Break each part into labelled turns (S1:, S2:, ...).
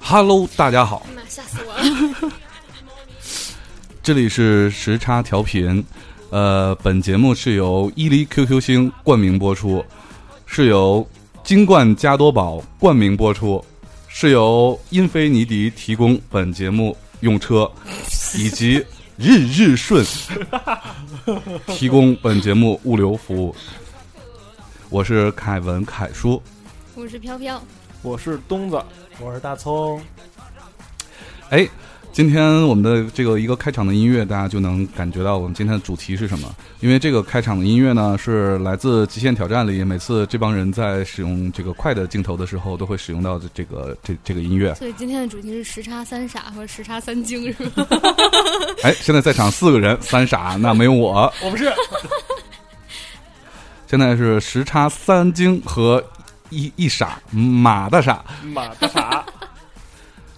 S1: Hello，大家好，
S2: 哎妈，吓死我了！
S1: 这里是时差调频，呃，本节目是由伊犁 QQ 星冠名播出，是由金冠加多宝冠名播出，是由英菲尼迪提供本节目用车，以及日日顺提供本节目物流服务。我是凯文凯叔，
S2: 我是飘飘，
S3: 我是东子，
S4: 我是大葱，
S1: 哎，今天我们的这个一个开场的音乐，大家就能感觉到我们今天的主题是什么。因为这个开场的音乐呢，是来自《极限挑战》里，每次这帮人在使用这个快的镜头的时候，都会使用到的这个这这个音 乐。
S2: 所以今天的主题是时差三傻和时差三精，是吗？
S1: 哎，现在在场四个人，三傻，那没有我。
S3: 我不是，
S1: 现在是时差三精和一一傻嗯马大傻，
S3: 马大傻，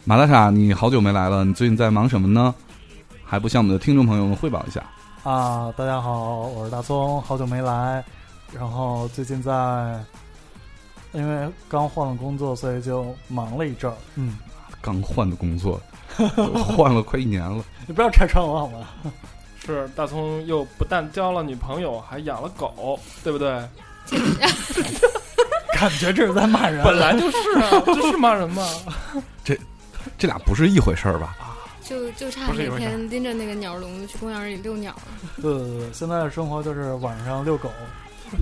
S1: 马大傻，你好久没来了，你最近在忙什么呢？还不向我们的听众朋友们汇报一下。
S4: 啊，大家好，我是大葱，好久没来，然后最近在，因为刚换了工作，所以就忙了一阵儿。嗯，
S1: 刚换的工作，换了快一年了。
S4: 你不要拆穿我好吗？
S3: 是大葱又不但交了女朋友，还养了狗，对不对？
S4: 感觉这是在骂人。
S3: 本来就是啊，这是骂人吗？
S1: 这俩不是一回事儿吧？
S2: 就就差
S3: 不是
S2: 每
S3: 一回事
S2: 天拎着那个鸟笼子去公园里遛鸟了。
S4: 对对对，现在的生活就是晚上遛狗，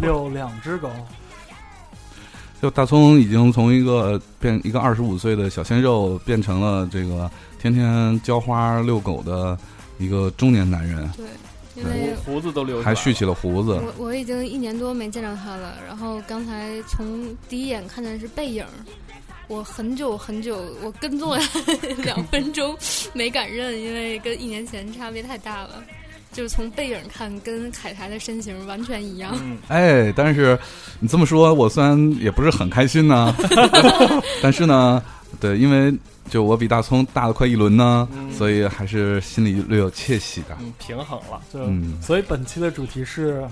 S4: 遛两只狗。
S1: 就大葱已经从一个变一个二十五岁的小鲜肉，变成了这个天天浇花遛狗的一个中年男人，
S2: 对，因为
S3: 胡子都留下来
S1: 还
S3: 了
S1: 蓄起了胡子。
S2: 我我已经一年多没见着他了。然后刚才从第一眼看见是背影，我很久很久，我跟踪了 两分钟没敢认，因为跟一年前差别太大了。就是从背影看，跟凯台的身形完全一样。
S3: 嗯，
S1: 哎，但是你这么说，我虽然也不是很开心呢，但是呢，对，因为就我比大葱大了快一轮呢，
S3: 嗯
S1: 所以还是心里略有窃喜的。
S3: 嗯，平衡了，
S4: 就、
S1: 嗯
S4: 所以本期的主题是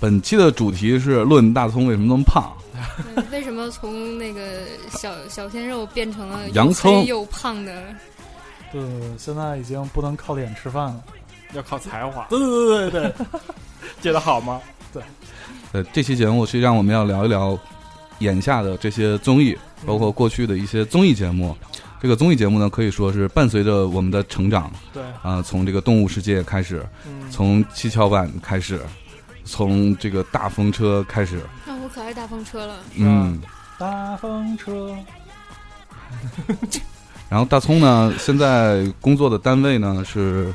S1: 本期的主题是论大葱为什么那么胖。
S2: 嗯为什么从那个小小鲜肉变成了
S1: 洋
S2: 又
S1: 葱
S2: 黑又胖的？
S4: 对对对，现在已经不能靠脸吃饭了。
S3: 要靠才华，
S4: 对对对对对，
S3: 接的好吗？
S1: 呃，这期节目实际上我们要聊一聊眼下的这些综艺，包括过去的一些综艺节目。这个综艺节目呢，可以说是伴随着我们的成长
S3: 对，
S1: 啊、从这个动物世界开始，
S3: 嗯，
S1: 从七巧板开始，从这个大风车开始，
S2: 啊，我可爱大风车了，
S1: 嗯。
S4: 大风车。
S1: 然后大葱呢，现在工作的单位呢是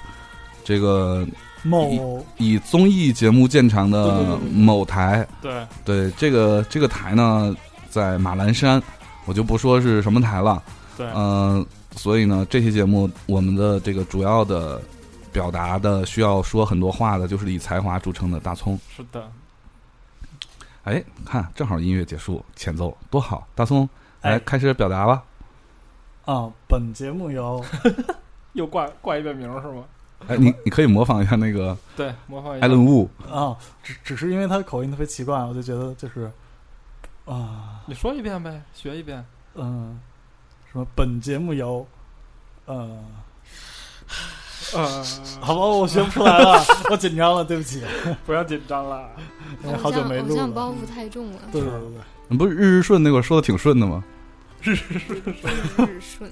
S1: 这个
S4: 某
S1: 以综艺节目见长的某台，
S3: 对，
S1: 对这个这个台呢，在马栏山，我就不说是什么台了。
S3: 对
S1: 嗯、所以呢，这期节目我们的这个主要的表达的需要说很多话的，就是以才华著称的大葱。
S3: 是的，
S1: 哎，看正好音乐结束前奏，多好！大葱来
S4: 哎
S1: 开始表达吧。
S4: 啊，本节目由
S3: 又挂挂一遍名是吗？
S1: 哎，你你可以模仿一下那个
S3: 对，模仿一下
S1: 艾。伦·
S4: 啊，只只是因为他的口音特别奇怪，我就觉得就是啊，
S3: 你说一遍呗，学一遍。
S4: 嗯、什么本节目由，呃，
S3: 呃，
S4: 好吧，我学不出来了， 我紧张了，对不起，
S3: 不要紧张啦。
S4: 因为
S2: 偶
S4: 哎好久
S2: 像
S4: 没
S2: 偶
S4: 录
S2: 像包
S4: 了。嗯
S2: 袱太重了，
S4: 对对对对，
S1: 你嗯不是日日顺那会儿说的挺顺的吗？
S2: 日 顺。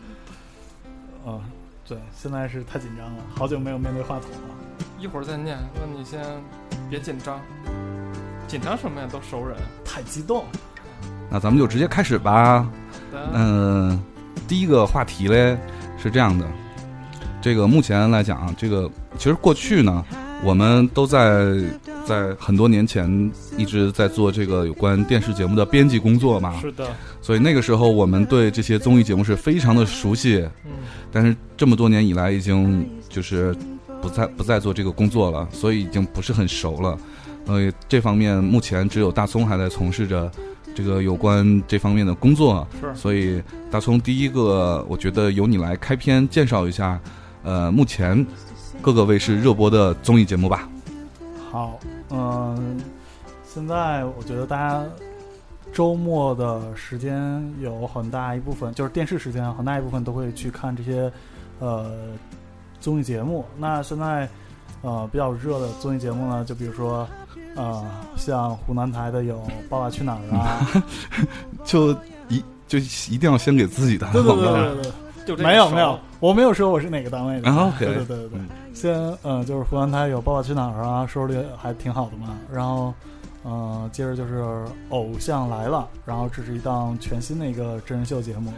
S4: 啊，对，现在是太紧张了，好久没有面对话筒了。
S3: 一会儿再念，那你先别紧张，紧张什么呀？都熟人。
S4: 太激动，
S1: 那咱们就直接开始吧。
S3: 嗯，
S1: 嗯、第一个话题嘞是这样的，这个目前来讲啊，这个其实过去呢，我们都在在很多年前一直在做这个有关电视节目的编辑工作嘛，
S3: 是的，
S1: 所以那个时候我们对这些综艺节目是非常的熟悉，
S3: 嗯，
S1: 但是这么多年以来已经就是不再不再做这个工作了，所以已经不是很熟了。呃，这方面目前只有大葱还在从事着这个有关这方面的工作，
S3: 是
S1: 所以大葱第一个，我觉得由你来开篇介绍一下，呃，目前各个卫视热播的综艺节目吧。
S4: 好，嗯、现在我觉得大家周末的时间有很大一部分，就是电视时间啊很大一部分都会去看这些呃综艺节目。那现在呃比较热的综艺节目呢，就比如说呃像湖南台的有《爸爸去哪儿》啊，
S1: 就一就一定要先给自己打
S4: 对对
S1: 广
S4: 对
S1: 告。
S4: 对对
S3: 就
S4: 对，
S3: 这个
S4: 没有
S3: 手
S4: 没有，我没有说我是哪个单位的。
S1: 啊，OK，
S4: 对对对对对
S1: 嗯，
S4: 先呃就是湖南台有《爸爸去哪儿》啊，收视率还挺好的嘛。然后呃接着就是《偶像来了》，然后这是一档全新的一个真人秀节目。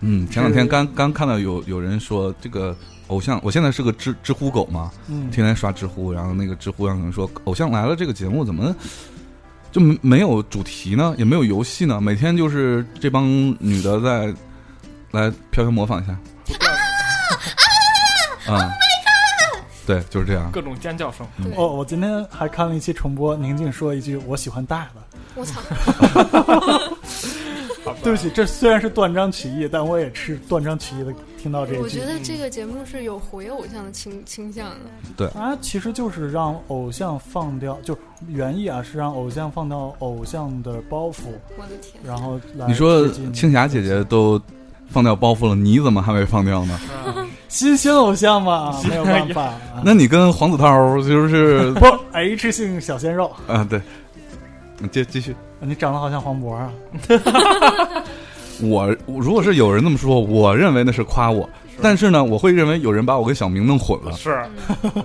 S1: 嗯，前两天
S4: 是
S1: 刚刚看到有有人说这个偶像，我现在是个知知乎狗嘛，
S4: 嗯，
S1: 天天刷知乎，然后那个知乎上可能说《偶像来了》这个节目怎么就没没有主题呢，也没有游戏呢，每天就是这帮女的在来飘飘模仿一下
S3: 不断
S1: 啊，对，就是这样。
S3: 各种尖叫声，
S2: 对，
S4: 哦，我今天还看了一期重播，宁静说一句“我喜欢大的
S2: 我 操，
S3: 好吧”。
S4: 对不起，，这虽然是断章取义，但我也是断章取义的听到这
S2: 我
S4: 一句
S2: 觉。得这个节目是有活跃偶像的倾倾向的。
S4: 它其实就是让偶像放掉，就原意啊是让偶像放掉偶像的包袱，
S2: 我的天，
S4: 然后来
S1: 你说
S4: 致敬
S1: 青霞姐姐都放掉包袱了，你怎么还没放掉呢？
S3: 嗯
S4: 新兴偶像嘛，没有办法啊。
S1: 那你跟黄子韬就是
S4: 不 H 姓小鲜肉，
S1: 啊，对，接继续。
S4: 你长得好像黄渤啊。
S1: 我我如果是有人这么说，我认为那是夸我，但是呢，我会认为有人把我跟小明弄混了。
S3: 是，
S2: 嗯
S3: 嗯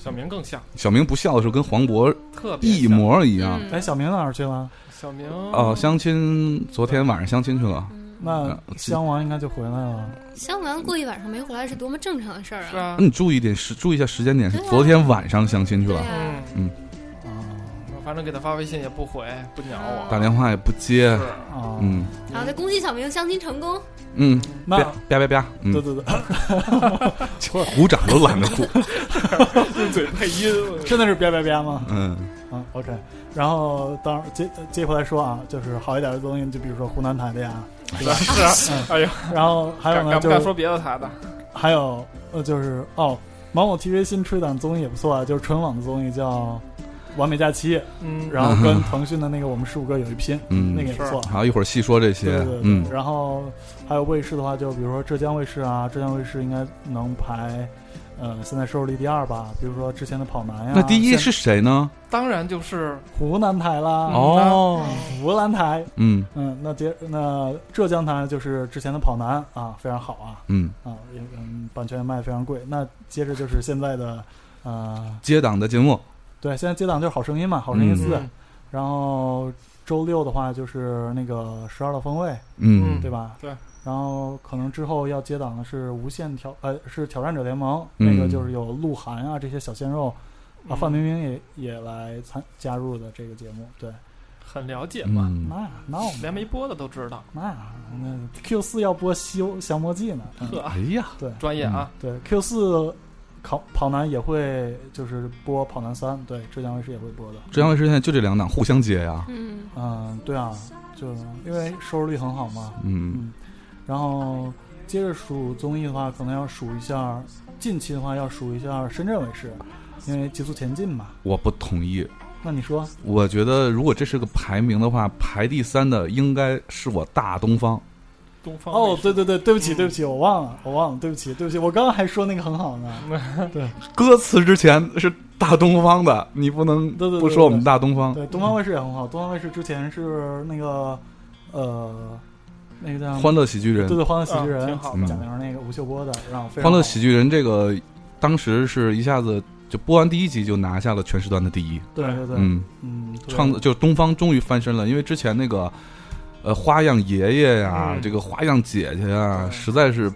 S3: 小明更像，
S1: 小明不笑的时候跟黄渤
S3: 特别
S1: 一
S3: 像。
S1: 模一
S2: 嗯
S1: 样。
S4: 哎，小明哪儿去了？
S3: 小明
S1: 哦，相亲昨天晚上相亲去了，
S2: 嗯，
S4: 那
S1: 嗯
S4: 香王应该就回来了。
S2: 香丸过一晚上没回来是多么正常的事儿
S3: 是
S2: 啊！
S3: 啊
S1: 那，你注意点时，注意一下时间点，是
S2: 对啊
S1: 昨天晚上相亲去
S2: 对
S1: 了，
S2: 呀，
S3: 嗯，
S1: 嗯
S4: 啊
S3: 我嗯反正给他发微信也不回，不鸟
S1: 打
S3: 我。
S1: 电话也不接，
S3: 是，
S4: 啊，
S1: 嗯
S2: 然后再恭喜小明相亲成功，
S1: 嗯，
S4: 那
S1: 啪啪啪啪，
S4: 对
S1: 嗯，
S4: 对对，
S1: 鼓掌都懒得鼓，
S3: 用嘴配音，
S4: 真的是啪啪啪吗？
S1: 嗯
S4: 啊，OK。然后当然接接回来说啊，就是好一点的综艺，就比如说湖南台 的呀，
S3: 是吧？是啊，哎呀，
S4: 然后还有
S3: 敢
S4: 呢，
S3: 敢不
S4: 就
S3: 敢
S4: 是
S3: 说别的台的？
S4: 还有呃，就是哦，芒果 TV 新出一档综艺也不错啊，就是纯网的综艺叫《完美假期》，
S3: 嗯，
S4: 然后跟腾讯的那个《我们是五个》有一拼，
S1: 嗯
S4: 那个也不错。
S1: 好，一会儿细说这些
S4: 对对对，，
S1: 嗯，
S4: 然后还有卫视的话，就比如说浙江卫视啊，浙江卫视应该能排，呃，现在收视率第二吧。比如说之前的跑男呀，
S1: 那第一
S4: 现
S1: 是谁呢？
S3: 当然就是
S4: 湖南台啦，
S3: 嗯
S1: 哦，
S4: 湖南台，
S1: 嗯
S4: 嗯，那接那浙江台就是之前的跑男啊，非常好啊
S1: 嗯，
S4: 啊，也嗯，版权卖得非常贵。那接着就是现在的，呃，
S1: 接档的节目，
S4: 对，现在接档就是《好声音》嘛，《好声音四》
S3: 嗯
S4: 然后周六的话就是那个《十二道锋味》，
S1: 嗯
S4: 对吧？
S3: 对。
S4: 然后可能之后要接档的是《无限挑》，呃，是《挑战者联盟》，
S1: 嗯
S4: 那个就是有鹿晗啊这些小鲜肉
S3: 嗯
S4: 啊，范冰冰也也来参加入的这个节目。对，
S3: 很了解嘛，
S1: 嗯，
S4: 那那我们
S3: 连没播的都知道，
S4: 那那 Q 四要播《西游降魔记》呢，嗯
S3: 呵，
S1: 哎呀，
S4: 对
S3: 专业啊，
S4: 对，Q 四。跑跑男也会就是播跑男三，对，浙江卫视也会播的。
S1: 浙江卫视现在就这两档互相接呀，
S2: 嗯，
S4: 嗯，对啊，就因为收视率很好嘛，
S1: 嗯，
S4: 嗯，然后接着数综艺的话，可能要数一下近期的话，要数一下深圳卫视，因为急速前进嘛。
S1: 我不同意，
S4: 那你说
S1: 我觉得如果这是个排名的话，排第三的应该是我大东方，
S3: 东方
S4: 哦
S3: 卫，视
S4: 对对对，对不
S1: 嗯
S4: 起对不起，我忘了，我忘了，对不起对不起，我刚刚还说那个很好呢。
S1: 歌词之前是大东方的，你不能
S4: 对对对
S1: 不说我们大东方。
S4: 对，东方卫视也很好，东方卫视之前是那个呃那个叫
S1: 欢乐喜剧人嗯
S4: 对，对欢乐喜剧
S3: 啊
S4: 人
S3: 挺好
S1: 的
S4: 贾玲那个吴秀波的，让我非常
S1: 欢乐
S4: 好
S1: 喜剧人这个当时是一下子就播完第一集就拿下了全时段的第一，
S4: 对对对，
S1: 嗯，
S4: 嗯，对
S1: 创就东方终于翻身了，因为之前那个呃花样爷爷呀、
S3: 嗯
S1: 这个花样姐姐呀、
S3: 对
S1: 实在是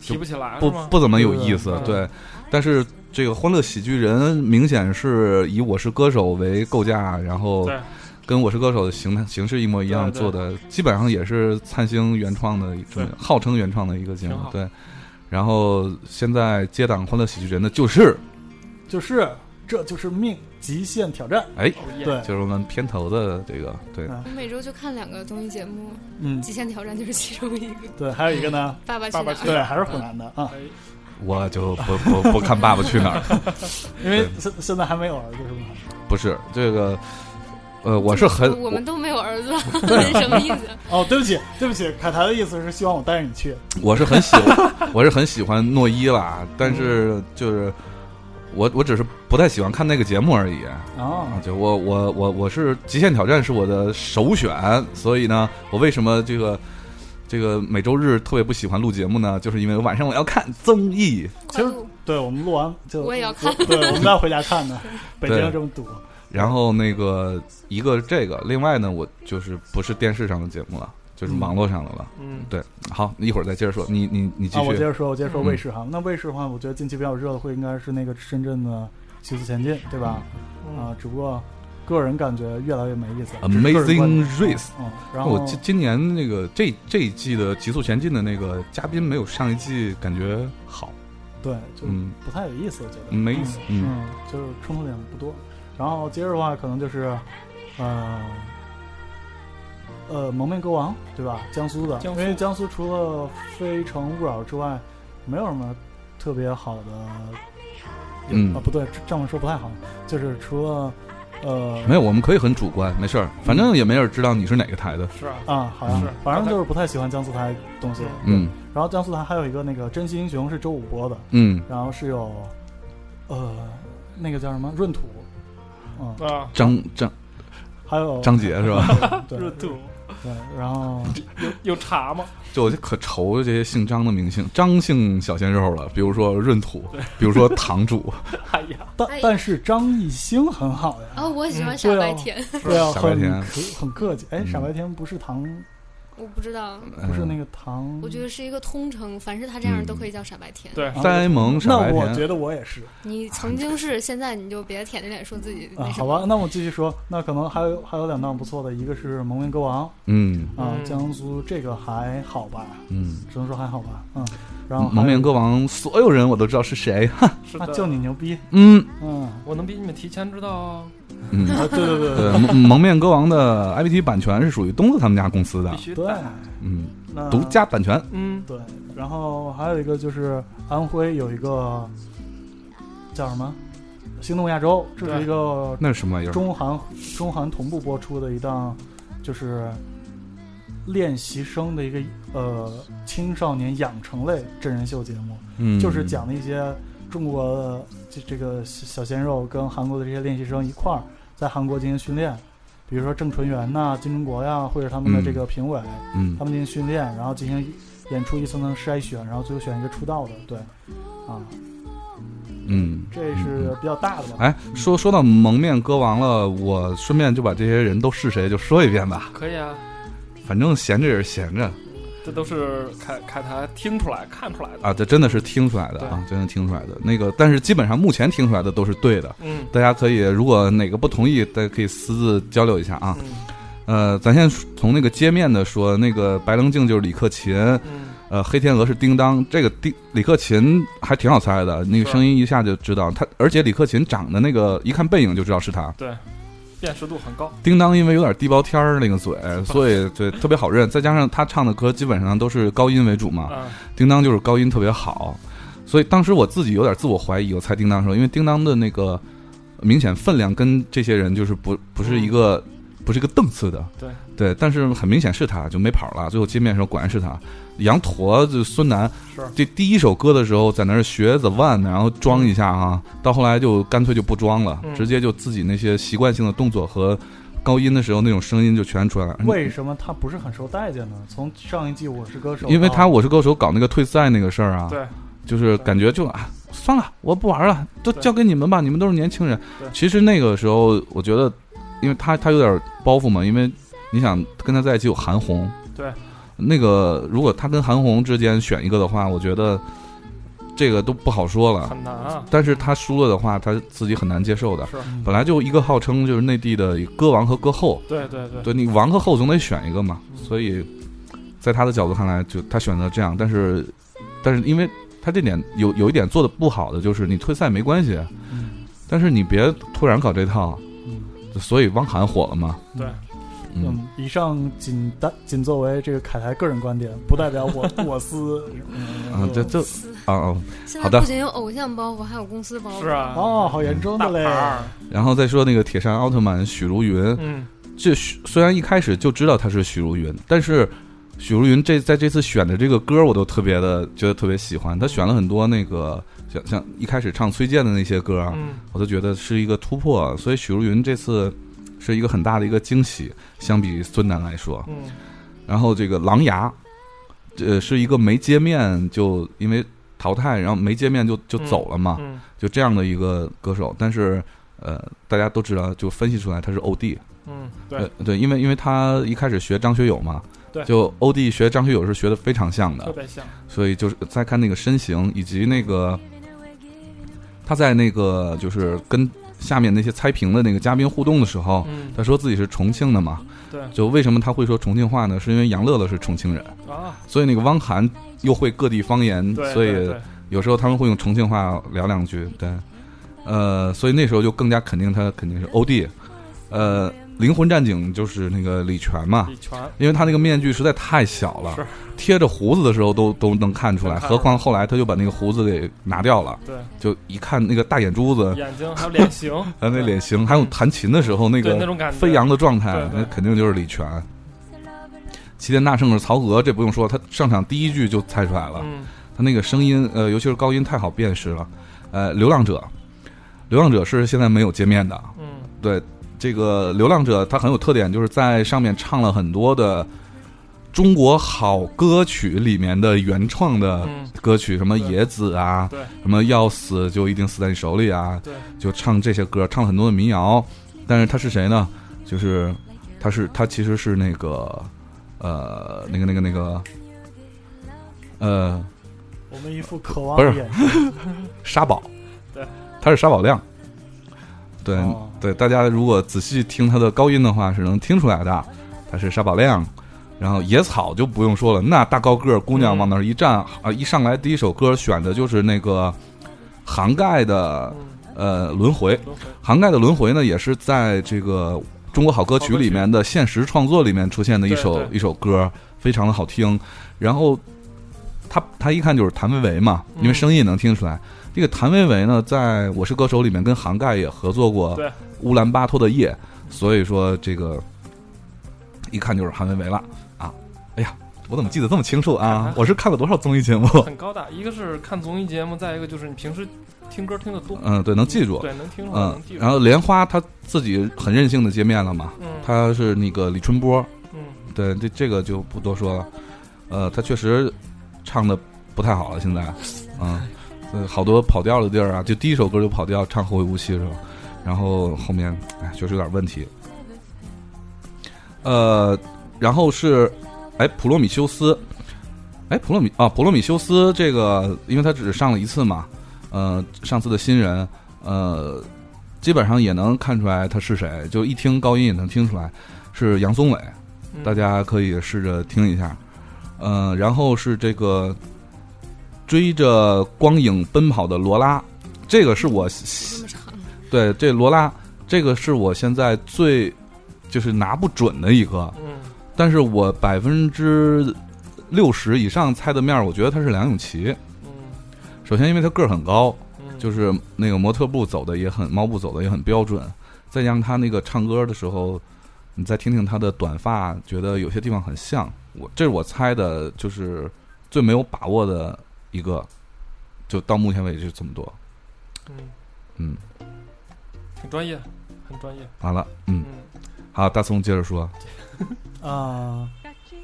S3: 提不起来
S1: 不
S3: 是吗？
S1: 不怎么有意思，
S3: 嗯
S1: 对。但是这个《欢乐喜剧人》明显是以《我是歌手》为构架，然后
S3: 对
S1: 跟《我是歌手》的形形式一模一样
S3: 对
S1: 做
S3: 对
S1: 的，基本上也是灿星原创的一
S3: 对
S1: 个，号称原创的一个节目
S3: 挺，好
S1: 对。然后现在接档《欢乐喜剧人》的就是，
S4: 就是这就是命极限挑战，
S1: 哎，
S3: 哦耶
S4: 对，
S1: 就是我们片头的这个，对，
S4: 嗯
S2: 我每周就看两个综艺节目，
S4: 嗯
S2: 《极限挑战》就是其中一个，《
S4: 对，还有一个呢，
S2: 爸爸去
S3: 爸
S2: 哪
S3: 爸
S2: 儿》
S3: 去
S4: 对，还是湖南的啊。
S3: 哎
S1: 我就不不不看《爸爸去哪儿》，
S4: 因为现现在还没有儿子是吧？
S1: 不是这个《呃，我是很
S2: 我们都没有儿子，
S4: 啊
S2: 什么意思？
S4: 哦，对不起，对不起，凯台的意思是希望我带着你去。
S1: 我是很喜欢， 我是很喜欢诺一啦，但是就是我我只是不太喜欢看那个节目而已啊。
S4: 哦，
S1: 就我我我我是《极限挑战》是我的首选，所以呢，我为什么这个这个每周日特别不喜欢录节目呢？就是因为晚上我要看综艺，
S4: 其实
S2: 快录
S4: 对我们录完就
S2: 我也要看
S4: 对，我们再回家 看呢。北京
S1: 对
S4: 这么堵，
S1: 然后那个一个这个，另外呢，我就是不是电视上的节目了，就是网络上的了。
S3: 嗯，
S1: 对，好，一会儿再接着说，你你你继
S4: 啊，我接
S1: 续。
S4: 着说，我接着说
S1: 嗯
S4: 卫视哈。那卫视的话，我觉得近期比较热的会应该是那个深圳的《西四前进》，对吧？
S3: 嗯
S4: 啊，只不过个人感觉越来越没意思。了。这是个人观
S1: Amazing
S4: 点
S1: Race，
S4: 嗯，然后
S1: 我哦今今年那个这这一季的《极速前进》的那个嘉宾没有上一季感觉好，
S4: 对，就
S1: 嗯，
S4: 不太有意思，我觉得
S1: 没意思，嗯，
S4: 嗯，就是冲突点不多。然后接着的话，可能就是，呃，呃，蒙面歌王，对吧？江苏的，
S3: 江苏
S4: 因为江苏除了《非诚勿扰》之外，没有什么特别好的，
S1: 嗯
S4: 啊，不对，这么说不太好，就是除了，呃，
S1: 没有，我们可以很主观，没事儿，反正也没人知道你是哪个台的，
S3: 是啊，
S4: 啊，好像
S1: 是
S4: 反正就是不太喜欢江苏台东西。
S1: 嗯
S4: 然后江苏台还有一个那个《真心英雄》是周五播的，
S1: 嗯，
S4: 然后是有，呃，那个叫什么闰土，嗯，
S3: 啊，
S1: 张张
S4: 还有
S1: 张杰 是吧？
S4: 对
S3: 热度
S4: 对，然后
S3: 有有茶吗？
S1: 就我就可愁这些姓张的明星，张姓小鲜肉了，比如说闰土，比如说堂 主，
S3: 哎呀，
S4: 但
S2: 哎
S4: 但是张艺兴很好呀，
S2: 哦，我喜欢
S3: 嗯
S2: 傻
S4: 对啊
S2: 白甜，
S4: 对啊，
S1: 傻白
S4: 很
S1: 甜
S4: 客很客气。哎，
S1: 嗯
S4: 傻白甜不是唐，
S2: 我不知道，
S1: 不
S4: 不是那个唐，
S2: 我觉得是一个通称，凡是他这样都可以叫傻白甜。
S3: 对，
S4: 啊
S1: 呆萌傻
S4: 那
S1: 白
S4: 我
S1: 甜，
S4: 觉得我也是
S2: 你曾经是，现在你就别舔着脸说自己
S4: 啊
S2: 那，什
S4: 好
S2: 么。
S4: 吧，那我继续说，那可能还有还有两档不错的，一个是《蒙面歌王》
S1: 嗯
S4: 啊，
S3: 嗯
S4: 江苏这个还好吧，
S1: 嗯，
S4: 只能说还好吧，嗯，然后还有
S1: 蒙面歌王，所有人我都知道是谁，
S3: 是
S4: 啊，
S3: 的，
S4: 就你牛逼，
S1: 嗯
S4: 嗯，
S3: 我能比你们提前知道哦，
S1: 嗯。
S4: 啊，对对对
S1: 对， 蒙蒙面歌王的 IP 版权是属于东子他们家公司的
S3: 必，须
S4: 对对
S3: 的，，
S1: 嗯，
S4: 那
S1: 独家版权。
S3: 嗯，
S4: 对，然后还有一个就是安徽有一个叫什么《星动亚洲》，这是一个
S1: 那是什么玩意儿？
S4: 中韩中韩同步播出的一档，就是练习生的一个呃青少年养成类真人秀节目，
S1: 嗯，
S4: 就是讲的一些中国的这这个小鲜肉跟韩国的这些练习生一块儿在韩国进行训练，比如说郑淳元呐、金钟国呀，或者他们的这个评委。
S1: 嗯
S4: 他们进行训练，然后进行演出一层层筛选，然后最后选一个出道的。对，啊，
S1: 嗯，
S4: 这是比较大的吧？
S1: 哎，说说到蒙面歌王了，我顺便就把这些人都是谁就说一遍吧，
S3: 可以啊，
S1: 反正闲着也是闲着
S3: 这都是凯凯台听出来、看出来的，
S1: 啊，这真的是听出来的啊，真的听出来的。那个，但是基本上目前听出来的都是对的，
S3: 嗯
S1: 大家可以如果哪个不同意，大家可以私自交流一下啊。
S3: 嗯
S1: 呃，咱先从那个街面的说，那个白棱镜就是李克勤，
S3: 嗯，
S1: 呃，黑天鹅是叮当，这个叮李克勤还挺好猜的，那个
S4: 啊
S3: 是
S1: 声音一下就知道他，而且李克勤长得那个一看背影就知道是他。
S3: 辨识度很高，
S1: 叮当因为有点地包天儿那个嘴，所以对特别好认，再加上他唱的歌基本上都是高音为主嘛，
S3: 嗯
S1: 叮当就是高音特别好，所以当时我自己有点自我怀疑，我猜叮当的时候，因为叮当的那个明显分量跟这些人就是不不是一个不是一个档次的，
S3: 嗯对
S1: 对，但是很明显是他就没跑了，最后见面的时候果然是他，羊驼就孙楠
S3: 是
S1: 这第一首歌的时候在那儿学 The One，然后装一下啊，到后来就干脆就不装了，
S3: 嗯
S1: 直接就自己那些习惯性的动作和高音的时候那种声音就全出来了。
S4: 为什么他不是很受待见呢？从上一季《我是歌手》到，
S1: 因为他《我是歌手》搞那个退赛那个事儿啊，
S3: 哦对，
S1: 就是感觉就啊，算了，我不玩了，都
S3: 对
S1: 交给你们吧，你们都是年轻人
S3: 对。
S1: 其实那个时候，我觉得，因为他他有点包袱嘛，因为你想跟他在一起有韩红，
S3: 对，
S1: 那个如果他跟韩红之间选一个的话，我觉得这个都不好说了。
S3: 很难啊，
S1: 但是他输了的话，他自己很难接受的。
S3: 是，
S4: 嗯
S1: 本来就一个号称就是内地的歌王和歌后，
S3: 对对对，
S1: 对你王和后总得选一个嘛，
S3: 嗯
S1: 所以在他的角度看来，就他选择这样，但是但是因为他这点有有一点做的不好的就是你退赛没关系，
S4: 嗯
S1: 但是你别突然搞这套，
S4: 嗯
S1: 所以汪涵火了嘛，
S3: 对
S1: 嗯，
S4: 嗯，以上仅单仅作为这个凯台个人观点，不代表 我我司嗯
S1: 啊这这啊啊，
S2: 现
S1: 好
S2: 在
S1: 的
S2: 不仅有偶像包袱，还有公司包袱。
S3: 是啊，
S4: 哦，好严重
S3: 大
S4: 的
S3: 牌
S4: 嘞，
S3: 儿，
S1: 然后再说那个铁扇奥特曼许茹芸，
S3: 嗯，
S1: 这许虽然一开始就知道他是许茹芸，但是许茹芸这在这次选的这个歌，我都特别的觉得特别喜欢。他选了很多那个像像一开始唱崔健的那些歌啊，
S3: 嗯，
S1: 我都觉得是一个突破。啊所以许茹芸这次是一个很大的一个惊喜，相比孙楠来说。
S3: 嗯，
S1: 然后这个狼牙，呃，是一个没见面就因为淘汰，然后没见面就就走了嘛，
S3: 嗯，
S1: 就这样的一个歌手。但是呃，大家都知道，就分析出来他是 OD，
S3: 嗯，
S1: 呃
S3: 对，
S1: 对，因为因为他一开始学张学友嘛，
S3: 对
S1: 就 OD 学张学友是学的非常像
S3: 特
S1: 的，
S3: 别像，
S1: 所以就是再看那个身形以及那个他在那个就是跟下面那些猜评的那个嘉宾互动的时候。
S3: 嗯，
S1: 他说自己是重庆的嘛，
S3: 对
S1: 就为什么他会说重庆话呢？是因为杨乐乐是重庆人，
S3: 啊，
S1: 所以那个汪涵又会各地方言，
S3: 对，
S1: 嗯所
S3: 对
S1: 以啊
S3: 对
S1: 有时候他们会用重庆话聊两句，对，呃，所以那时候就更加肯定他肯定是 OD，呃，灵魂战警就是那个李泉嘛，
S3: 李泉，
S1: 因为他那个面具实在太小了
S3: 是，
S1: 贴着胡子的时候都都能看出来，
S3: 能看
S1: 何况后来他就把那个胡子给拿掉了，
S3: 对，
S1: 就一看那个大眼珠子，
S3: 眼睛还有脸型，
S1: 还有那脸型，还有弹琴的时候那
S3: 对
S1: 个
S3: 那种感觉，
S1: 飞扬的状态，
S3: 对对
S1: 那肯定就是李泉。齐天大圣是曹格，这不用说，他上场第一句就猜出来了。
S3: 嗯，
S1: 他那个声音，呃，尤其是高音太好辨识了。呃，流浪者，流浪者是现在没有界面的。
S3: 嗯
S1: 对，这个流浪者他很有特点，就是在上面唱了很多的中国好歌曲里面的原创的
S3: 嗯，
S1: 歌曲，什么
S3: 对
S1: 野子啊，
S3: 对
S1: 什么要死就一定死在你手里啊，
S3: 对，
S1: 就唱这些歌，唱了很多的民谣。但是他是谁呢？就是他是他其实是那个呃那个那个那个呃
S4: 我们一副渴望
S1: 不
S4: 的
S1: 是
S4: 眼神。
S1: 沙宝，
S3: 对，
S1: 他是沙宝亮，对、
S4: 哦
S1: 对，大家如果仔细听他的高音的话，是能听出来的，他是沙宝亮。然后野草就不用说了，那大高个儿姑娘往那儿一站，啊、一上来第一首歌选的就是那个杭盖的
S3: 嗯，
S1: 呃轮回，
S3: 轮回，
S1: 杭盖的轮回呢，也是在这个中国好歌曲里面的现实创作里面出现的一首
S3: 对对
S1: 一首歌，非常的好听。然后他他一看就是谭维维嘛，
S3: 嗯
S1: 因为声音也能听出来。这个谭维维呢，在《我是歌手》里面跟杭盖也合作过
S3: 对
S1: 《乌兰巴托的夜》，所以说这个一看就是韩维维了啊！哎呀，我怎么记得这么清楚啊
S3: 看？
S1: 我是看了多少综艺节目？
S3: 很高大，一个是看综艺节目，再一个就是你平时听歌听得多，
S1: 嗯，对，能记住。
S3: 对，能听出来，
S1: 嗯
S3: 能记，住
S1: 然，后莲花她自己很任性的见面了嘛，
S3: 嗯，
S1: 他是那个李春波，
S3: 嗯，
S1: 对，这这个就不多说了。呃，他确实唱的不太好了， 现在，嗯，呃好多跑调的地儿啊，就第一首歌就跑调，唱《后会无期》是吧？然后后面，哎，确实有点问题。呃，然后是，哎，普罗米修斯，哎，普罗米啊，普罗米修斯这个，因为他只上了一次嘛，呃，上次的新人，呃，基本上也能看出来他是谁，就一听高音也能听出来是杨宗纬。
S3: 嗯
S1: 大，家可以试着听一下。嗯、然后是这个追着光影奔跑的罗拉，这个是我
S2: 这么长，
S1: 对这罗拉，这个是我现在最就是拿不准的一个，
S3: 嗯，
S1: 但是我百分之六十以上猜的面儿，我觉得他是梁咏琪。
S3: 嗯，
S1: 首先，因为他个儿很高，
S3: 嗯，，
S1: 就是是那个模特步走的也很，猫步走的也很标准。再加上他那个唱歌的时候，你再听听他的短发，觉得有些地方很像。我这是我猜的，就是最没有把握的一个，就到目前为止就这么多。
S3: 嗯，
S1: 嗯，
S3: 挺专业，很专业，
S1: 完了，嗯，
S3: 嗯，
S1: 好，大松接着说，
S4: 啊、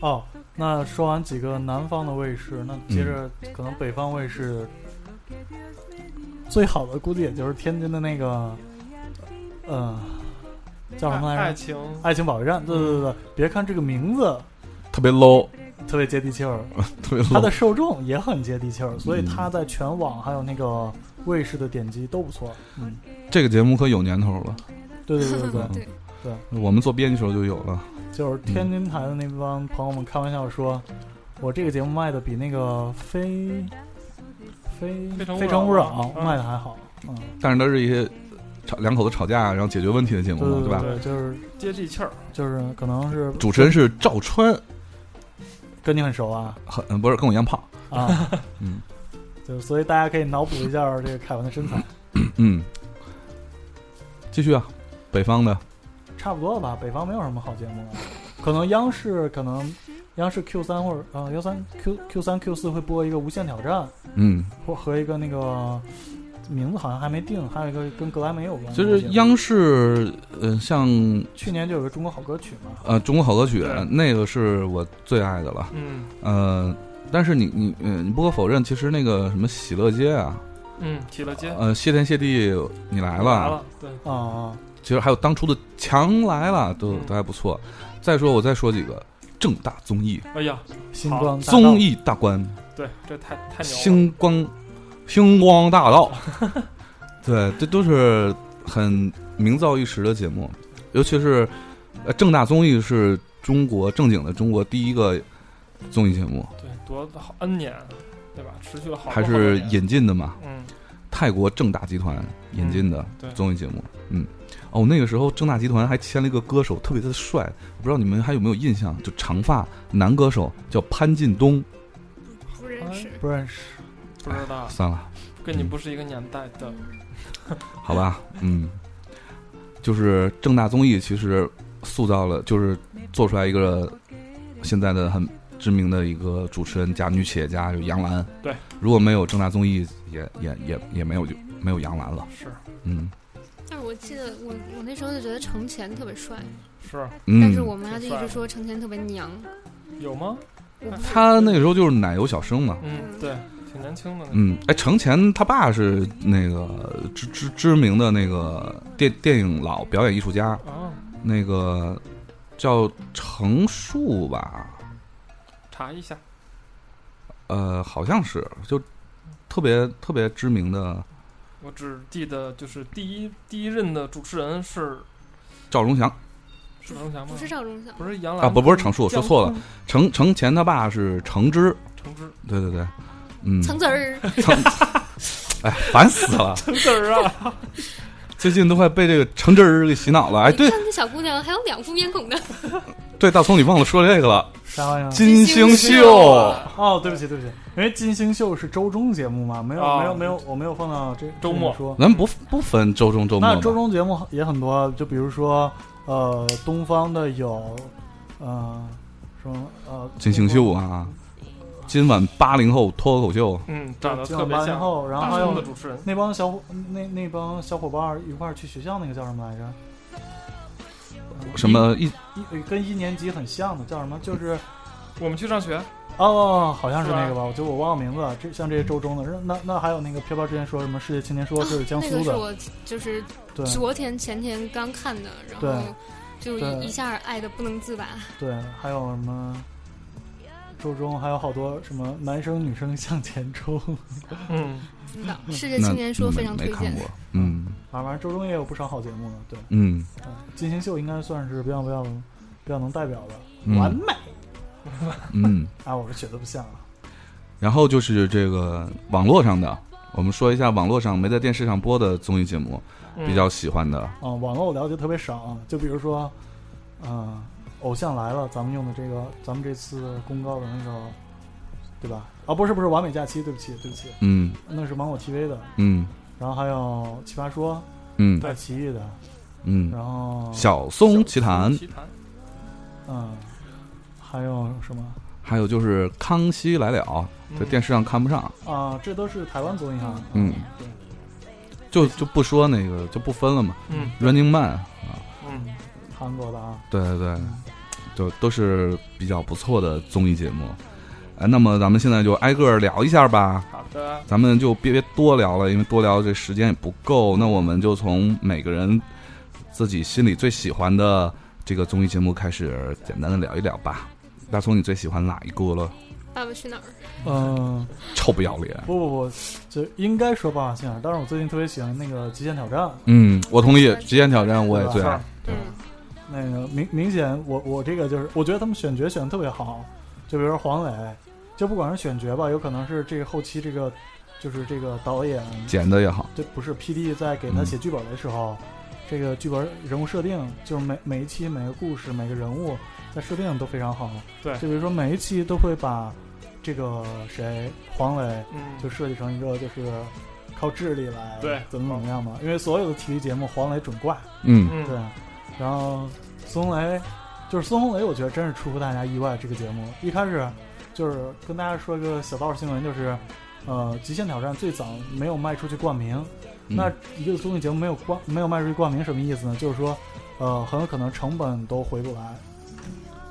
S4: 哦，那说完几个南方的卫视，那接着可能北方卫视、最好的估计也就是天津的那个，呃，叫什么
S3: 爱
S4: 来
S3: 爱
S4: 着？
S3: 情，
S4: 爱情保卫战。对对对对，别看这个名字
S1: 特别 low，
S4: 特别接地气儿，
S1: 特别
S4: 它
S1: low
S4: 的。受众也很接地气儿，所以
S1: 嗯
S4: 它在全网还有那个卫视的点击都不错。嗯，
S1: 这个节目可有年头了，
S4: 对对对对对。
S2: 对，
S1: 我们做编辑时候就有了。
S4: 就是天津台的那帮朋友们开玩笑说，我这个节目卖的比那个非非
S3: 非诚勿扰
S4: 非诚勿扰
S3: 嗯
S4: 啊卖的还好，嗯，
S1: 但是它是一些吵两口子吵架然后解决问题的节
S4: 对
S1: 目嘛，
S4: 对
S1: 嗯吧？
S4: 对，就是
S3: 接地气儿，
S4: 就是可能是
S1: 主持人是赵川，
S4: 跟你很熟 啊
S1: 很嗯不是跟我一样胖，
S4: 啊，
S1: 嗯
S4: 就是所以大家可以脑补一下 这个凯文的身材。
S1: 嗯，继续啊，北方的。
S4: 差不多了吧？北方没有什么好节目了，可能央视可能央视 Q 三或者啊 Q 三 Q Q 三 Q 四会播一个《无限挑战》，
S1: 嗯，
S4: 或和一个那个名字好像还没定，还有一个跟格莱美有关的节
S1: 就
S4: 目。
S1: 是央视，呃，像
S4: 去年就有个中国好歌曲嘛，
S1: 呃《中国好歌曲
S3: 对》
S1: 那个是我最爱的了，
S3: 嗯
S1: 呃，但是你你嗯，你不可否认，其实那个什么喜乐街啊，
S3: 嗯，起了街
S1: 呃，谢天谢地你来
S3: 来
S1: 了，
S3: 了，对，
S1: 哦
S4: 啊啊，
S1: 其实还有当初的强来了，都
S3: 嗯
S1: 都还不错。再说我再说几个正大综艺，
S3: 哎呀，
S4: 星光大道
S1: 综艺大观，
S3: 对，这太太牛了，
S1: 星光，星光大道， 对，这都是很名噪一时的节目，尤其是呃正大综艺是中国正经的中国第一个综艺节目，
S3: 对，多好 N 年，啊对吧？持续了好多
S1: 还
S3: 好多
S1: 是
S3: 年
S1: 引进的嘛，
S3: 嗯，
S1: 泰国正大集团引进的
S3: 对
S1: 综艺节目，嗯。哦，那个时候正大集团还签了一个歌手，特别的帅，不知道你们还有没有印象？就长发男歌手叫潘劲东，
S2: 不认识。
S4: 不认识。
S3: 不知道，
S1: 算了，
S3: 跟你不是一个年代的，
S1: 好吧，嗯，就是正大综艺其实塑造了，就是做出来一个现在的很知名的一个主持人加女企业家，就杨澜。
S3: 对，
S1: 如果没有正大综艺，也也也也没有就没有杨澜了。
S3: 是
S1: 嗯
S2: 但是我记得我我那时候就觉得程前特别帅，
S3: 是
S1: 嗯，
S2: 但是我妈就
S3: 挺
S2: 一
S3: 帅
S2: 直说程前特别娘。
S3: 有吗？
S2: 我不
S1: 他那个时候就是奶油小生嘛。
S3: 嗯，对，挺年轻的那个，
S1: 嗯，哎，程前他爸是那个知知知名的那个电电影老表演艺术家，
S3: 哦，
S1: 那个叫程树吧，
S3: 查一下，
S1: 呃，好像是就特别特别知名的
S3: 我只记得就是第一第一任的主持人是
S1: 赵忠祥
S3: 是张翔吗？
S2: 不是赵忠祥，
S3: 不是杨澜
S1: 啊，不不是程树，说错
S4: 嗯
S1: 了，
S3: 江，
S1: 程程前他爸是程之，
S3: 橙汁
S1: 对对对，嗯，
S2: 橙子 儿，
S1: 程，哎，烦死了，
S3: 橙汁儿啊，
S1: 最近都快被这个程之儿给洗脑了。哎，
S2: 你
S1: 对
S2: 看那小姑娘还有两副面孔的，
S1: 对，大葱你忘了说这个了，
S4: 啥玩意儿？
S1: 金星
S2: 星
S1: 秀，
S4: 哦，对不起，对不起，因为金星秀是周中节目嘛，没有、
S3: 哦
S4: 没有没有，我没有放到这
S3: 周末
S4: 这里说。
S1: 咱不不分周中周末
S4: 那
S1: 吧
S4: 周中节目也很多，就比如说呃，东方的有呃什么呃
S1: 金星秀，啊，今晚八零后脱口秀，
S3: 嗯，长得
S4: 今
S3: 特
S4: 晚
S3: 别
S4: 八零
S3: 像
S4: 后，然后
S3: 大
S4: 还
S3: 声的
S4: 有
S3: 主持人，
S4: 那帮小伙那那帮小伙伴儿一块儿去学校那个叫什么来着？
S1: 什么一
S4: 一跟一年级很像的叫什么？就是
S3: 我们去上学，
S4: 哦，好像是
S3: 是吧
S4: 那个吧，我就我忘了名字了。这像这些周中的，那那还有那个飘飘之前说什么世界青年说是江
S2: 那
S4: 苏
S2: 个是
S4: 的，
S2: 我就是
S4: 对
S2: 昨天前天刚看的，然
S4: 对
S2: 后就
S4: 对
S2: 一一下爱的不能自拔。
S4: 对，还有什么？周中还有好多什么男生女生向前冲，
S3: 嗯，
S2: 不知道世界
S1: 那
S2: 青年说非常
S1: 没
S2: 推
S1: 没看
S2: 荐
S1: 过，，嗯
S4: 啊，反正周中也有不少好节目呢。对，
S1: 嗯
S4: 嗯金星秀应该算是比较比较比较能代表的，完
S1: 嗯
S4: 美
S1: 嗯。
S4: 啊！我是觉得不像啊。
S1: 然后就是这个网络上的，我们说一下网络上没在电视上播的综艺节目，
S3: 嗯
S1: 比较喜欢的，
S4: 啊，网络我了解特别少啊，就比如说，嗯、偶像来了，咱们用的这个，咱们这次公告的那个，对吧？啊，不是不是，完美假期，对不起对不起，
S1: 嗯
S4: 那是芒果 TV 的，
S1: 嗯
S4: 然后还有奇葩说，
S1: 嗯
S4: 爱奇艺的，
S1: 嗯，
S4: 然后
S1: 小松奇谈，
S3: 奇谈，
S4: 嗯，还有什么
S1: 还有就是《康熙来了》，在电
S3: 视
S1: 视上看不上，
S4: 啊？这都是台湾综艺啊，
S1: 嗯
S4: 对，
S1: 就就不说那个就不分了嘛，
S3: 嗯
S1: 《Running Man》啊，
S3: 嗯，
S4: 韩国的啊，
S1: 对对对，就都是比较不错的综艺节目。哎，那么咱们现在就挨个儿聊一下吧，
S3: 好的，
S1: 咱们就别别多聊了，因为多聊这时间也不够。那我们就从每个人自己心里最喜欢的这个综艺节目开始，简单的聊一聊吧。大葱，你最喜欢哪一个了？
S2: 爸爸去哪儿？
S4: 嗯、
S1: 臭不要脸！
S4: 不不不，就应该说《爸爸去哪儿》，啊但是我最近特别喜欢那个《极限挑战》。
S1: 嗯，我同意，《极限挑战》我也最爱。对
S2: 嗯，
S4: 那个明明显我我这个就是，我觉得他们选角选的特别好，就比如说黄磊，就不管是选角吧，有可能是这个后期这个就是这个导演，
S1: 剪的也好，
S4: 这不是 P D 在给他写剧本的时候，这个剧本人物设定就是每每一期每个故事每个人物在设定都非常好，
S3: 对
S4: 就比如说每一期都会把这个谁黄磊
S3: 嗯，
S4: 就设计成一个就是靠智力来
S3: 对
S4: 怎么怎么样嘛，因为所有的体育节目黄磊准挂，
S1: 嗯
S3: 嗯
S4: 对，然后孙红雷，就是孙红雷，我觉得真是出乎大家意外。这个节目一开始就是跟大家说个小道新闻，就是呃，《极限挑战》最早没有卖出去冠名。
S1: 嗯
S4: 那一个综艺节目没有冠没有卖出去冠名什么意思呢？就是说，呃，很有可能成本都回不来。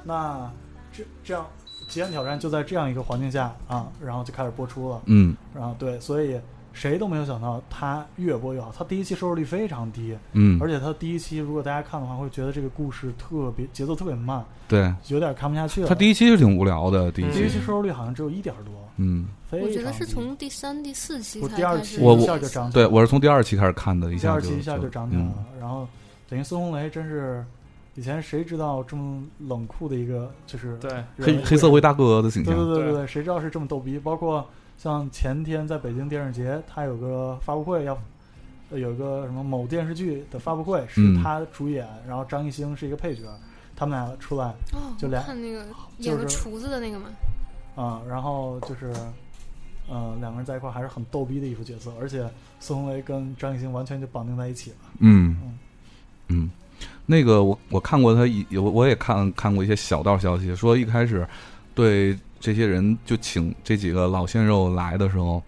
S4: 那这这样《极限挑战》就在这样一个环境下啊，然后就开始播出了。
S1: 嗯
S4: 然后对，所以谁都没有想到它越播越好。它第一期收视率非常低，
S1: 嗯
S4: 而，且它第一期如果大家看的话，会觉得这个故事特别节奏特别慢，
S1: 对，
S4: 有点看不下去了。
S1: 他第一期是挺无聊的，第一
S3: 嗯
S4: 第一
S1: 期
S4: 期，收视率好像只有一点多，
S1: 嗯，
S4: 非常
S2: 我觉得
S4: 低
S2: 是从第三、第四期
S4: 我
S2: 才
S4: 第二
S2: 开始
S4: 期
S1: 我
S4: 一
S1: 我
S4: 下就涨起来
S1: 对我是从第二期开始看的，一
S4: 第
S1: 下
S4: 二
S1: 就
S4: 期一下就涨起来了
S1: 嗯。
S4: 然后等于孙红雷真是以前谁知道这么冷酷的一个就是
S3: 对，
S4: 人
S1: 黑
S4: 物
S1: 黑社会大哥的形
S4: 对对
S1: 象，
S4: 对对
S3: 对
S4: 对，谁知道是这么逗逼？包括像前天在北京电视节，他有个发布会要。呃有个什么某电视剧的发布会是
S1: 嗯
S4: 他主演，然后张艺兴是一个配角，他们俩出来
S2: 哦，
S4: 就
S2: 我
S4: 俩
S2: 看那个
S4: 就
S2: 演个
S4: 是
S2: 厨子的那个嘛，
S4: 啊、然后就是，呃，两个人在一块儿还是很逗逼的一副角色，而且孙红雷跟张艺兴完全就绑定在一起了。
S1: 嗯
S4: 嗯
S1: 嗯，那个我我看过他一我我也看看过一些小道消息，说一开始对这些人就请这几个老鲜肉来的时候，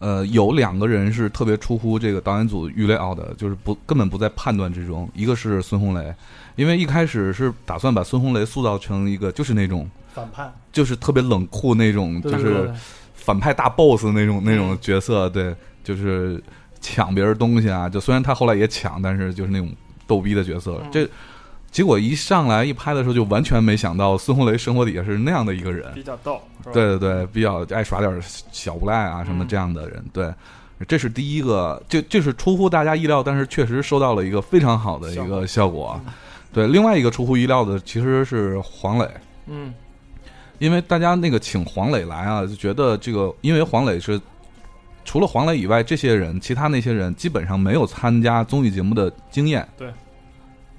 S1: 呃，有两个人是特别出乎这个导演组预料的，就是不根本不在判断之中。一个是孙红雷，因为一开始是打算把孙红雷塑造成一个就是那种
S4: 反派
S1: 就是特别冷酷那种，
S4: 对
S1: 就
S4: 对
S1: 是
S4: 对
S1: 反派大 boss 那种那
S3: 嗯
S1: 种角色，对，就是抢别人东西啊。就虽然他后来也抢，但是就是那种逗逼的角色。
S3: 嗯
S1: 这结果一上来一拍的时候，就完全没想到孙红雷生活底下是那样的一个人。
S3: 比较逗，是吧？
S1: 对对对，比较爱耍点小无赖啊什么
S3: 嗯
S1: 这样的人。对，这是第一个，这这是出乎大家意料，但是确实收到了一个非常好的一个效果。
S3: 嗯
S1: 对，另外一个出乎意料的其实是黄磊。
S3: 嗯，
S1: 因为大家那个请黄磊来啊，就觉得这个，因为黄磊是除了黄磊以外，这些人其他那些人基本上没有参加综艺节目的经验。
S3: 对，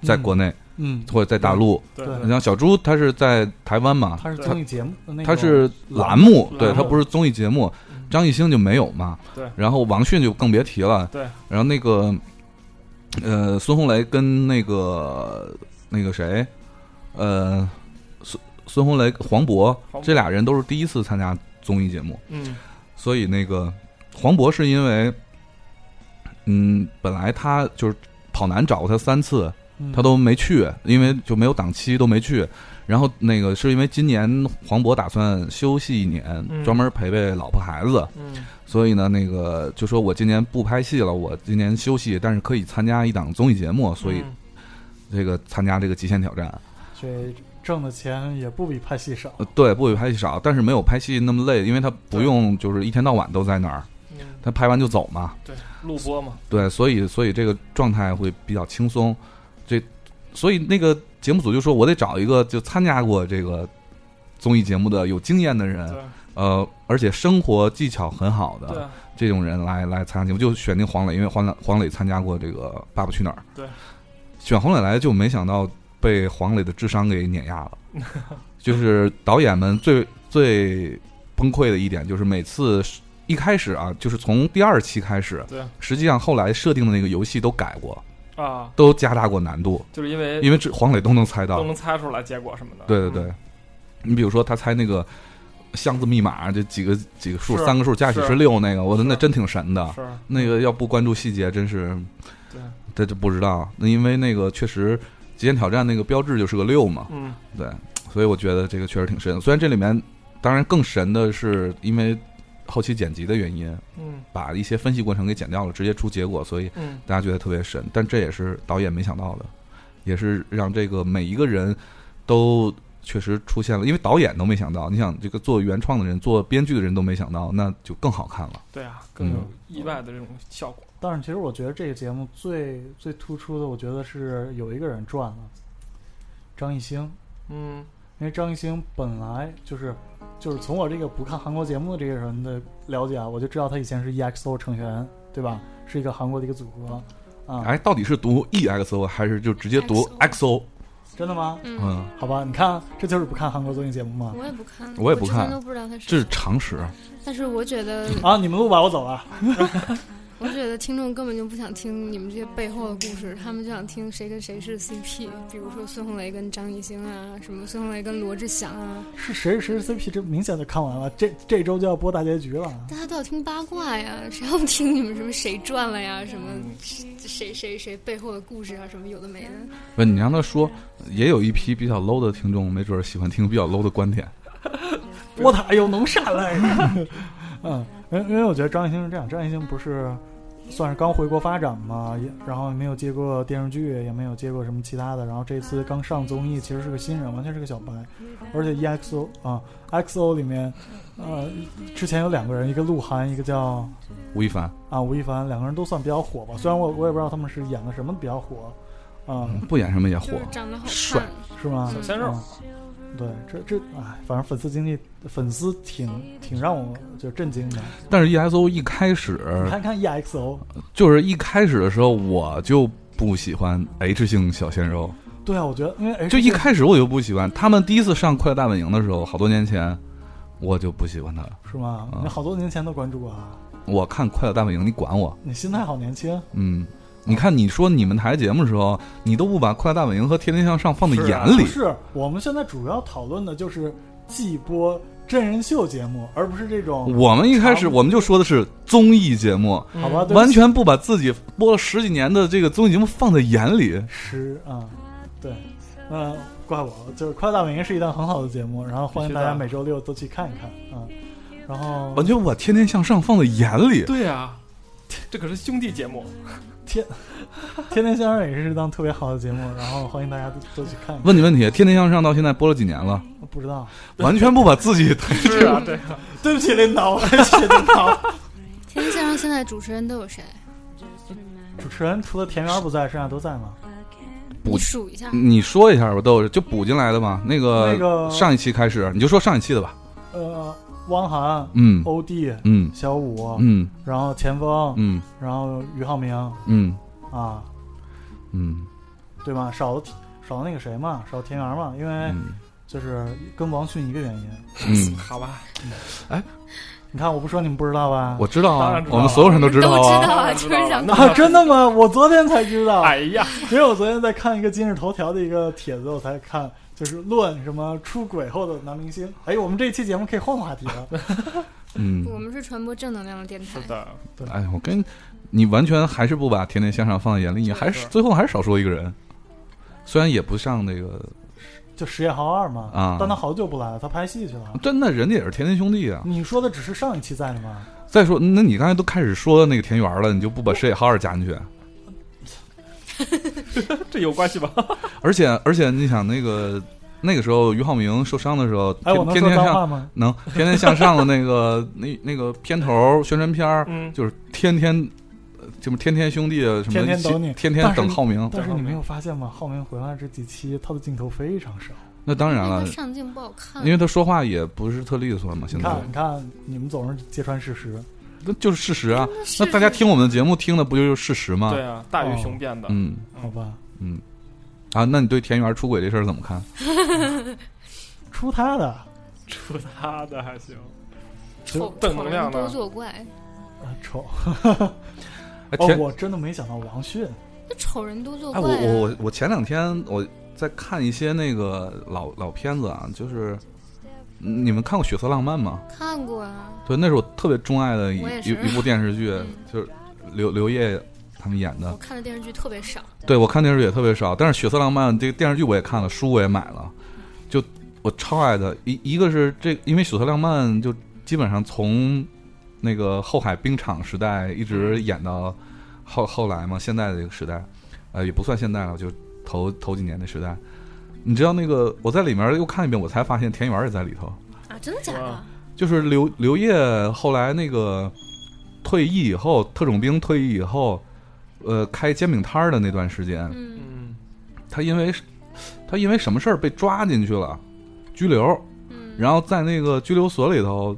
S1: 在国内、
S4: 嗯，
S1: 或者在大陆，
S3: 对
S4: 对
S1: 你像小猪他是在台湾嘛，
S4: 他是
S3: 对
S4: 综艺节目，那
S1: 他
S4: 种
S1: 是栏目，
S3: 栏
S1: 对
S3: 目
S1: 他不是综艺节目
S3: 嗯，
S1: 张艺兴就没有嘛。
S3: 对
S1: 然后王迅就更别提了。
S3: 对，
S1: 然后那个呃，孙红雷跟那个那个谁，呃，孙孙红雷、黄渤
S3: 黄渤
S1: 这俩人都是第一次参加综艺节目，
S3: 嗯
S1: 所以那个黄渤是因为嗯，本来他就是跑男找过他三次，
S4: 嗯
S1: 他都没去，因为就没有档期都没去。然后那个是因为今年黄渤打算休息一年，
S3: 嗯
S1: 专门陪陪老婆孩子，
S3: 嗯
S1: 所以呢，那个就说我今年不拍戏了，我今年休息，但是可以参加一档综艺节目，所以
S3: 嗯
S1: 这个参加这个极限挑战，
S4: 这挣的钱也不比拍戏少。
S1: 呃对，不比拍戏少，但是没有拍戏那么累，因为他不用就是一天到晚都在那儿，
S3: 嗯，
S1: 他拍完就走嘛，
S3: 对，录播嘛，
S1: 对，所以所以这个状态会比较轻松，这所以那个节目组就说我得找一个就参加过这个综艺节目的有经验的人，
S3: 对
S1: 呃，而且生活技巧很好
S3: 对
S1: 的
S3: 啊，
S1: 这种人来来参加节目，就选定黄磊，因为黄磊黄磊参加过这个《爸爸去哪儿》，
S3: 对，
S1: 选黄磊来就没想到被黄磊的智商给碾压 了，就是导演们最最崩溃的一点就是每次一开始啊，就是从第二期开始。
S3: 对啊
S1: 实际上后来设定的那个游戏都改过，
S3: 啊，
S1: 都加大过难度，
S3: 就是因为
S1: 因为这黄磊都能猜
S3: 都
S1: 到。
S3: 能猜出来结果什么的。
S1: 对对
S3: 嗯
S1: 对，你比如说他猜那个箱子密码这几个几个数，
S3: 是
S1: 三个数加起
S3: 是
S1: 十六那个，我的那
S3: 是
S1: 真挺神的。
S3: 是，
S1: 那个要不关注细节，真是
S3: 对，
S1: 这就不知道。那因为那个确实《极限挑战》那个标志就是个六嘛，
S3: 嗯
S1: 对，所以我觉得这个确实挺神。虽然这里面当然更神的是因为后期剪辑的原因，
S3: 嗯
S1: 把一些分析过程给剪掉了，直接出结果，所以
S3: 嗯，
S1: 大家觉得特别神，但这也是导演没想到的，也是让这个每一个人都确实出现了，因为导演都没想到，你想这个做原创的人、做编剧的人都没想到，那就更好看了。
S3: 对啊，更有意外的这种效果。
S4: 但是其实我觉得这个节目最最突出的，我觉得是有一个人赚了，张艺兴。
S3: 嗯
S4: 因为张艺兴本来就是就是从我这个不看韩国节目的这个人的了解啊，我就知道他以前是 EXO 成员，对吧？是一个韩国的一个组合啊。
S1: 哎，到底是读 EXO 还是就直接读 XO？
S4: 真的吗？
S2: 嗯，
S1: 嗯，
S4: 好吧，你看，这就是不看韩国综艺节目嘛。
S2: 我也不看，
S1: 我也不
S2: 之前
S1: 看
S2: 都不知道他是
S1: 这是
S2: 谁，
S1: 常识。
S2: 但是我觉得
S4: 啊，你们录吧，我走了。
S2: 我觉得听众根本就不想听你们这些背后的故事，他们就想听谁跟谁是 CP，比如说孙红雷跟张艺兴啊，什么孙红雷跟罗志祥啊，
S4: 是谁是谁 CP，这明显就看完了，这这周就要播大结局了。
S2: 大家都要听八卦呀，谁要听你们什么谁赚了呀，什么谁谁谁背后的故事啊，什么有的没的。
S1: 不，你让他说，也有一批比较 low 的听众，没准儿喜欢听比较 low 的观点。
S4: 我塔又能闪来， 嗯，因为因为我觉得张艺兴是这样，张艺兴不是算是刚回国发展嘛，也然后也没有接过电视剧，也没有接过什么其他的，然后这次刚上综艺，其实是个新人，完全是个小白，而且 EXO 啊、XO 里面，呃，之前有两个人，一个鹿晗，一个叫
S1: 吴亦凡
S4: 啊吴亦凡，两个人都算比较火吧，虽然我我也不知道他们是演的什么比较火，啊、
S1: 不演什么也火啊
S2: 就是，长得好
S1: 帅
S2: 看，
S4: 是吗？
S3: 小鲜肉
S4: 嗯对，这这哎，反正粉丝经历，粉丝挺挺让我就震惊的。
S1: 但是 EXO 一开始
S4: 你看 E 看 EXO，
S1: 就是一开始的时候，我就不喜欢 H 姓小鲜肉，
S4: 对啊，我觉得因为 H
S1: 就一开始我就不喜欢。他们第一次上《快乐大本营》的时候，好多年前，我就不喜欢他。
S4: 是吗？
S1: 啊
S4: 你好多年前都关注啊，
S1: 我看《快乐大本营》，你管我？
S4: 你心态好年轻。
S1: 嗯，你看你说你们台节目的时候，你都不把《快乐大本营》和《天天向上》放在
S3: 是啊
S1: 眼里
S4: 不。是，我们现在主要讨论的就是季播真人秀节目，而不是这种
S1: 我们一开始
S4: 长
S1: 我们就说的是综艺节目，
S3: 嗯
S4: 好吧？对不起
S1: 完全不把自己播了十几年的这个综艺节目放在眼里。
S4: 十啊、对，嗯、怪我，就是《快乐大本营》是一档很好的节目，然后欢迎大
S3: 必须
S4: 家
S3: 的
S4: 每周六都去看一看啊、然后
S1: 完全不把《天天向上》放在眼里。
S3: 对啊，这可是兄弟节目，
S4: 天天向上也是一档特别好的节目，然后欢迎大家都都去看一看。
S1: 问你问题，《天天向上》到现在播了几年了？
S4: 不知道，
S1: 完全不把自己
S3: 是 啊，对啊，
S4: 对不起，领导，我还是领 导。
S2: 天天向上现在主持人都有谁？
S4: 主持人除了田园不在，剩下都在吗？
S1: 不
S2: 你数一下。
S1: 你说一下吧，豆就补进来的嘛。那个、
S4: 那个
S1: 上一期开始，你就说上一期的吧。
S4: 呃，汪涵、
S1: 嗯
S4: 欧弟、
S1: 嗯
S4: 小五，
S1: 嗯
S4: 然后钱枫，
S1: 嗯
S4: 然后俞灏明
S1: 嗯
S4: 啊，
S1: 嗯
S4: 对吧？少少那个谁嘛，少田园嘛，因为
S1: 嗯
S4: 就是跟王迅一个原因。
S1: 嗯，
S3: 好 吧，
S4: 你看，我不说你们不知道吧？
S1: 我知道
S3: 当
S1: 啊
S3: 然，知道
S1: 我们所有人都知道
S2: 都知
S1: 啊。
S2: 道啊
S3: 当然
S2: 就
S3: 知
S2: 是
S3: 道了
S2: 想
S3: 那
S4: 啊，真的吗？我昨天才知道，
S3: 哎呀，
S4: 因为我昨天在看一个今日头条的一个帖子，我才看，就是论什么出轨后的男明星。哎，我们这期节目可以换话题了。
S1: 嗯，
S2: 我们是传播正能量的电台
S3: 是，的，
S1: 哎，我跟你完全还是不把《天天向上》放在眼里，你还是
S3: 是
S1: 最后还是少说一个人。虽然也不上那个，
S4: 就石野豪二嘛，
S1: 啊
S4: 但他好久不来了，他拍戏去了。
S1: 但那人家也是甜甜兄弟啊。
S4: 你说的只是上一期在的吗？
S1: 再说，那你刚才都开始说那个田园了，你就不把石野浩二加进去？啊
S3: 这有关系吧？
S1: 而且而且，你想那个那个时候俞灏明受伤的时候，
S4: 哎，
S1: 天
S4: 我能
S1: 天
S4: 说
S1: 天
S4: 脏
S1: 向
S4: 话吗？
S1: 能天天向上的那个那那个片头宣传片儿，
S3: 嗯，
S1: 就是天天，呃就是天天兄弟啊什么，
S4: 天天等你
S1: 天天等浩明。
S4: 但是你没有发现吗？浩明回来这几期，他的镜头非常少。
S1: 那当然
S2: 因为
S1: 了
S2: 他，上镜不好看
S1: 因。为他说话也不是特利索嘛，现
S4: 你
S1: 在
S4: 看，你看，你们总是揭穿事实。
S1: 那就是事实啊。
S2: 是
S1: 那大家听我们的节目听的不就是事实吗
S3: 对？啊，大于雄辩的，
S1: 嗯
S4: 好吧，
S1: 嗯，啊，那你对田园出轨这事儿怎么看？
S4: 出他的，啊
S3: 出他的还行，
S2: 丑
S3: 正能量呢
S2: 丑人多作怪，
S4: 啊丑！
S1: 哎
S4: 哦
S1: 田，
S4: 我真的没想到王迅，
S2: 那丑人多作
S1: 哎，
S2: 怪、
S1: 我
S2: 啊
S1: 我我我前两天我在看一些那个老老片子啊，就是你们看过《血色浪漫》吗？
S2: 看过啊，
S1: 对，那是我特别钟爱的一
S2: 我也是
S1: 一一部电视剧
S2: 嗯，
S1: 就是刘刘烨他们演
S2: 我
S1: 的。
S2: 看的电视剧特别少。
S1: 对我看电视剧也特别少，但是《血色浪漫》这个电视剧我也看了，书我也买了，就我超爱的。一一个是这，因为《血色浪漫》就基本上从那个后海冰场时代一直演到后后来嘛，现在的这个时代，呃，也不算现代了，就头头几年的时代。你知道那个我在里面又看一遍，我才发现田园也在里头。
S2: 啊，真的假的
S3: 哇？
S1: 就是刘刘烨后来那个退役以后，特种兵退役以后，呃，开煎饼摊儿的那段时间，
S2: 嗯
S3: 嗯，
S1: 他因为他因为什么事儿被抓进去了，拘留，
S2: 嗯，
S1: 然后在那个拘留所里头，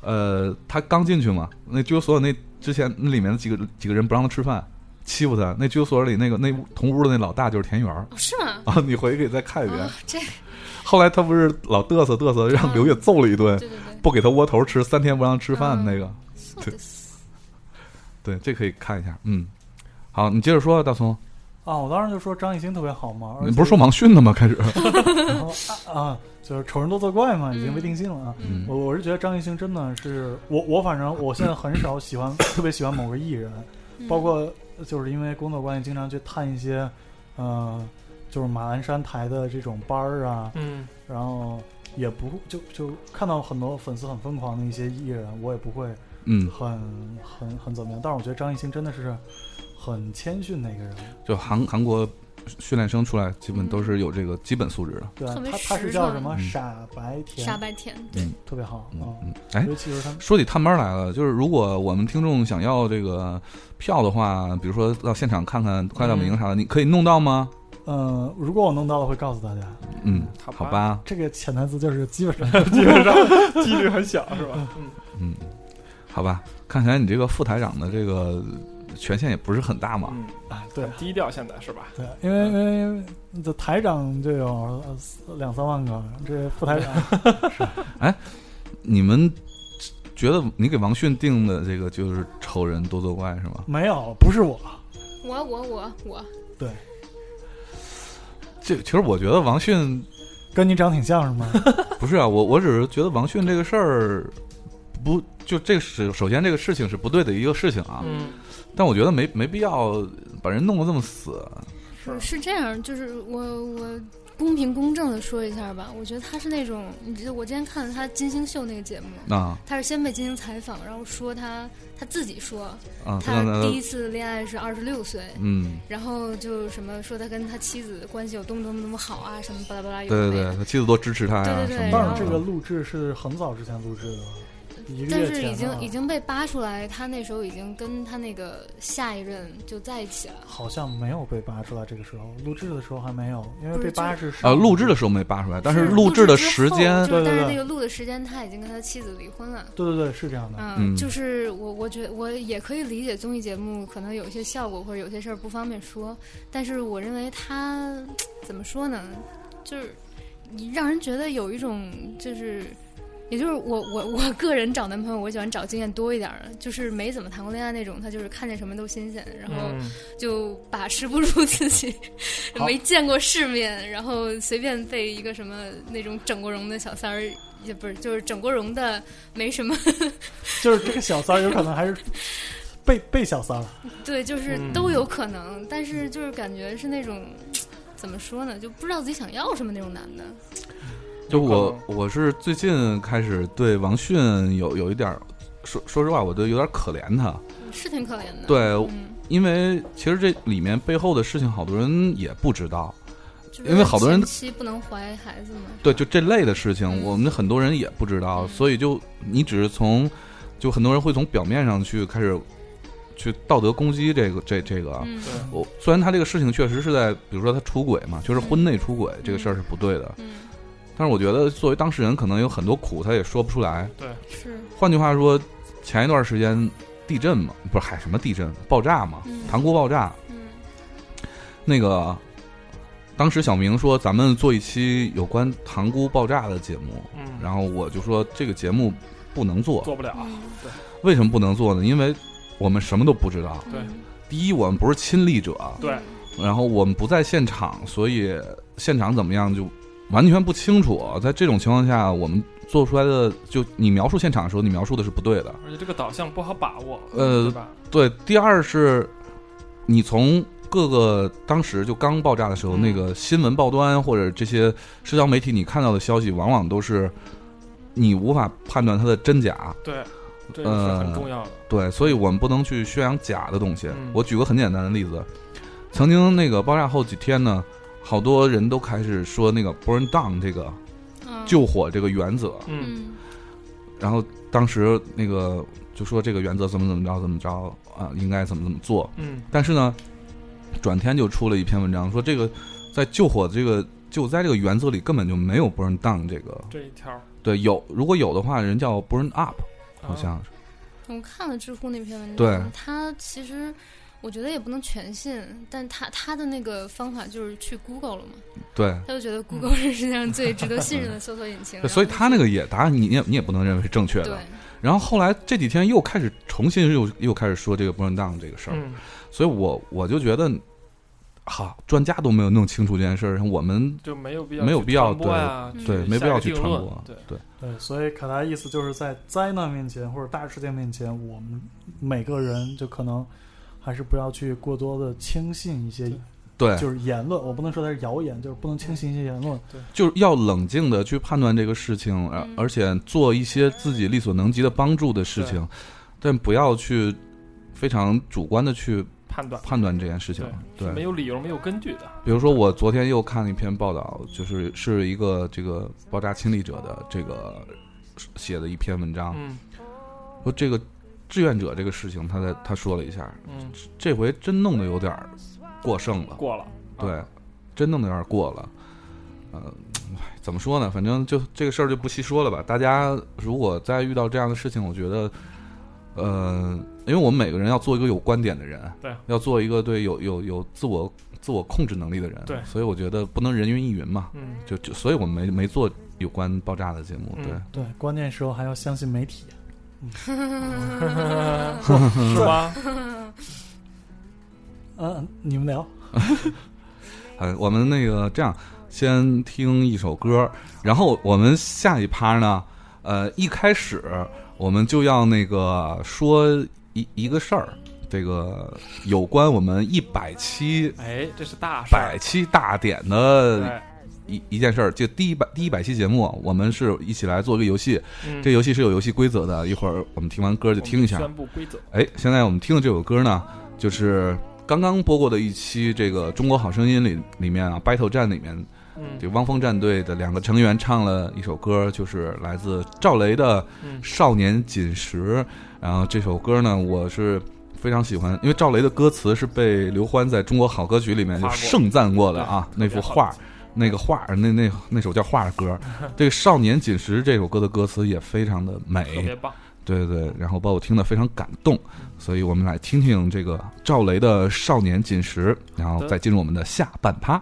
S1: 呃，他刚进去嘛，那拘留所那之前那里面的几个几个人不让他吃饭，欺负他，那拘留所里那个那同屋的那老大就是田园儿。
S2: 哦，是吗？
S1: 啊，你回去可以再看一遍。
S2: 啊，这
S1: 后来他不是老嘚瑟嘚瑟，让
S2: 嗯
S1: 刘烨 揍了一顿，
S2: 对对对，啊
S1: 不给他窝头吃，三天不让吃饭
S2: 嗯
S1: 那个。
S2: そうです
S1: 对，这可以看一下。嗯，好，你接着说，大葱，
S4: 啊，我当时就说张艺兴特别好
S2: 啊
S4: 嘛，而
S1: 你不是
S4: 且
S1: 说盲训的吗？ 开始，
S4: 然后啊啊，就是仇人多作怪嘛，已经被定性了啊。
S1: 嗯
S4: 我我是觉得张艺兴真的是我我反正我现在很少喜欢特别喜欢某个艺人，
S2: 嗯
S4: 包括就是因为工作关系经常去探一些，呃，就是马鞍山台的这种班儿啊，
S3: 嗯
S4: 然后也不就就看到很多粉丝很疯狂的一些艺人，我也不会
S1: 嗯，
S4: 很很很怎么样。但是我觉得张艺兴真的是很谦逊的一个人，
S1: 就韩韩国训练生出来，基
S3: 嗯
S1: 本都是有这个基本素质的。
S4: 对啊
S2: 特别
S4: 他他是
S2: 实
S4: 叫
S2: 诚
S4: 什么
S1: 嗯
S4: 傻白甜，
S2: 傻白甜，
S1: 嗯
S4: 特别好
S3: 哦
S4: 啊
S1: 嗯。嗯，哎，
S4: 尤其是他们
S1: 说起探班来了，就是如果我们听众想要这个票的话，比如说到现场看看《快乐大本营》
S3: 嗯
S1: 啥的，你可以弄到吗？
S4: 嗯，如果我弄到了，会告诉大家。
S1: 嗯，
S3: 好吧
S1: 好吧，
S4: 这个潜台词就是基本上
S3: 嗯基本上几率很小，是吧？嗯，
S1: 嗯，好吧，看起来你这个副台长的这个权限也不是很大嘛。
S3: 嗯
S4: 啊，对
S3: 很低调现在是吧？
S4: 对，因为因为这台长就有呃两三万个，这副台长
S1: 你们觉得你给王迅定的这个就是仇人多作怪是吗？
S4: 没有，不是我，
S2: 我我我我，
S4: 对，
S1: 这其实我觉得王迅
S4: 跟你长挺像是吗？
S1: 不是啊，我我只是觉得王迅这个事儿不就这个是首先这个事情是不对的一个事情啊，
S3: 嗯，
S1: 但我觉得没没必要把人弄得这么死。
S3: 是
S2: 是这样，就是我我公平公正的说一下吧，我觉得他是那种，你知道我之前看了他金星秀那个节目，
S1: 啊
S2: 他是先被进行采访，然后说他他自己说
S1: 啊，
S2: 他
S1: 那
S2: 第一次恋爱是二十六岁，
S1: 嗯，
S2: 然后就什么说他跟他妻子关系有多么多么多么好啊，什么巴拉巴拉有
S1: 对对
S2: 的没的
S1: 对，他妻子多支持他呀，
S2: 对
S1: 什
S2: 对
S1: 么
S2: 对
S4: 但
S1: 的
S4: 是这个录制是很早之前录制的，一个
S2: 但
S4: 月
S2: 是
S4: 前啊
S2: 已
S4: 了
S2: 经已经被扒出来，他那时候已经跟他那个下一任就在一起了。
S4: 好像没有被扒出来，这个时候录制的时候还没有，因为
S2: 不
S4: 被
S2: 是
S4: 扒是
S1: 啊，录制的时候没扒出来，但是
S2: 是
S1: 录制
S2: 制
S1: 的
S2: 之
S1: 时
S2: 后
S1: 间，
S2: 就是
S4: 对对
S2: 但是
S4: 对
S2: 那个录的时间，他已经跟他妻子离婚了。
S4: 对对对是这样的，
S2: 嗯，
S1: 嗯
S2: 就是我，我觉得我也可以理解综艺节目可能有一些效果或者有些事儿不方便说，但是我认为他怎么说呢，就是你让人觉得有一种就是，也就是我我我个人找男朋友，我喜欢找经验多一点儿的，就是没怎么谈过恋爱那种，他就是看见什么都新鲜，然后
S3: 嗯
S2: 就把持不住自己，
S4: 好
S2: 没见过世面，然后随便被一个什么那种整过容的小三儿，也不是就是整过容的，没什么。
S4: 就是这个小三儿有可能还是被 被小三儿，
S2: 对，就是
S3: 嗯
S2: 都有可能，但是就是感觉是那种。怎么说呢？就不知道自己想要什么那种男的，
S1: 就
S3: 有可
S1: 我我是最近开始对王迅有有一点儿，说说实话，我都有点可怜他。
S2: 是挺可怜的。，
S1: 对，
S2: 嗯，
S1: 因为其实这里面背后的事情，好多人也不知道。
S2: 就是
S1: 因为好多人
S2: 前期不能怀孩子嘛。
S1: 对，就这类的事情，
S2: 嗯
S1: 我们很多人也不知道，
S2: 嗯
S1: 所以就你只是从，就很多人会从表面上去开始，去道德攻击这个这这个。啊
S2: 嗯
S3: 对
S1: 我虽然他这个事情确实是在，比如说他出轨嘛，就是婚内出轨、这个事儿是不对的，
S2: 嗯，
S1: 但是我觉得作为当事人，可能有很多苦他也说不出来。
S2: 是，
S1: 换句话说，前一段时间地震嘛，不是海什么地震，爆炸嘛
S2: 嗯，
S1: 塘沽爆炸，
S2: 嗯
S1: 那个，当时小明说咱们做一期有关塘沽爆炸的节目，
S3: 嗯，
S1: 然后我就说这个节目不能做，
S3: 做不了，
S2: 嗯，
S1: 为什么不能做呢？因为我们什么都不知道。
S3: 对
S2: 嗯
S1: 第一，我们不是亲历者，
S3: 对，
S1: 然后我们不在现场，所以现场怎么样就完全不清楚。在这种情况下，我们做出来的就你描述现场的时候，你描述的是不对的。
S3: 而且这个导向不好把握，
S1: 呃
S3: 对吧？
S1: 对，第二是，你从各个当时就刚爆炸的时候，
S3: 嗯
S1: 那个新闻报端或者这些社交媒体你看到的消息，往往都是你无法判断它的真假。
S3: 对，这个是很重要的。
S1: 对，所以我们不能去宣扬假的东西。
S3: 嗯
S1: 我举个很简单的例子，曾经那个爆炸后几天呢，好多人都开始说那个 burn down 这个
S2: 嗯
S1: 救火这个原则，
S3: 嗯，
S2: 嗯
S1: 然后当时那个就说这个原则怎么怎么着怎么着啊，应该怎么怎么做。
S3: 嗯
S1: 但是呢，转天就出了一篇文章，说这个在救火这个救灾这个原则里根本就没有 burn down 这个。
S3: 这一条啊儿
S1: 对，有如果有的话，人叫 burn up，
S3: 啊
S1: 好像是。
S2: 我看了知乎那篇文章，
S1: 对
S2: 他其实。我觉得也不能全信，但他他的那个方法就是去 Google 了嘛，
S1: 对，
S2: 他就觉得 Google 是世界上最值得信任的搜索引擎，
S1: 嗯对所以他那
S2: 个
S1: 个也答案你也你也不能认为是正确
S2: 对
S1: 的。然后后来这几天又开始重新又又开始说这个 burn down 这个事儿，
S3: 嗯，
S1: 所以我我就觉得，哈、专家都没有弄清楚这件事儿，然后我们
S3: 就没有必要
S1: 没有
S3: 去
S1: 必要
S3: 传播呀，
S2: 对
S3: 去
S1: 对
S3: 下
S1: 没必要
S3: 个
S1: 去
S3: 定
S1: 传
S3: 论
S1: 播，
S3: 对，
S1: 对
S4: 对，所以凯达意思就是在灾难面前或者大事件面前，我们每个人就可能还是不要去过多的轻信一些
S1: 对，
S4: 就是言论，我不能说它是谣言，就是不能轻信一些言论。
S1: 就是要冷静的去判断这个事情，而
S2: 嗯
S1: 而且做一些自己力所能及的帮助的事情，但不要去非常主观的去
S3: 判断
S1: 判断这件事情。
S3: 是
S1: 对，
S3: 没有理由、没有根据的。
S1: 比如说我昨天又看了一篇报道，就是是一个这个爆炸亲历者的这个写的一篇文章，
S3: 嗯
S1: 说这个志愿者这个事情，他在他说了一下，
S3: 嗯，
S1: 这回真弄得有点儿过剩了。
S3: 过了，
S1: 对，真弄得有点过了。呃，唉怎么说呢？反正就这个事儿就不细说了吧。大家如果再遇到这样的事情，我觉得，呃，因为我们每个人要做一个有观点的人，
S3: 对，
S1: 要做一个对有有有自我自我控制能力的人，
S3: 对
S1: 所以我觉得不能人云亦云嘛。
S3: 嗯，
S1: 就就，所以我们没没做有关爆炸的节目，
S3: 嗯
S1: 对，
S4: 对，关键时候还要相信媒体。
S3: 是吗？
S4: 嗯，你们聊。
S1: 呃，我们那个这样，先听一首歌，然后我们下一趴呢，呃，一开始我们就要那个说一一个事儿，这个有关我们一百期
S3: 哎，这是大事儿
S1: 百，期大典
S3: 对
S1: 的，一一件事儿。就第一百第一百期节目，我们是一起来做个游戏，
S3: 嗯
S1: 这游戏是有游戏规则的，一会儿我们听完歌就听一下
S3: 我。们宣布规则，
S1: 哎，现在我们听的这首歌呢，就是刚刚播过的一期这个《中国好声音里》里面啊，battle 战里面，
S3: 嗯
S1: 这汪峰战队的两个成员唱了一首歌，就是来自赵雷的《
S3: 嗯
S1: 少年锦时》。然后这首歌呢，我是非常喜欢，因为赵雷的歌词是被刘欢在《中国好歌曲》里面就
S3: 画过
S1: 盛赞过的啊，
S3: 对
S1: 那
S3: 特别
S1: 幅
S3: 好
S1: 画。那个画，那那那首叫画 歌，这个《少年锦时》这首歌的歌词也非常的美，
S3: 特别嗯棒，
S1: 对对对，然后把我听得非常感动，所以我们来听听这个赵雷的《少年锦时》，然后再进入我们的下半趴。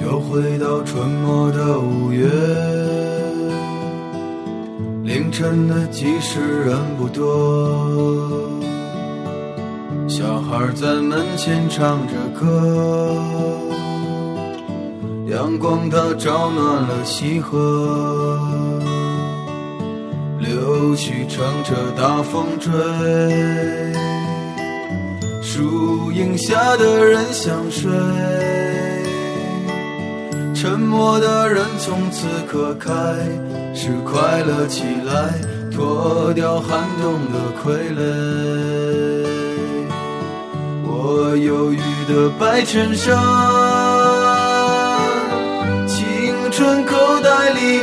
S5: 又回到春末的五月，凌晨的集市人不多，小孩在门前唱着歌，阳光它照暖了溪河，柳絮乘着大风追，树荫下的人想睡。沉默的人从此刻开始快乐起来，脱掉寒冬的傀儡。我忧郁的白衬衫，青春口袋里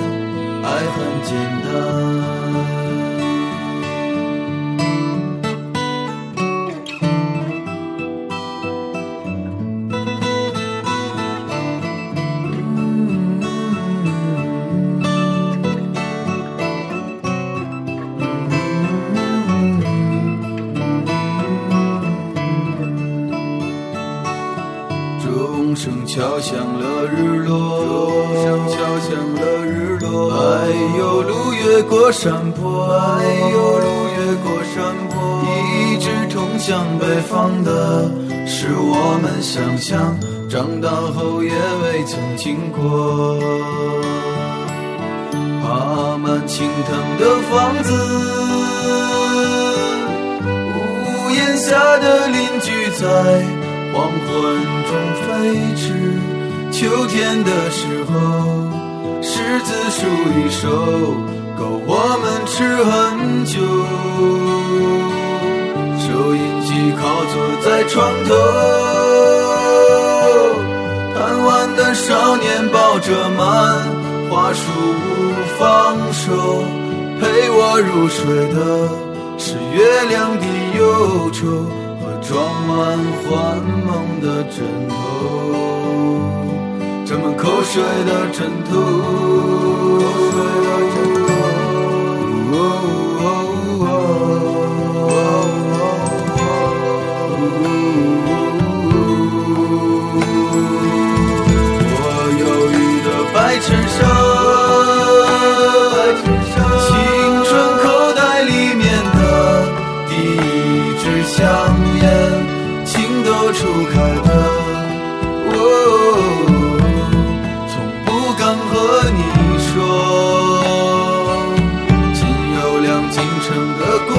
S5: 爱很简单。敲响了日落，路上敲响了日落。哎呦，路越过山坡，哎呦，路越过山坡，一直通向北方的是我们想象，长大后也未曾经过。爬满青藤的房子，屋檐下的邻居在黄昏中飞驰。秋天的时候，柿子树一熟，够我们吃很久。收音机靠坐在床头。贪玩的少年抱着满花束不放手，陪我入睡的是月亮的忧愁和装满幻梦的枕头，沾满口水的枕头。哦哦哦哦我忧郁的白衬衫，青春口袋里面的第一支香烟，情窦初开哦的我，从不敢和你说，仅有辆进城的公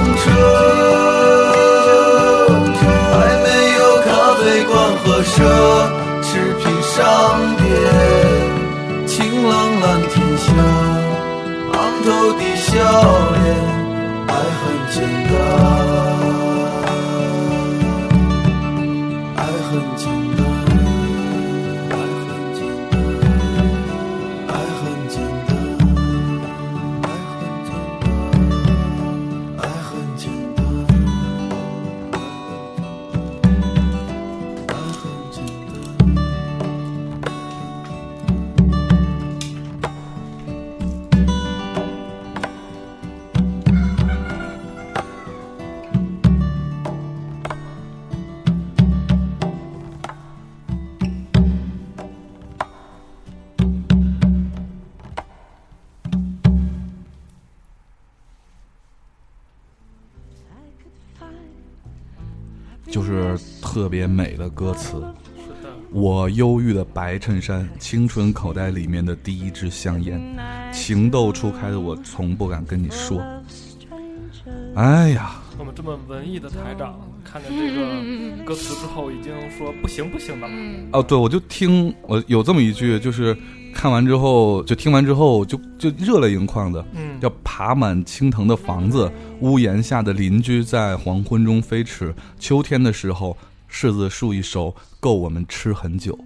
S5: 车，还没有咖啡馆和奢侈品商店，晴朗蓝天下，昂头的笑脸，爱很简单，爱很简单，爱很简单，爱很简单，爱很简单，爱很简单，爱很简单。
S1: 就是特别美的歌词。
S3: 是的，
S1: 我忧郁的白衬衫，青春口袋里面的第一支香烟，情窦初开的我从不敢跟你说。哎呀，
S3: 我们这么文艺的台长
S2: 嗯
S3: 看见这个歌词之后，已经说不行不行的了。
S2: 嗯，
S1: 哦，对，我就听我有这么一句，就是看完之后，就听完之后，就就热泪盈眶的，
S3: 嗯，
S1: 要爬满青藤的房子，屋檐下的邻居在黄昏中飞驰。秋天的时候，柿子树一熟，够我们吃很久。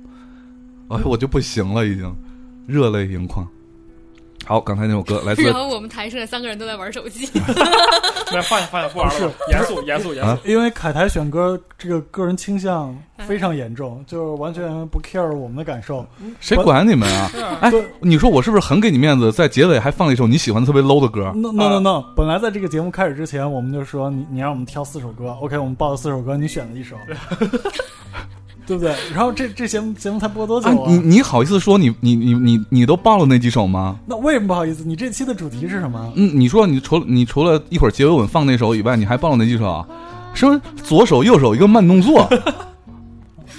S1: 哎，我就不行了，已经热泪盈眶。好，刚才那首歌来自
S2: 然后我们台上三个人都在玩手机，
S3: 那放下放下，不玩了，严肃严肃严
S1: 啊
S3: 肃。
S4: 因为凯台选歌这个个人倾向非常严重，就是完全不 care 我们的感受。
S1: 谁管你们啊？
S3: 是啊，
S1: 哎
S4: 对，
S1: 你说我是不是很给你面子？在结尾还放了一首你喜欢的特别 low 的歌，啊
S4: No no no no！、本来在这个节目开始之前，我们就说你你让我们挑四首歌，OK，我们报了四首歌，你选了一首，对不对？然后这这节目节目才播多久
S1: 啊，
S4: 啊？
S1: 你你好意思说你你你你你都报了那几首吗？
S4: 那为什么不好意思？你这期的主题是什么？
S1: 嗯，你说你除了你除了一会儿结尾吻放那首以外，你还报了哪几首啊？是不是左手右手一个慢动作，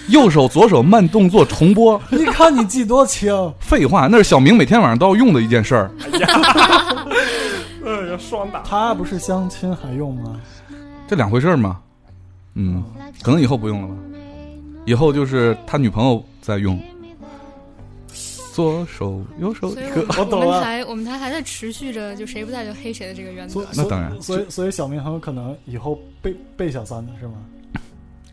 S1: 右手左手慢动作重播？
S4: 你看你记多清，
S1: 废话，那是小明每天晚上都要用的一件事儿。
S3: 哎呀，双打。
S4: 他不是相亲还用吗？
S1: 这两回事儿嘛。嗯，可能以后不用了吧，以后就是他女朋友在用。左手右手
S2: 所以
S1: 一
S2: 我
S1: 个，
S2: 们
S4: 我懂了
S2: 我们台我们台还在持续着，就谁不在就黑谁的这个原
S4: 所
S2: 则
S4: 以。
S1: 那当然
S4: 所以所以所以小明很有可能以后被被小三的是吗？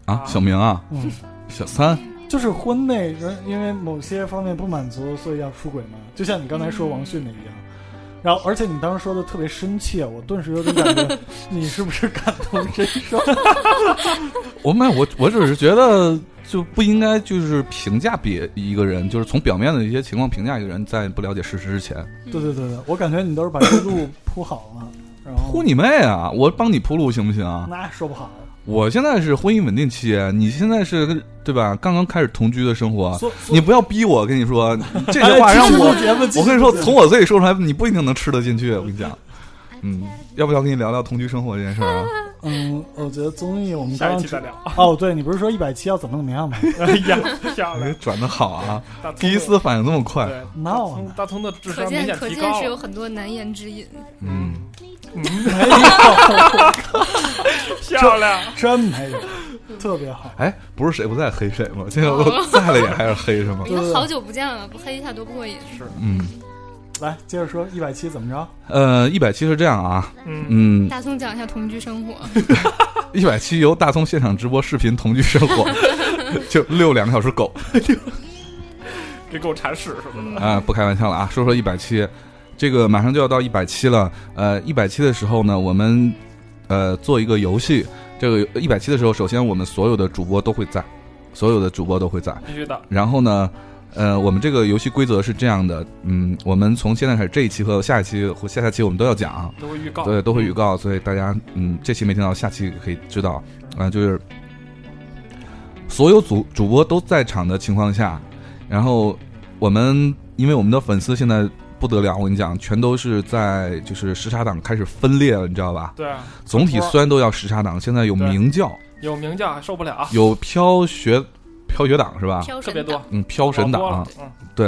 S1: 啊，小明啊，
S4: 嗯，
S1: 小三，
S4: 就是婚内人因为某些方面不满足，所以要出轨嘛，就像你刚才说王迅的一样。然后，而且你当时说的特别深切，我顿时有种感觉，你是不是感同身受？
S1: 我没有，我我只是觉得就不应该就是评价别一个人，就是从表面的一些情况评价一个人，在不了解事实之前，
S4: 对对对对，我感觉你都是把这路铺好了，然后
S1: 嗯铺你妹啊！我帮你铺路行不行啊？
S4: 那说不好，
S1: 我现在是婚姻稳定期，你现在是对吧？刚刚开始同居的生活，
S4: 所哎
S1: 你不要逼我，跟你 说这句话让我，
S4: 节目
S1: 我跟你说，从我嘴里说出来，你不一定能吃得进去。我跟你讲，嗯，要不要跟你聊聊同居生活这件事 儿啊？
S4: 嗯，我觉得综艺我们刚
S3: 下一
S4: 刚
S3: 期
S4: 只
S3: 再聊。
S4: 哦，对你不是说一百七要怎么怎么样吗？
S3: 哎 呀，下
S1: 哎
S3: 来，
S1: 转的好啊，
S3: 大葱
S1: 第一次反应这么快，
S3: 对大
S4: 闹
S3: 葱
S4: 呢？
S3: 大葱的智
S2: 可
S3: 商明
S2: 见
S3: 显
S2: 可
S3: 提
S2: 见
S3: 高
S2: 是有
S3: 了。
S2: 很多难言之隐。
S1: 嗯，
S3: 漂亮，
S4: 真没有，特别好。
S1: 哎，不是谁不在黑谁吗？现在我都在了也还是黑是吗
S2: 我？们都好久不见了，不黑一下多不过瘾。
S1: 哦嗯，
S4: 来，接着说一百七怎么着？
S1: 呃，一百七是这样啊，
S3: 嗯，
S1: 嗯，
S2: 大葱讲一下同居生
S1: 啊
S2: 活，
S1: 一百七由大葱现场直播视频同居生活，就遛两个小时狗
S3: 给狗铲屎什么的。
S1: 啊、不开玩笑了啊，说说一百七，这个马上就要到一百七了，呃，一百七的时候呢，我们呃做一个游戏，这个一百七的时候，首先我们所有的主播都会在，所有的主播都会在，
S3: 必须的，
S1: 然后呢，呃，我们这个游戏规则是这样的，嗯，我们从现在开始这一期和下一期或下下期我们都要讲，啊
S3: 都会预告。
S1: 对，都会预告，所以大家嗯，这期没听到，下期可以知道，啊、就是所有主主播都在场的情况下，然后我们因为我们的粉丝现在。不得了，我跟你讲，全都是在就是时差党开始分裂了，你知道吧？
S3: 对啊，
S1: 总体虽然都叫时差党，现在有
S3: 对
S1: 明教，
S3: 有名将还受不了，
S1: 有飘学飘学党是吧？
S2: 飘
S3: 特
S2: 神
S3: 别多
S2: 党，，
S1: 嗯，飘神
S3: 老多
S1: 党
S3: 了，，嗯
S1: 对，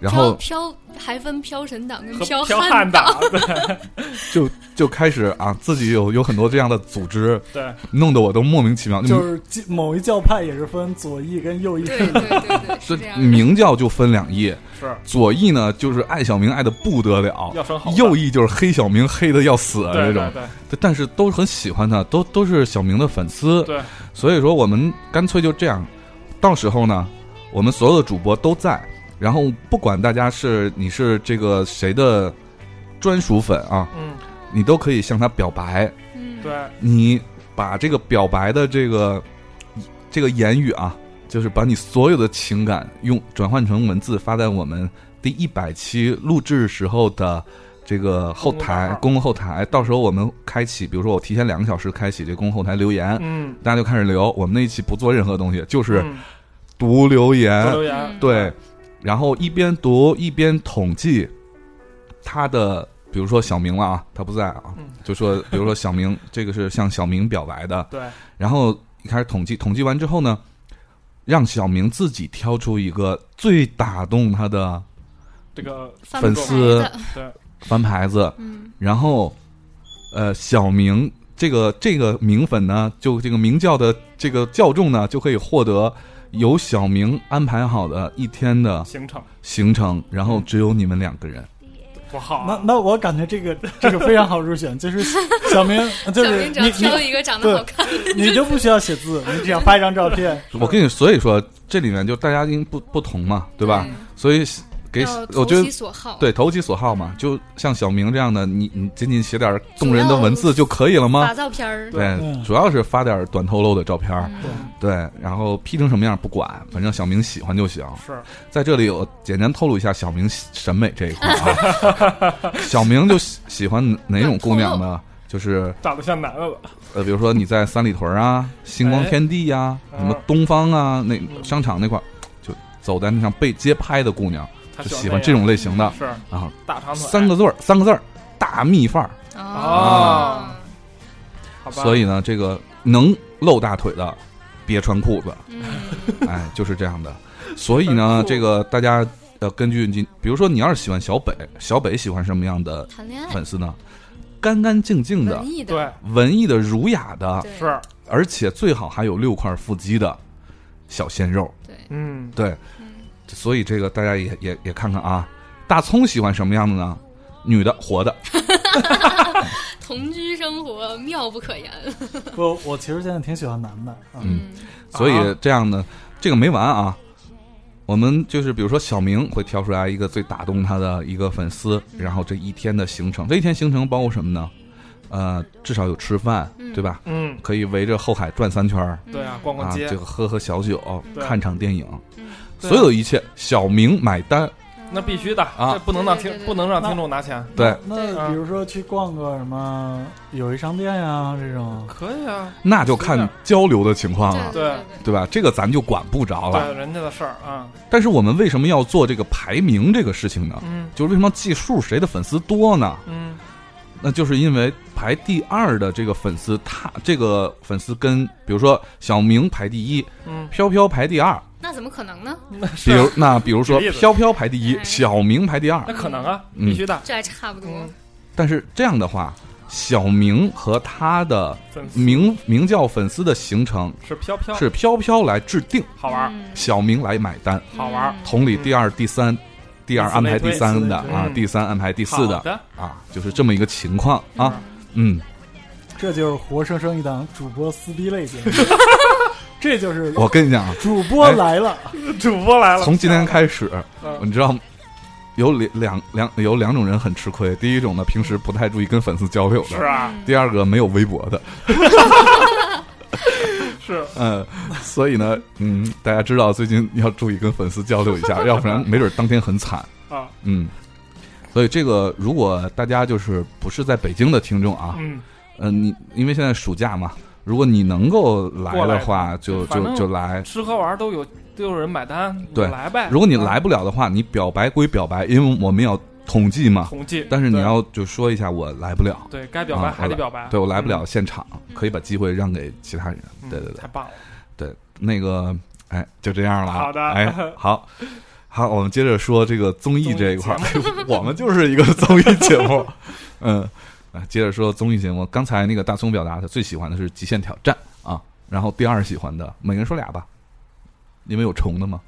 S1: 然
S2: 飘
S1: 后
S2: 飘还分飘神党跟
S3: 和
S2: 飘
S3: 彪
S2: 悍
S3: 悍党，对
S1: 就就开始啊，自己有有很多这样的组织，
S3: 对，
S1: 弄得我都莫名其妙。
S4: 就是基某一教派也是分左翼跟右翼，
S2: 对对对对，是这
S1: 这
S2: 样的。
S1: 明教就分两翼，
S3: 是
S1: 左翼呢就是爱小明爱的不得了，
S3: 要生好的
S1: 右翼就是黑小明黑的要死啊这
S3: 对对
S1: 种，
S3: 对
S1: 对但是都很喜欢他，都都是小明的粉丝，
S3: 对，
S1: 所以说我们干脆就这样，到时候呢，我们所有的主播都在，然后不管大家是你是这个谁的专属粉啊，
S3: 嗯
S1: 你都可以向他表白，
S2: 嗯，
S3: 对，
S1: 你把这个表白的这个这个言语啊，就是把你所有的情感用转换成文字发在我们第一百期录制时候的这个后台公共后台，到时候我们开启，比如说我提前两个小时开启这公共后台留言，
S3: 嗯，
S1: 大家就开始留。我们那一期不做任何东西，就是哎
S3: 嗯
S1: 读留言，
S3: 多留
S2: 嗯
S3: 言，
S1: 对，然后一边读一边统计他的，比如说小明了啊，他不在啊，
S3: 嗯
S1: 就说比如说小明， 这个是向小明表白的，
S3: 对，
S1: 然后开始统计，统计完之后呢，让小明自己挑出一个最打动他的
S3: 这个
S2: 翻
S1: 粉
S2: 牌
S1: 丝
S2: 子
S3: 对，
S1: 翻牌子，
S2: 嗯，
S1: 然后呃，小明。这个这个明粉呢，就这个明教的这个教众呢，就可以获得由小明安排好的一天的
S3: 行程
S1: 行程，然
S2: 嗯
S1: 后只有你们两个人。
S3: 多好啊，
S4: 那那我感觉这个这个非常好入选，就是小明，就
S2: 小
S4: 是
S2: 明只
S4: 你
S2: 要挑一个长得
S4: 对
S2: 好看，
S4: 你你就不需要写字，你只要发一张照片，
S1: 我跟你，所以说这里面就大家因为不不同嘛，对吧？所以给
S2: 要
S1: 我
S2: 投
S1: 觉
S2: 其
S1: 得
S2: 所好，，
S1: 对投其所好嘛，就像小明这样的，你你仅仅写点动人的文字就可以了吗
S2: 打？照片儿，
S1: 对
S4: 嗯，
S1: 主要是发点短透露的照片儿，
S2: 嗯
S1: 对，然后 P 成什么样不管，反正小明喜欢就行。
S3: 是
S1: 在这里我简单透露一下小明审美这一块啊， 小明就喜喜欢哪种姑娘呢？就是
S3: 长得像男的了，
S1: 呃，比如说你在三里屯啊、星光天地呀、
S3: 哎
S1: 什么东方啊，那
S3: 嗯
S1: 商场那块儿，就走在那上被街拍的姑娘，
S3: 他
S1: 就
S3: 喜
S1: 喜欢这种类型的
S3: 那样，嗯
S1: 啊，
S3: 是大长腿，
S1: 三个字儿，三个字儿，大蜜范儿。
S2: 哦，
S3: 好吧，
S1: 所以呢，这个能露大腿的，别穿裤 子，
S2: 嗯，
S1: 哎，就是这样的。所以呢，这个大家呃，根据你，比如说你要是喜欢小北，小北喜欢什么样的
S2: 谈恋爱
S1: 粉丝呢？干干净净的
S2: 文，艺的，
S3: 对
S1: 文艺的、儒雅的，
S2: 对
S3: 是
S1: 而且最好还有六块腹肌的小鲜肉。
S2: 对，
S3: 嗯，
S1: 对，
S2: 嗯
S1: 所以这个大家也也也看看啊，大葱喜欢什么样的呢？女的，活的，
S2: 同居生活妙不可言，
S4: 不，我其实现在挺喜欢男的，啊
S1: 嗯，所以这样呢，这个没完啊。我们就是比如说小明会挑出来一个最打动他的一个粉丝，
S2: 嗯
S1: 然后这一天的行程，这一天行程包括什么呢？呃，至少有吃饭，
S2: 嗯
S1: 对吧？
S3: 嗯，
S1: 可以围着后海转三圈儿
S2: 嗯
S3: 对啊，逛逛
S1: 啊，
S3: 街
S1: 这，个喝喝小酒，
S3: 对
S1: 看场电影，
S2: 嗯
S3: 对啊
S1: 所有一切小明买单，
S2: 嗯
S3: 那必须的，
S1: 啊
S3: 这不能让
S2: 对对
S3: 听
S2: 对
S3: 不能让听众拿钱，
S1: 对，
S4: 那比如说去逛个什么友谊商店呀、这种，
S3: 可以啊，
S1: 那就看交流的情况
S4: 啊
S1: 了，
S2: 对对
S1: 对吧？这个咱就管不着了。
S3: 对人家的事儿啊，
S1: 但是我们为什么要做这个排名这个事情呢？
S3: 嗯
S1: 就是为什么计数谁的粉丝多呢？
S3: 嗯
S1: 那就是因为排第二的这个粉丝，他这个粉丝跟比如说小明排第一，
S3: 嗯，
S1: 飘飘排第二，
S2: 那怎么可能呢？
S3: 那是
S1: 比如那比如说
S3: 举例子嗯
S1: 飘飘排第一，
S2: 哎
S1: 小明排第二
S3: 那。可能啊，
S1: 嗯
S3: 必须的，
S2: 这还差不多。
S3: 嗯，
S1: 但是这样的话，小明和他的
S3: 粉丝
S1: 名名叫粉丝的形成
S3: 是飘飘，
S1: 是飘飘来制定，
S3: 好玩儿，
S4: 啊
S2: 嗯
S1: 小明来买单。
S3: 好玩儿，
S1: 同理，第二、第三，第二
S3: 以此
S1: 安排
S3: 类
S1: 第
S3: 推
S1: 三的
S4: 以此
S3: 类推
S1: 啊，
S3: 嗯
S1: 第三安排第
S3: 好
S1: 四的
S3: 的
S1: 啊，就是这么一个情况啊。，嗯，
S4: 这就是活生生一档主播撕逼类节目， 这就是
S1: 我跟你讲啊，
S4: 主播来了，
S3: 主播来了，
S1: 从今哦天开始，
S3: 嗯
S1: 你知道吗有两两两有两种人很吃亏，第一种呢，平时不太注意跟粉丝交流
S3: 是
S1: 的。
S3: 啊，
S1: 第二个没有微博的，
S3: 是
S1: 嗯，所以呢，嗯，大家知道最近要注意跟粉丝交流一 下，要不然没准当天很惨。
S3: 啊，
S1: 嗯，所以这个如果大家就是不是在北京的听众啊，
S3: 嗯，
S1: 呃，你因为现在暑假嘛，如果你能够来
S3: 过来
S1: 的话，就
S3: 反
S1: 就
S3: 正
S1: 就来。
S3: 吃喝玩儿都有都有人买单，你
S1: 对
S3: 来呗。
S1: 如果你
S3: 啊
S1: 来不了的话，你表白归表白，因为我们要统计嘛。
S3: 统计，
S1: 但是你
S3: 对
S1: 要就说一下我来不了，
S3: 对该表白
S1: 啊
S3: 还得表白，
S1: 对我来不了
S3: 嗯，
S1: 现场，可以把机会让给其他人。对对
S3: 嗯
S1: 对
S3: 太棒了，
S1: 对，那个哎，就这样了啊。
S3: 好的
S1: 哎，好。好，我们接着说这个综艺这一块儿，我们就是一个综艺节目， 嗯，啊，接着说综艺节目。刚才那个大葱表达他最喜欢的是《极限挑战》啊，然后第二喜欢的，每个人说俩吧。你们有重的吗？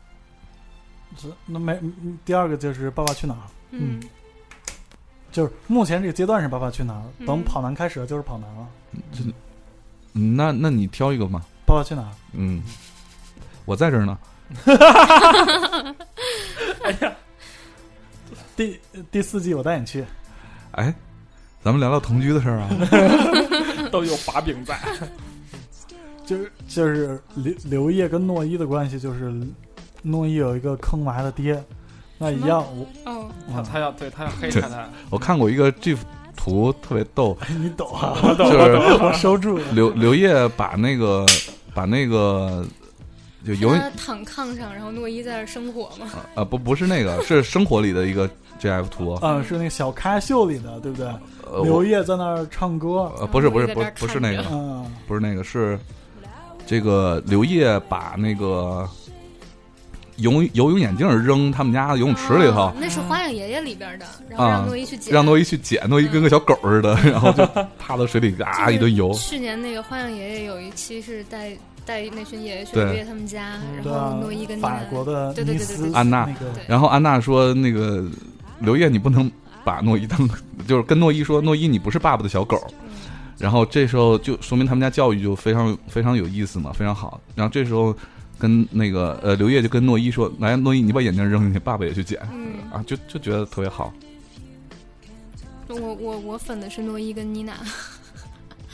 S4: 那没嗯第二个就是《爸爸去哪儿》，
S2: 嗯，
S4: 就是目前这个阶段是《爸爸去哪儿》，等
S2: 嗯
S4: 跑男开始了就是跑男了，
S1: 嗯那那你挑一个嘛。
S4: 《爸爸去哪儿》
S1: 嗯，我在这儿呢。
S4: 第第四季我带你去，
S1: 哎，咱们聊聊同居的事儿啊。
S3: 都有把柄在，
S4: 就是就是刘刘烨跟诺一的关系就是，诺一有一个坑娃的爹，那一样我
S2: 哦，
S3: 他
S4: 嗯
S3: 他要对他要黑他他，
S1: 我看过一个 GIF 图，特别逗，
S4: 你懂啊，
S3: 我懂
S1: 就
S3: 我
S1: 是
S3: 懂，
S4: 我收住了。
S1: 刘刘烨把那个把那个就游
S2: 他躺炕上，然后诺一在那儿生火嘛。
S1: 啊不不是那 个是生活里的一个 GIF 图，
S4: 嗯，是那个小咖秀里的，对不对？
S1: 呃
S4: 刘
S1: 我
S4: 烨在那儿唱歌，
S1: 呃不是不是
S2: 在
S1: 不
S2: 这儿
S1: 是不是那个
S4: 嗯，
S1: 不是那个是这个刘烨把那个游游泳眼镜扔他们家游泳池里头啊
S2: 哦，那是《花样爷爷》里边的，然后让诺一去捡，
S1: 让诺一去捡，诺一跟个小狗似 的，然后就趴到水里
S2: 就是
S1: 啊一顿游。
S2: 去年那个《花样爷爷》有一期是带带那群爷爷去
S1: 对
S2: 刘烨他们家，然
S4: 对
S2: 后
S4: 啊
S2: 诺一跟，
S4: 法
S2: 那
S4: 国
S2: 个
S4: 的
S2: 对对
S4: 尼
S2: 对对
S4: 斯
S2: 对
S1: 安娜
S4: 那个
S2: 对
S1: 然后安娜说：“那个刘烨，你不能把诺一当，就是跟诺一说，诺一你不是爸爸的小狗。”然后这时候就说明他们家教育就非常非常有意思嘛，非常好。然后这时候跟那个呃刘烨就跟诺一说：“来，诺一，你把眼镜扔进去，爸爸也去捡。
S2: 嗯”，
S1: 啊，就就觉得特别好。
S2: 我我我粉的是诺一跟妮娜，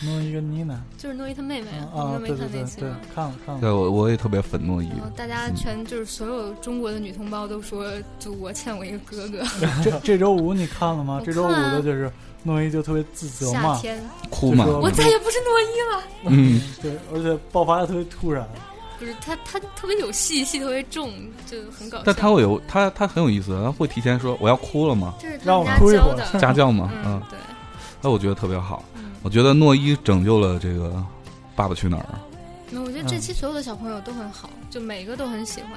S4: 弄一个妮娜
S2: 就是诺一他妹妹，你
S4: 啊，
S2: 们没
S4: 对对
S2: 看那
S4: 对
S2: 期
S4: 对
S2: 吗？，
S4: 看了看
S1: 对
S4: 了，
S1: 我我也特别粉诺一
S2: 然，后大家全就是所有中国的女同胞都说，祖国欠我一个哥哥。
S4: 这这周五你看了吗
S2: 我？
S4: 这周五
S2: 看啊
S4: 的就是诺一就特别自责
S2: 夏
S4: 嘛，
S2: 天，
S1: 哭嘛
S4: 就，说
S2: 我再也不是诺一了。
S1: 嗯，
S4: 对，而且爆发的特别突然，
S2: 不是他，他特别有戏，戏特别重，就很搞笑。
S1: 但他会有他他很有意思，他会提前说我要哭了吗？
S2: 这是他
S4: 让
S2: 们
S4: 我
S2: 家
S4: 哭一
S2: 教
S4: 会儿
S2: 的，
S1: 家教嘛，
S2: 嗯
S1: 嗯，，
S2: 对，
S1: 那我觉得特别好。
S2: 嗯。
S1: 我觉得诺一拯救了这个《爸爸去哪儿》。
S2: 那我觉
S4: 嗯
S2: 得这期所有的小朋友都很好，就每个都很喜欢。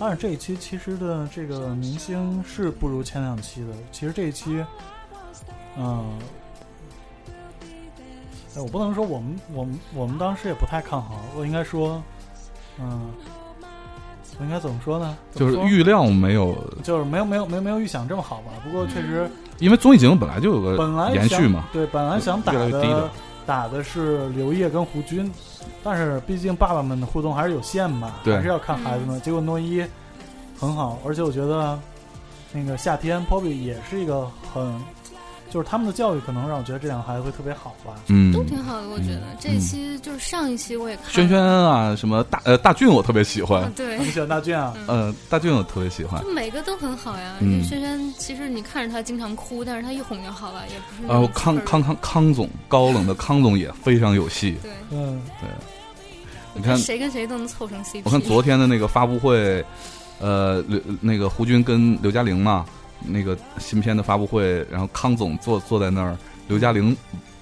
S4: 但是这一期其实的这个明星是不如前两期的。其实这一期，嗯，哎，我不能说我们我们我们当时也不太看好，我应该说，嗯，我应该怎么说呢？怎
S1: 就
S4: 么
S1: 是
S4: 说
S1: 预料没有，
S4: 就是没有没有没有没有预想这么好吧。不过确实
S1: 因为综艺节目本来就有个
S4: 本来
S1: 嗯延
S4: 想
S1: 续嘛，
S4: 对本来想打
S1: 越来越低
S4: 的
S1: 的
S4: 打的是刘烨跟胡军，但是毕竟爸爸们的互动还是有限嘛，
S1: 对
S4: 还是要看孩子们。结果诺一很好，而且我觉得那个夏天 Poppy 也是一个很就是他们的教育可能让我觉得这两个孩子会特别好吧。
S1: 嗯，
S2: 都挺好的，我觉得这一期就是上一期我也看了
S1: 轩轩啊，什么大呃大俊，我特别喜欢
S2: 啊，， 对
S4: 你，喜欢大俊啊？
S1: 呃大俊我特别喜欢。
S2: 就每个都很好呀。
S1: 嗯
S2: 轩轩其实你看着他经常哭，但是他一哄就好了，也不是那
S1: 然后
S2: 种
S1: 啊康
S2: 刺儿
S1: 康康康总，高冷的康总也非常有戏。
S2: 对，
S4: 嗯，。
S1: 你看
S2: 谁跟谁都能凑成 CP。
S1: 我看昨天的那个发布会，呃，刘那个胡军跟刘嘉玲嘛，那个新片的发布会，然后康总坐坐在那儿，刘嘉玲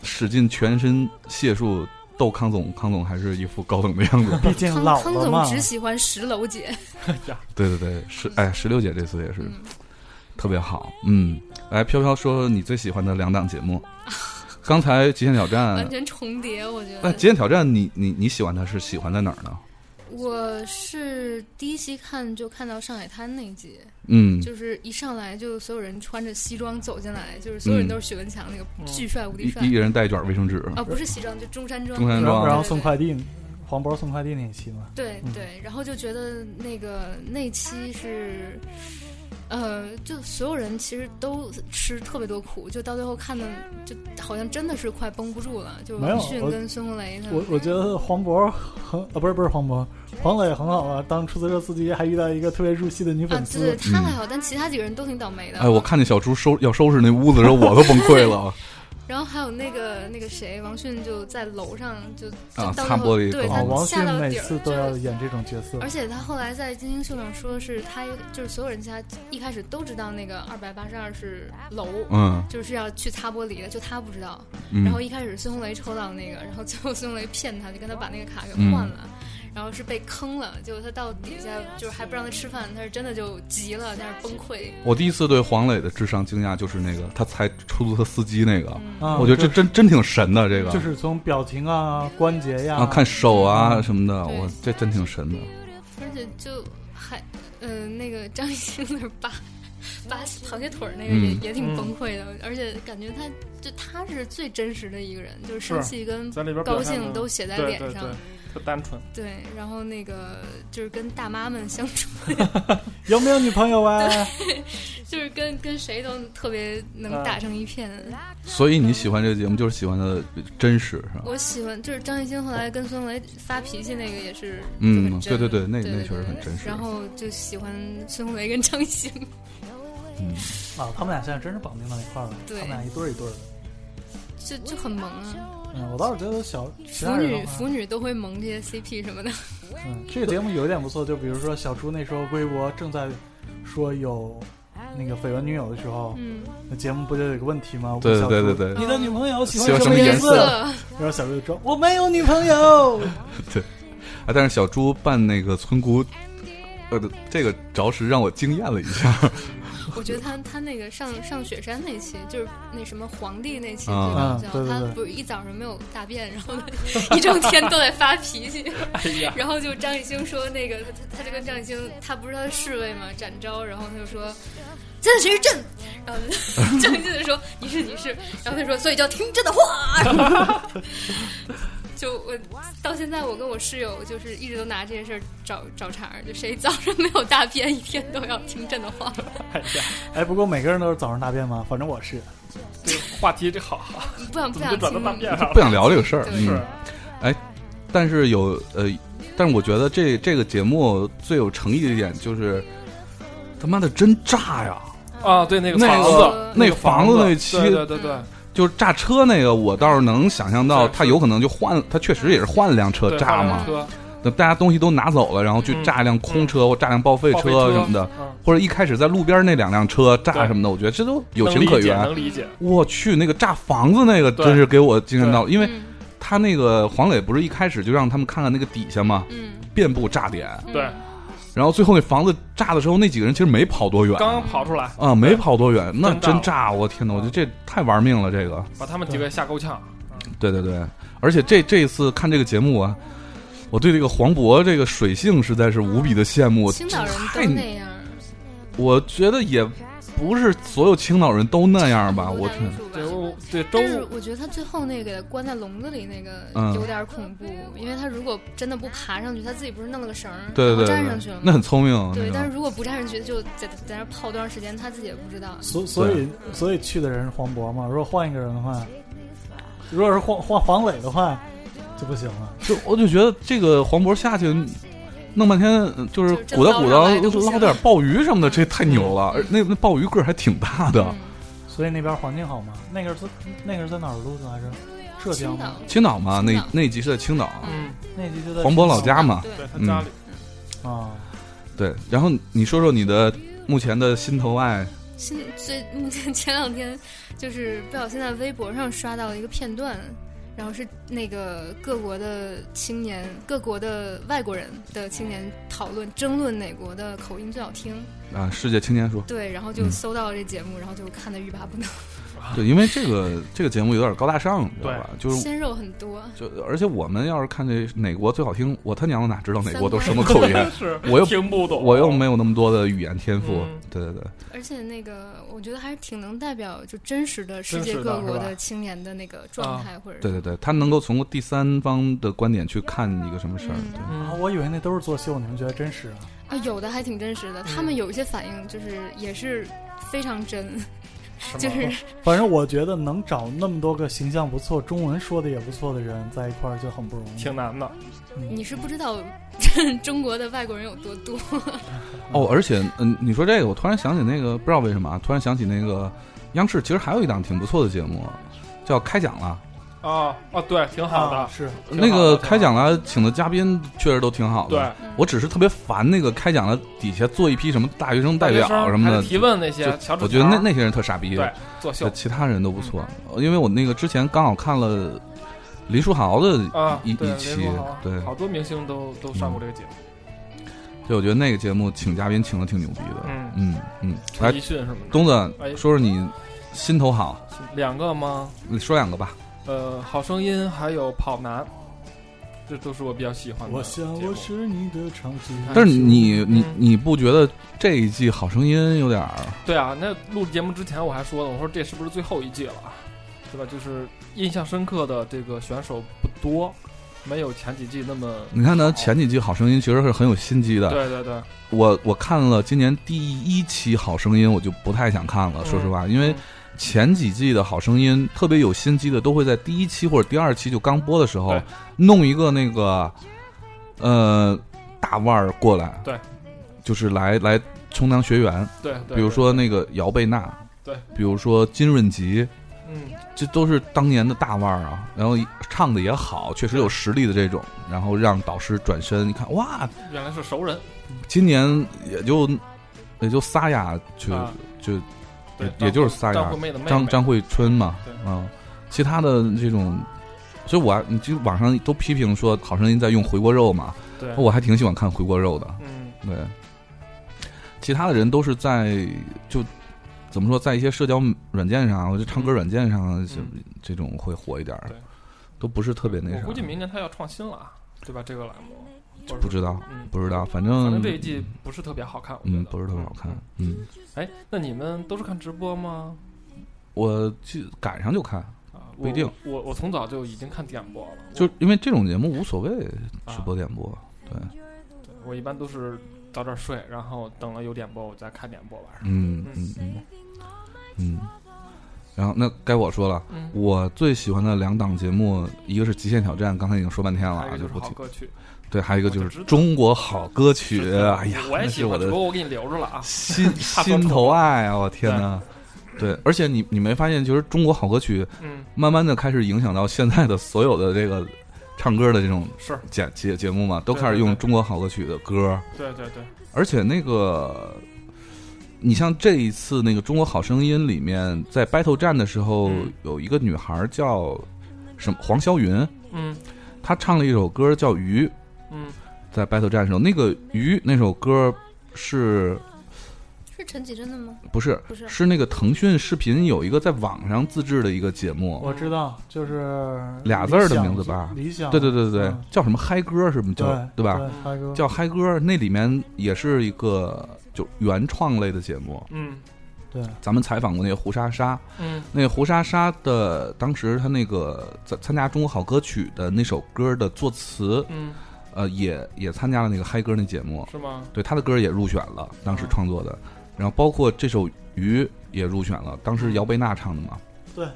S1: 使尽全身解数逗康总，康总还是一副高冷的样子
S4: 毕竟
S2: 康
S4: 老
S2: 康
S4: 了嘛
S2: 总。只喜欢石楼姐，
S1: 对对对，十哎石榴姐这次也是
S2: 嗯，
S1: 特别好，嗯，来飘飘说说你最喜欢的两档节 目。刚才《极限挑战
S2: 完》，全重叠，我觉
S1: 那《
S2: 得。
S1: 极限挑战》你你你喜欢它是喜欢在哪儿呢？
S2: 我是第一期看就看到上海滩那一集，
S1: 嗯，
S2: 就是一上来就所有人穿着西装走进来，就是所有人都是许文强那
S4: 嗯
S2: 个巨帅无敌
S1: 嗯一
S2: 帅
S1: 一人带一卷卫生纸，
S2: 啊，不是西装就中山装，
S1: 中山
S4: 然
S1: 装
S4: 后然后
S2: 对
S4: 送快递，黄渤送快递那一期嘛。
S2: 对
S4: 嗯
S2: 对，然后就觉得那个那期是，呃，就所有人其实都吃特别多苦，就到最后看的，就好像真的是快绷不住了。就
S4: 没有
S2: 王迅
S4: 我
S2: 跟孙红雷他
S4: 我
S2: 们，
S4: 我觉得黄渤很啊，不是不是黄渤，黄磊很好啊。当出租车司机还遇到一个特别入戏的女
S2: 啊
S4: 粉，
S2: 对对，
S4: 丝，
S2: 他还好，但其他几个人都挺倒霉的。
S1: 嗯哎，我看见小猪收要收拾那屋子的时候，我都崩溃了。
S2: 然后还有那个那个谁，王迅就在楼上就就
S1: 啊
S2: 到
S1: 擦
S2: 最后
S1: 玻璃
S2: 对
S1: 都
S2: 他
S4: 啊，王
S2: 下
S4: 迅
S2: 到
S4: 每
S2: 底儿
S4: 次都
S2: 就
S4: 要演这种角色
S2: 而。且他后来在金星秀上说是他就是所有人家一开始都知道那个二百八十二是楼，
S1: 嗯
S2: 就是要去擦玻璃的，就他不知道。然后
S1: 嗯，
S2: 一开始孙红雷抽到那个，然后最后孙红雷骗他，就跟他把那个卡给
S1: 嗯
S2: 换了。然后是被坑了，结果他到底下就是还不让他吃饭，他是真的就急了，在那儿崩溃。
S1: 我第一次对黄磊的智商惊讶就是那个他才出租车司机那个，
S2: 嗯
S4: 啊
S1: 我觉得这
S4: 就
S1: 真真挺神的这个，
S4: 就是从表情啊、关节呀、
S1: 啊看手啊什么的，
S2: 嗯对
S1: 我这真挺神的。
S2: 而且就还，嗯、那个张艺兴那儿扒扒螃蟹腿儿那个
S1: 嗯
S2: 也、也挺
S3: 嗯
S2: 崩溃的，而且感觉他就他是最真实的一个人，就是生
S3: 是
S2: 气跟
S3: 在里边
S2: 高
S3: 表现得
S2: 兴都写在
S3: 对
S2: 脸
S3: 对
S2: 上。
S3: 对，特单纯。
S2: 对，然后那个就是跟大妈们相处，
S4: 有没有女朋友啊？
S2: 就是跟跟谁都特别能
S4: 啊
S2: 打成一片。
S1: 所以你喜欢这个节目，就是喜欢它的真实，是吧？
S2: 我喜欢就是张艺兴后来跟孙红雷发脾气那个也是，
S1: 嗯
S2: 就很真
S1: 对对对那
S2: 对
S1: 那确实很真实
S2: 然后就喜欢孙红雷跟张艺兴，
S1: 嗯，
S4: 啊，他们俩现在真是绑定到一块儿了，他
S2: 对
S4: 们俩一对儿一对儿的。
S2: 就就很萌啊，
S4: 嗯，我倒是觉得小其
S2: 腐
S4: 他人
S2: 女
S4: 的话
S2: 腐女都会萌这些 CP 什么的。
S4: 嗯，这个节目有一点不错，就比如说小猪那时候微博正在说有那个绯闻女友的时候，
S2: 嗯，
S4: 那节目不就有一个问题吗？
S1: 对
S4: 问小猪
S1: 对对对对
S4: 你的女朋友喜
S1: 喜欢
S4: 什
S1: 什么颜
S4: 颜
S1: 色？
S4: 然后小猪就说我没有女朋友。
S1: 啊，但是小猪扮那个村姑，呃，这个着实让我惊艳了一下。
S2: 我觉得他他那个上上雪山那期，就是那什么皇帝那期最
S1: 啊
S2: 搞笑，
S4: 对对
S2: 他
S4: 对
S2: 不是一早上没有大便，然后呢 一整天都在发脾气，
S3: 哎呀，
S2: 然后就张艺兴说那个他他就跟张艺兴，他不是他的侍卫嘛，展昭，然后他就说。现在谁是朕？然后 张艺兴就说你是你是，然后他说所以就要听朕的话。 就我到现在，我跟我室友就是一直都拿这件事儿找找茬儿，就谁早上没有大便，一天都要听朕的话。
S4: 哎，不过每个人都是早上大便吗？反正我是。
S3: 这个话题这好，
S2: 不想不
S3: 怎么
S2: 想
S3: 就
S2: 听
S3: 转到大便上
S1: 不
S3: 了？
S1: 想聊这个事儿，
S2: 对
S1: 嗯，
S3: 是，
S1: 但是有呃，但是我觉得这这个节目最有诚意的一点就是，他妈的真炸呀！
S3: 啊，对那个
S1: 那
S3: 房子，
S1: 那
S3: 个
S1: 房
S3: 子
S1: 子那期
S3: 对对对对，
S1: 就是炸车那个，我倒是能想象到，
S3: 是
S1: 他有可能就换，他确实也是换了辆车
S3: 对
S1: 炸
S3: 换辆
S1: 嘛，
S3: 车
S1: 那大家东西都拿走了，然后去
S3: 嗯
S1: 炸一辆空车或炸辆报废
S3: 报废
S1: 车
S3: 车
S1: 什么的，，
S3: 嗯
S1: 或者一开始在路边那两辆车炸
S3: 对
S1: 什么的，我觉得这都有情可原。
S3: 能理解，
S1: 我去，那个炸房子那个
S3: 对
S1: 真是给我惊艳到了，因为
S2: 嗯
S1: 他那个黄磊不是一开始就让他们看看那个底下嘛，
S2: 嗯，
S1: 遍布炸点，
S2: 嗯
S3: 对
S1: 然后最后那房子炸的时候，那几个人其实没跑多远，
S3: 刚刚跑出来，
S1: 啊，没跑多远，那
S3: 真炸
S1: 真
S3: 了
S1: 炸！我天哪，我觉得这太玩命了，这个。
S3: 把他们几个吓够呛。
S1: 对对对，而且这这一次看这个节目啊，我对这个黄渤这个水性实在是无比的羡慕。
S2: 青岛人
S1: 太
S2: 都那样，
S1: 我觉得也不是所有青岛人都那样吧，
S2: 都
S1: 我
S2: 大多
S1: 天，
S2: 数吧
S3: 对，我对，周
S2: 但是
S3: 五
S2: 我觉得他最后那个给他关在笼子里那个
S1: 嗯
S2: 有点恐怖，
S4: 嗯
S2: 因为他如果真的不爬上去，他自己不是弄了个绳儿，
S1: 对对对对
S2: 然后站
S1: 对
S2: 上去了
S1: 那
S2: 吗？
S1: 很聪明啊。
S2: 对，
S1: 那
S2: 但是
S1: 个
S2: 如果不站上去，就在在那儿泡多长时间，他自己也不知道。
S4: 所所以所以去的人是黄渤嘛？如果换一个人的话，如果是黄黄黄磊的话就不行了。
S1: 就我就觉得这个黄渤下去弄半天，呃就是
S2: 就是真
S1: 鼓捣
S2: 捞
S1: 鼓
S2: 上
S1: 捣
S2: 来东西
S1: 捞点鲍鱼什么的，这太牛了。而那那鲍鱼个儿还挺大
S2: 嗯
S1: 的。
S4: 所以那边环境好吗？那个是那个是在哪儿录的来着？
S2: 嗯，
S4: 浙江
S2: 青
S4: 吗
S2: 岛？，
S1: 青岛嘛，那
S2: 青岛
S1: 那集是在青岛，
S3: 嗯，
S4: 那集就在
S1: 黄渤老家嘛。
S2: 对，
S3: 对他
S1: 嗯
S3: 家里
S4: 啊。
S1: 对，然后你说说你的目前的心头爱，
S2: 新最目前前两天就是不小心在微博上刷到了一个片段，然后是那个各国的青年、各国的外国人的青年讨论争论哪国的口音最好听。
S1: 啊，世界青年说，
S2: 对，然后就
S1: 嗯
S2: 搜到了这节目，然后就看的欲罢不能，
S1: 对，因为这个这个节目有点高大上，你知道吧？就是
S2: 鲜肉很多。
S1: 就而且我们要是看这哪国最好听，我他娘的哪知道哪国都什么
S2: 三
S1: 口音？
S3: 是
S1: 我又
S3: 听不懂，
S1: 我又没有那么多的语言天赋。
S3: 嗯
S1: 对对对，
S2: 而且那个，我觉得还是挺能代表就真实的世
S3: 真
S2: 界
S3: 实的
S2: 各国
S3: 是吧啊
S2: 的青年的那个状态，或者
S1: 对对对，他能够从第三方的观点去看一个什么事儿。
S2: 嗯
S1: 对
S4: 啊，
S3: 嗯
S4: 我以为那都是作秀，你们觉得真实啊？
S2: 啊，有的还挺真实的。他们有一些反应就是也是非常真，
S3: 嗯什么
S2: 就是
S4: 反正我觉得能找那么多个形象不错、中文说的也不错的人在一块儿就很不容易。
S3: 挺难的，
S4: 嗯
S2: 你是不知道 中国的外国人有多多。
S1: 哦，而且嗯，你说这个，我突然想起那个，不知道为什么啊，突然想起那个央视其实还有一档挺不错的节目，叫《开讲了》。
S3: 啊啊，对，挺好
S4: 啊，
S3: 的，
S4: 是
S3: 挺好的
S1: 那个《开讲了》请的嘉宾确实都挺好的。
S3: 对，
S2: 嗯
S1: 我只是特别烦那个开讲的底下做一批什么大学生代表什么
S3: 还
S1: 的
S3: 是，提问那
S1: 就
S3: 些小纸条，
S1: 我觉得那那些人特傻逼，
S3: 对作秀
S1: 呃其他人都不错。因为我那个之前刚好看了林书豪的
S3: 啊，
S1: 一
S3: 对，
S1: 一期
S3: 林书豪，
S1: 对
S3: 好多明星都都上过这个节目，
S1: 就我觉得那个节目请嘉宾请的挺牛逼的。
S3: 嗯，
S1: 嗯嗯，来
S3: 陈奕迅什么的，
S1: 东子
S3: 哎
S1: 说说你心头好，
S3: 两个吗？
S1: 你说两个吧。
S3: 呃，好声音还有跑男，这都是我比较喜欢的节目。
S4: 我想我是你的长镜。
S3: 哎
S1: 但是你你
S3: 嗯
S1: 你不觉得这一季《好声音》有点儿
S3: 对啊，那录节目之前我还说呢，我说这是不是最后一季了啊，对吧？就是印象深刻的这个选手不多，没有前几季那么。
S1: 你看他前几季《好声音》其实是很有心机的，
S3: 对对对，
S1: 我我看了今年第一期《好声音》，我就不太想看了，
S3: 嗯
S1: 说实话，因为前几季的《好声音》特别有心机的，都会在第一期或者第二期就刚播的时候
S3: 对
S1: 弄一个那个呃大腕儿过来，
S3: 对，
S1: 就是来来充当学员，
S3: 对对，
S1: 比如说那个姚贝娜，
S3: 对，
S1: 比如说金润吉。
S3: 对，嗯，
S1: 这都是当年的大腕儿啊，然后唱的也好，确实有实力的这种，然后让导师转身一看，哇，
S3: 原来是熟人，
S1: 今年也就也就撒雅就、
S3: 啊
S1: 就
S3: 对
S1: 也，也就是仨呀
S3: 张惠妹的妹妹
S1: 张张惠春嘛，
S3: 对
S1: 嗯，其他的这种，所以我还你就网上都批评说《好声音》在用回锅肉嘛，
S3: 对，
S1: 我还挺喜欢看回锅肉的，
S3: 嗯
S1: 对，其他的人都是在就。怎么说，在一些社交软件上，就唱歌软件上，这这种会火一点儿
S3: 嗯对，
S1: 都不是特别那
S3: 我
S1: 啥
S3: 估，计明年他要创新了啊，对吧？这个栏目或者
S1: 不知道，
S3: 嗯，
S1: 不知道，反
S3: 反
S1: 正
S3: 正这一季不是特别好看，我觉
S1: 嗯
S3: 得
S1: 不是特别好看
S3: 嗯，
S1: 嗯。
S3: 哎，那你们都是看直播吗？
S1: 我记赶上就看，
S3: 啊，
S1: 不一定。
S3: 我我我从早就已经看点播了，
S1: 就
S3: 我
S1: 因为这种节目无所谓
S3: 啊
S1: 直播点播，对，
S3: 对我一般都是早点睡，然后等了有点播我再看点播晚上。
S1: 嗯嗯嗯嗯。然后那该我说了，
S3: 嗯，
S1: 我最喜欢的两档节目，一个是《极限挑战》，刚才已经说半天了
S3: 还有
S1: 啊，
S3: 一个就是
S1: 不
S3: 好
S1: 提。
S3: 歌曲，
S1: 对，还有一个
S3: 我就
S1: 就是
S3: 知
S1: 《
S3: 道
S1: 中国好歌曲
S3: 是》，
S1: 哎呀，
S3: 我也
S1: 那
S3: 喜
S1: 是
S3: 欢
S1: 我
S3: 直
S1: 的
S3: 播，我给你留着了啊。
S1: 心
S3: 怕说
S1: 心
S3: 错
S1: 头爱啊！我天哪！对，而且你你没发现，就是中国好歌曲
S3: 嗯，
S1: 慢慢的开始影响到现在的所有的这个唱歌的这种
S3: 是
S1: 节节节目嘛，都
S3: 对
S1: 开始
S3: 对
S1: 用
S3: 对
S1: 中国好歌曲的歌儿，
S3: 对对对，
S1: 而且那个，你像这一次那个《中国好声音》里面，在 battle 战的时候，
S3: 嗯
S1: 有一个女孩叫什么黄霄云，
S3: 嗯
S1: 她唱了一首歌叫《鱼》。
S3: 嗯，
S1: 在 battle 战的时候，那个《鱼》那首歌是
S2: 是陈绮贞的吗？
S1: 不是
S2: 不是
S1: 是那个腾讯视频有一个在网上自制的一个节目？
S4: 我知道，就是
S1: 俩字儿的名字吧
S4: 理想，
S1: 对对对对对
S4: 嗯，
S1: 叫什么嗨歌是吗？
S4: 对
S1: 叫对吧？？
S4: 嗨哥，
S1: 叫嗨歌，那里面也是一个就原创类的节目。
S3: 嗯，
S4: 对，
S1: 咱们采访过那个胡莎莎，
S3: 嗯
S1: 那个胡莎莎的当时她那个在参加《中国好歌曲》的那首歌的作词，
S3: 嗯，
S1: 呃，也也参加了那个嗨歌那节目，
S3: 是吗？
S1: 对她的歌也入选了，当时
S3: 哦
S1: 创作的，然后包括这首《鱼》也入选了，当时姚贝娜唱的嘛，
S4: 对，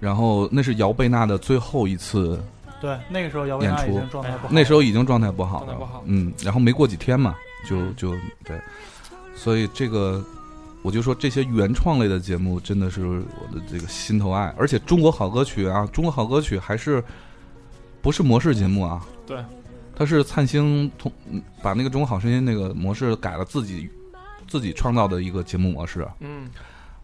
S1: 然后那是姚贝娜的最后一次，
S4: 对，那个时候姚贝娜已经状态不好，
S1: 那时候已经状态不好
S3: 状态不
S1: 了
S3: 好，
S1: 嗯，然后没过几天嘛，就就对，所以这个我就说这些原创类的节目真的是我的这个心头爱，而且中国好歌曲啊，中国好歌曲还是不是模式节目啊？
S3: 对，
S1: 它是灿星通嗯把那个中国好声音那个模式改了自己自己创造的一个节目模式，啊
S3: 嗯，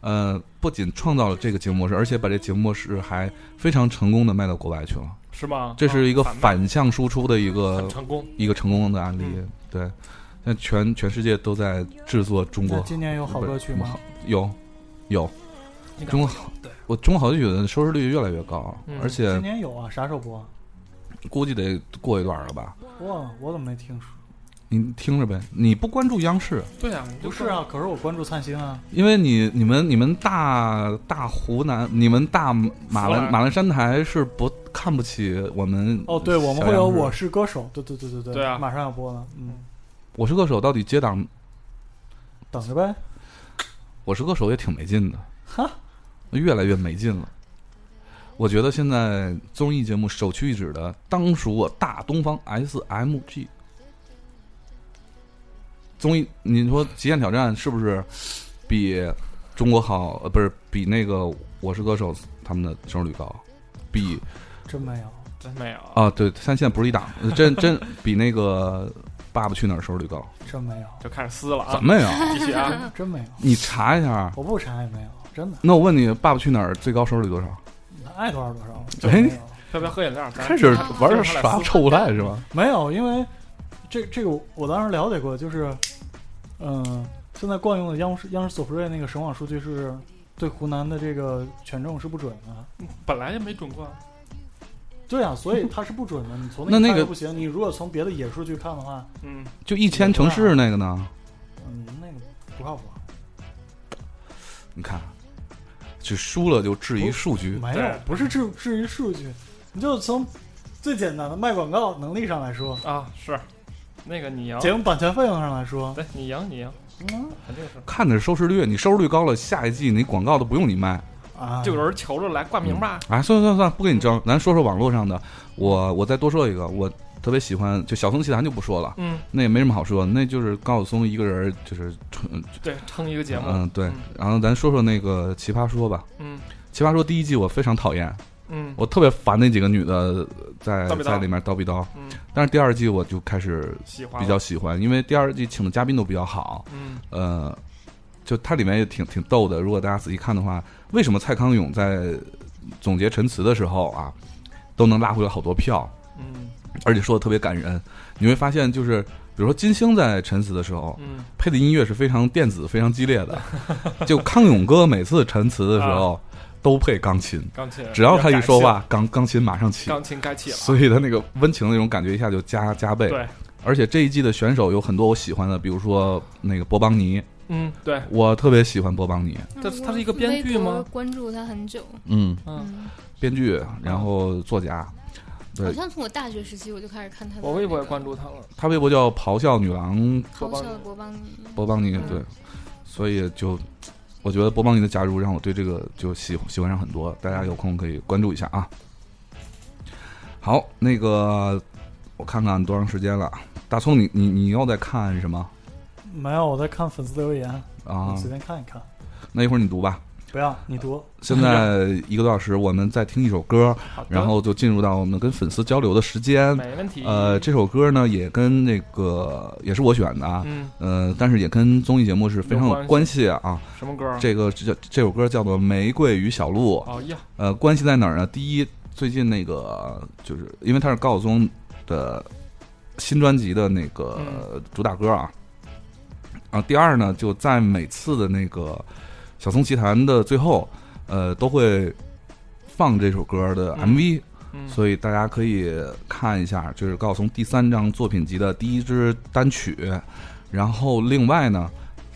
S1: 呃，不仅创造了这个节目模式，而且把这节目模式还非常成功的卖到国外去了，
S3: 是吗？
S1: 这是一个
S3: 哦反
S1: 反向输出的一
S3: 卖
S1: 个
S3: 很成功，
S1: 一个成功的案例。
S3: 嗯
S1: 对，现在全全世界都在制作中
S4: 那
S1: 国
S4: 今年有好歌曲
S1: 不是
S4: 吗？？
S1: 有，有。
S3: 应该
S1: 中国
S3: 会有
S1: 好
S3: 对，
S1: 我中国好歌曲的收视率越来越高，
S3: 嗯
S1: 而且
S4: 今年有啊，啥时候播啊？
S1: 估计得过一段了吧？
S4: 哇，我怎么没听说？
S1: 你听着呗，你不关注央视，
S3: 对呀，你就
S4: 不是啊，可是我关注灿星啊。
S1: 因为你你们你们大大湖南，你们大马
S3: 湖
S1: 栏
S3: 南
S1: 马栏山台是不看不起我们
S4: 哦，对，我们
S1: 小
S4: 会有《
S1: 央视
S4: 我是歌手》，对对对对对，
S3: 对啊
S4: 马上要播了，嗯，
S1: 我是歌手到底接档
S4: 等着呗。
S1: 我是歌手也挺没劲的，
S4: 哈，
S1: 越来越没劲了。我觉得现在综艺节目首屈一指的，当属我大东方 SMG 综艺。你说《极限挑战》是不是比中国好？呃，不是比那个《我是歌手》他们的收视率高？比
S4: 真没有，
S3: 真没有啊，
S1: 啊，对，但现在不是一档，呃真真比那个《爸爸去哪儿》收视率高？
S4: 真没有，
S3: 就开始撕了啊
S1: 怎，么有？
S3: 继续啊，
S4: 真没有，
S1: 你查一 下。
S4: 我不查也没有，真的，
S1: 那我问你，《爸爸去哪儿》最高收视率多少？
S4: 爱多少多
S1: 哎
S4: 少，真 没有，
S3: 要 不要喝饮料？咱
S1: 开始
S2: 啊
S1: 玩
S3: 正
S1: 儿
S3: 常来
S1: 耍
S3: 说
S1: 臭无赖是吧？
S4: 没有，因为这这个我我当时了解过，就是，嗯、现在惯用的央视央视索福瑞那个神网数据是对湖南的这个权重是不准的。
S3: 本来也没准过，
S4: 对啊，所以它是不准的。你从
S1: 那那
S4: 看
S1: 个
S4: 不行，你如果从别的野数据看的话，
S3: 嗯，
S1: 就一千城
S3: 啊
S1: 市那个呢？
S4: 嗯，那个不靠谱。
S1: 你看，就输了就
S3: 哦
S1: 质疑数据，
S4: 没有
S3: 对，
S4: 不是至至于数据，你就从最简单的卖广告能力上来说，
S3: 啊，是，那个
S1: 啊
S3: 你赢，
S4: 节目版权费用上来说，
S3: 对你赢你赢，
S4: 嗯
S3: 肯定是。
S1: 看的是收视率。你收视率高了，下一季你广告都不用你卖。
S4: 啊，
S3: 就有人求着来冠名吧，
S1: 哎，算了算了算了，不跟你争，咱说说网络上的。我我再多说一个，我特别喜欢，就小松奇谈就不说了，
S3: 嗯，
S1: 那也没什么好说，那就是高晓松一个人，就是
S3: 对，撑一个节目，
S1: 嗯对
S3: 嗯。
S1: 然后咱说说那个《奇葩说》吧，
S3: 嗯
S1: 《奇葩说》第一季我非常讨厌，
S3: 嗯
S1: 我特别烦那几个女的在
S3: 叨逼叨
S1: 在里面叨逼叨，
S3: 嗯，
S1: 但是第二季我就开始
S3: 喜欢
S1: 比
S3: 了
S1: 较喜欢，因为第二季请的嘉宾都比较好，
S3: 嗯
S1: 呃，就它里面也挺挺逗的。如果大家仔细看的话，为什么蔡康永在总结陈词的时候啊，都能拉回来好多票，
S3: 嗯
S1: 而且说的特别感人？你会发现，就是比如说金星在陈词的时候，
S3: 嗯
S1: 配的音乐是非常电子、非常激烈 的，就康永哥每次陈词的时候都配钢琴，
S3: 钢琴，
S1: 只要他一
S3: 感
S1: 说
S3: 性，
S1: 话，钢钢琴马上起。
S3: 钢琴该起了，啊
S1: 所以他那个温情那种感觉一下就加加倍，
S3: 对，
S1: 而且这一季的选手有很多我喜欢的，比如说那个博邦尼，
S3: 嗯对，
S1: 我特别喜欢博邦尼，
S3: 这
S2: 嗯
S3: 他是
S2: 我
S3: 一个编剧
S2: 微
S3: 吗
S2: 博关注他很久，
S1: 嗯，
S3: 嗯，
S2: 嗯，
S1: 编剧，然后作家，对
S2: 好像从我大学时期我就开始看他的那个。
S3: 我微博也关注他了，
S1: 他微博叫咆哮女郎
S2: 咆哮的国邦尼。
S1: 博邦尼，
S3: 嗯
S1: 对，所以就我觉得博邦尼的加入让我对这个就喜喜欢上很多，大家有空可以关注一下啊。好，那个我看看多长时间了，大葱你你你又在看什么
S4: 没有，我在看粉丝留言，
S1: 啊
S4: 你？随便看一看。
S1: 那一会儿你读吧。
S4: 不要你读，
S1: 现在一个多小时，我们再听一首歌，
S3: 好的
S1: 然后就进入到我们跟粉丝交流的时间。
S3: 没问题，
S1: 呃，这首歌呢也跟那个也是我选的啊，
S3: 嗯
S1: 呃，但是也跟综艺节目是非常有
S3: 有
S1: 关
S3: 关嗯
S1: 系啊。
S3: 什么歌儿？
S1: 这个这这首歌叫做《玫瑰与小鹿》，
S3: 哦呀，
S1: 呃，关系在哪儿呢？第一，最近那个就是因为它是高晓松的新专辑的那个
S3: 嗯
S1: 主打歌啊，啊，第二呢，就在每次的那个小松奇谈的最后，呃，都会放这首歌的
S3: 嗯
S1: MV，、
S3: 嗯
S1: 所以大家可以看一下，就是高晓松第三张作品集的第一支单曲。然后另外呢，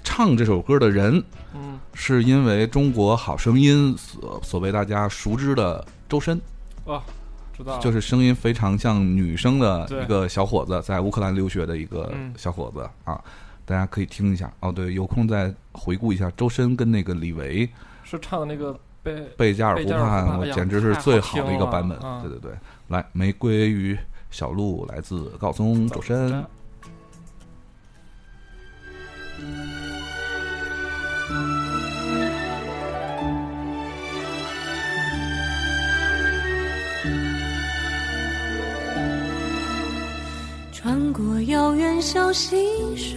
S1: 唱这首歌的人，
S3: 嗯，
S1: 是因为中国好声音所所被大家熟知的周深，
S3: 哦，知道了，
S1: 就是是声音非常像女生的
S3: 对
S1: 一个小伙子，在乌克兰留学的一个
S3: 嗯
S1: 小伙子啊，大家可以听一下哦。对，有空再回顾一下周深跟那个李维
S3: 是唱的那个被
S1: 贝加尔湖
S3: 贝加尔湖
S1: 畔，
S3: 畔
S1: 我
S3: 哎呀
S1: 简直是最好的一个版本
S3: 太好。
S1: 对
S3: 听啊
S1: 对对，来，玫瑰与小鹿来自高松周深。
S6: 穿过遥远小溪水，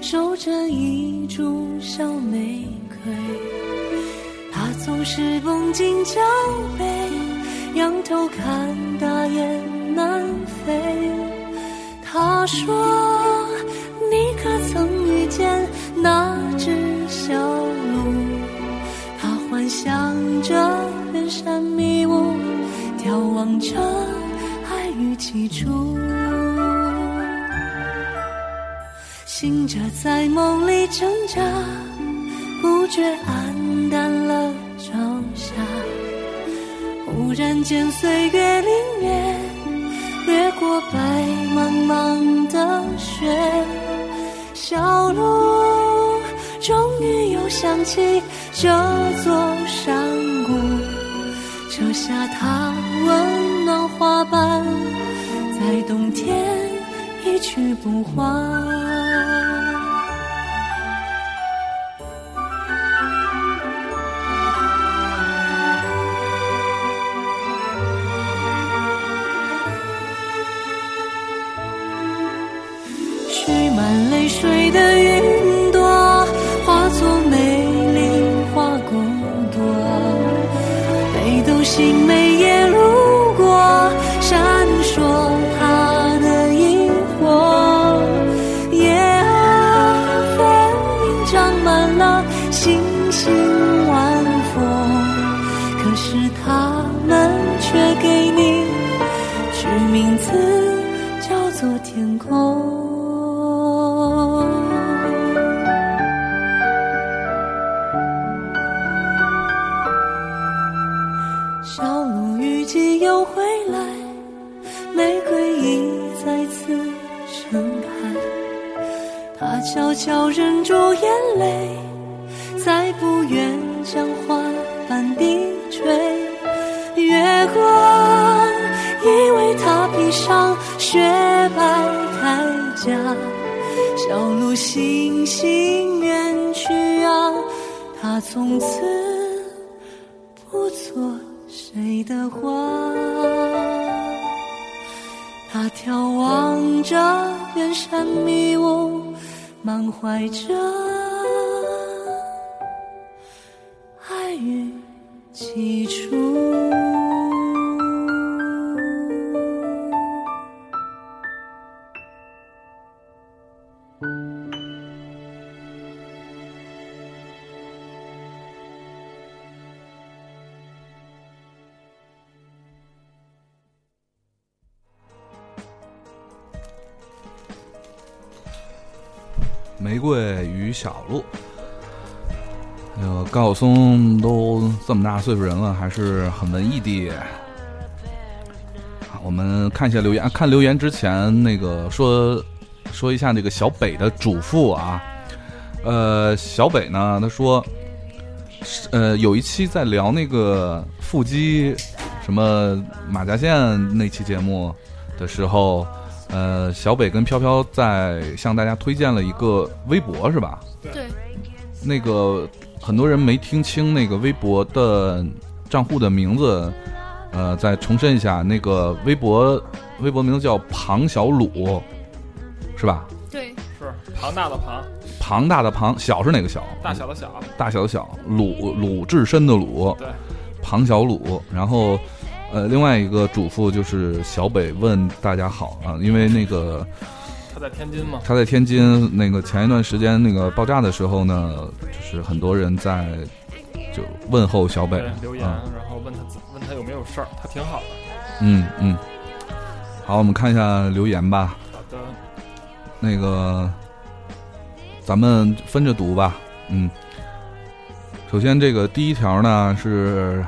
S6: 手摘一株小玫瑰。他总是绷紧脚背，仰头看大雁南飞。他说：“你可曾遇见那只小鹿？”他幻想着远山迷雾，眺望着爱与起初。醒着在梦里挣扎，不觉黯淡了朝霞。忽然间，岁月凌冽，掠过白茫茫的雪。小路终于又想起这座山谷，折下它温暖花瓣，在冬天一去不还。蓄满泪水的云朵，化作美丽花骨朵。北斗星每夜路过，闪烁它的萤火。夜啊，分明长满了星星晚风，可是它们却给你取名字叫做天空。小鹿雨季又回来，玫瑰已再次盛开。它悄悄忍住眼泪，再不愿像花瓣低垂。月光依偎它披上雪白铠甲，小鹿星星远去啊，它从此不做谁的花。他眺望着远山迷雾，满怀着爱与起初。
S1: 玫瑰与小鹿。哎呦，高晓松都这么大岁数人了，还是很文艺的。好我们看一下留言，啊看留言之前那个说说一下那个小北的嘱咐啊。呃，小北呢，他说，是呃，有一期在聊那个腹肌，什么马甲线那期节目的时候，呃，小北跟飘飘在向大家推荐了一个微博，是吧？
S2: 对，
S1: 那个很多人没听清那个微博的账户的名字，呃，再重申一下，那个微博微博名字叫庞小鲁，是吧？
S2: 对，
S3: 是庞大的庞，
S1: 庞大的庞，小是哪个小？
S3: 大小的小，
S1: 大小的小，鲁鲁智深的鲁，
S3: 对，
S1: 庞小鲁。然后，呃，另外一个嘱咐就是小北问大家好啊，因为那个
S3: 他在天津嘛，
S1: 他在天津那个前一段时间那个爆炸的时候呢，就是很多人在就问候小北
S3: 对，留言，
S1: 啊
S3: 然后问他怎问他有没有事儿，他挺好的。
S1: 嗯嗯。好，我们看一下留言吧。
S3: 好的，
S1: 那个咱们分着读吧。嗯，首先这个第一条呢是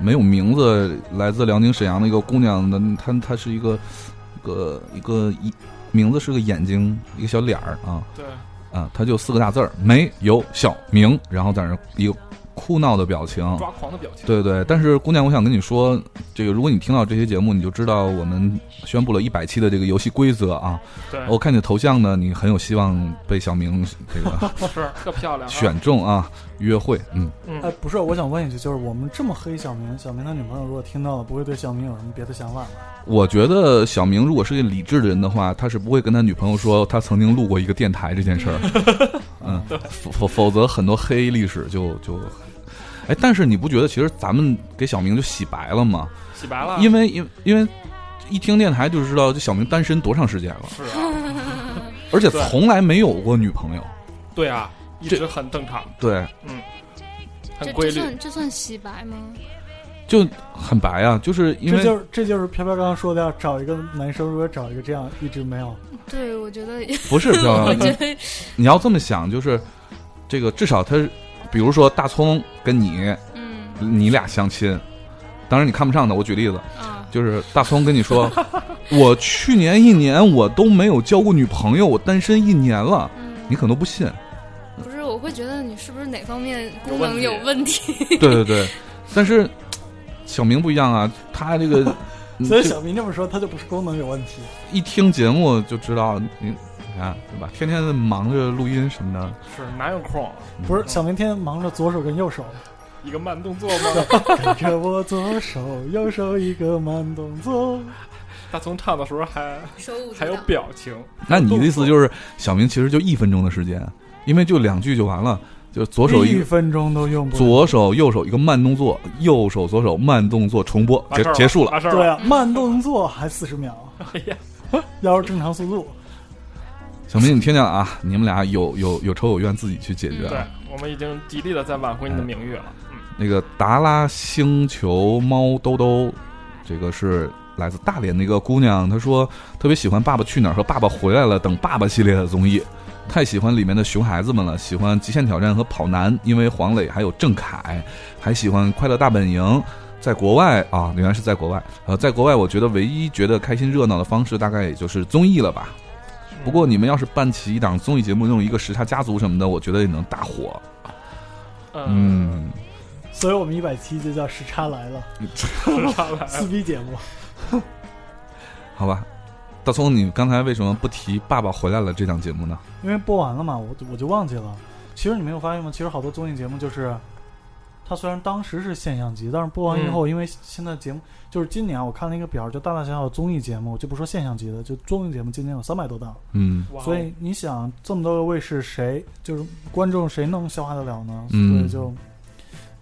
S1: 没有名字，来自辽宁沈阳的一个姑娘的，她她是一个一个一个一名字是个眼睛，一个小脸儿啊
S3: 对，
S1: 啊，她就四个大字儿，没有小明，然后在那儿一个哭闹的表情，
S3: 抓狂的表情。
S1: 对对，但是姑娘，我想跟你说，这个如果你听到这些节目，你就知道我们宣布了一百期的这个游戏规则啊。
S3: 对，
S1: 我看你的头像呢，你很有希望被小明这个
S3: 是特漂亮啊。
S1: 选中啊，约会。嗯，
S4: 哎
S3: 嗯，，
S4: 不是，我想问一句，就是我们这么黑小明，小明他女朋友如果听到了，不会对小明有什么别的想法吗？
S1: 我觉得小明如果是个理智的人的话，他是不会跟他女朋友说他曾经录过一个电台这件事儿。嗯，否否否则很多黑历史就就。哎，但是你不觉得其实咱们给小明就洗白了吗？
S3: 洗白了。
S1: 因为因为因为一听电台就知道这小明单身多长时间了。
S3: 是啊，
S1: 而且
S3: 对
S1: 从来没有过女朋友。
S3: 对啊，一
S1: 这
S3: 直很正常，
S1: 对，
S3: 很
S2: 这
S3: 规
S2: 这
S3: 律。
S2: 算这算洗白吗？
S1: 就很白啊，就是因
S4: 这
S1: 为
S4: 就是这就是飘飘刚刚说的，要找一个男生，如果找一个这样一直没有，
S2: 对，我觉得，
S1: 不是漂
S2: 我
S1: 亮，
S2: 觉得
S1: 你要这么想，就是这个至少他，比如说大葱跟你，
S2: 嗯
S1: 你俩相亲，当然你看不上他，我举例子，
S2: 啊，
S1: 就是大葱跟你说， 我去年一年我都没有交过女朋友，我单身一年了，你
S2: 嗯，
S1: 可能都不信，
S2: 不是，我会觉得你是不是哪方面功
S3: 问
S2: 能
S3: 题
S2: 有问 题？
S1: 对对对，但是小明不一样啊，他这个嗯
S4: 所以
S1: 就
S4: 小明这么说，他就不是功能有问题。
S1: 一听节目就知道你。你看，对吧？天天忙着录音什么的，
S3: 是哪有空啊？
S4: 不是，小明天忙着左手跟右手，
S3: 一个慢动作吗？
S4: 跟着我左手右手一个慢动作。
S3: 他从唱的时候还
S2: 手舞足
S3: 还有
S2: 蹈
S3: 表情，
S1: 那你的意思就是，小明其实就一分钟的时间，因为就两句就完了，就左手
S4: 一
S1: 一
S4: 分钟都用不了。
S1: 左手右手一个慢动作，右手左手慢动作重播
S3: 完
S1: 结
S3: 事儿
S1: 结束了。
S3: 完事儿
S4: 对
S3: 了。
S4: 啊，慢动作还四十秒，
S3: 哎呀，
S4: 要是正常速度，
S1: 小明，你听见了啊？你们俩有有有仇有怨，自己去解决。啊
S3: 嗯对，我们已经极力的在挽回你的名誉了。嗯，
S1: 那个达拉星球猫兜兜，这个是来自大连的一个姑娘，她说特别喜欢《爸爸去哪儿》和《爸爸回来了》等爸爸系列的综艺，太喜欢里面的熊孩子们了，喜欢《极限挑战》和《跑男》，因为黄磊还有郑恺，还喜欢《快乐大本营》。在国外啊，原来是在国外。呃，在国外，我觉得唯一觉得开心热闹的方式，大概也就是综艺了吧。不过你们要是办起一档综艺节目，用一个时差家族什么的，我觉得也能大火。
S3: 嗯，
S1: 嗯，
S4: 所以我们一百期就叫时差来了，
S3: 上来
S4: 撕逼节目。
S1: 好吧，大葱，你刚才为什么不提《爸爸回来了》这档节目呢？
S4: 因为播完了嘛，我就我就忘记了。其实你没有发现吗？其实好多综艺节目就是，它虽然当时是现象级，但是播完以
S1: 嗯
S4: 后，因为现在节目就是今年我看了一个表，就大大小小的综艺节目，就不说现象级的，就综艺节目今年有三百多档，
S1: 嗯，
S3: 哇哦
S4: 所以你想这么多个卫视，谁就是观众谁能消化得了呢？
S1: 嗯
S4: 所以就。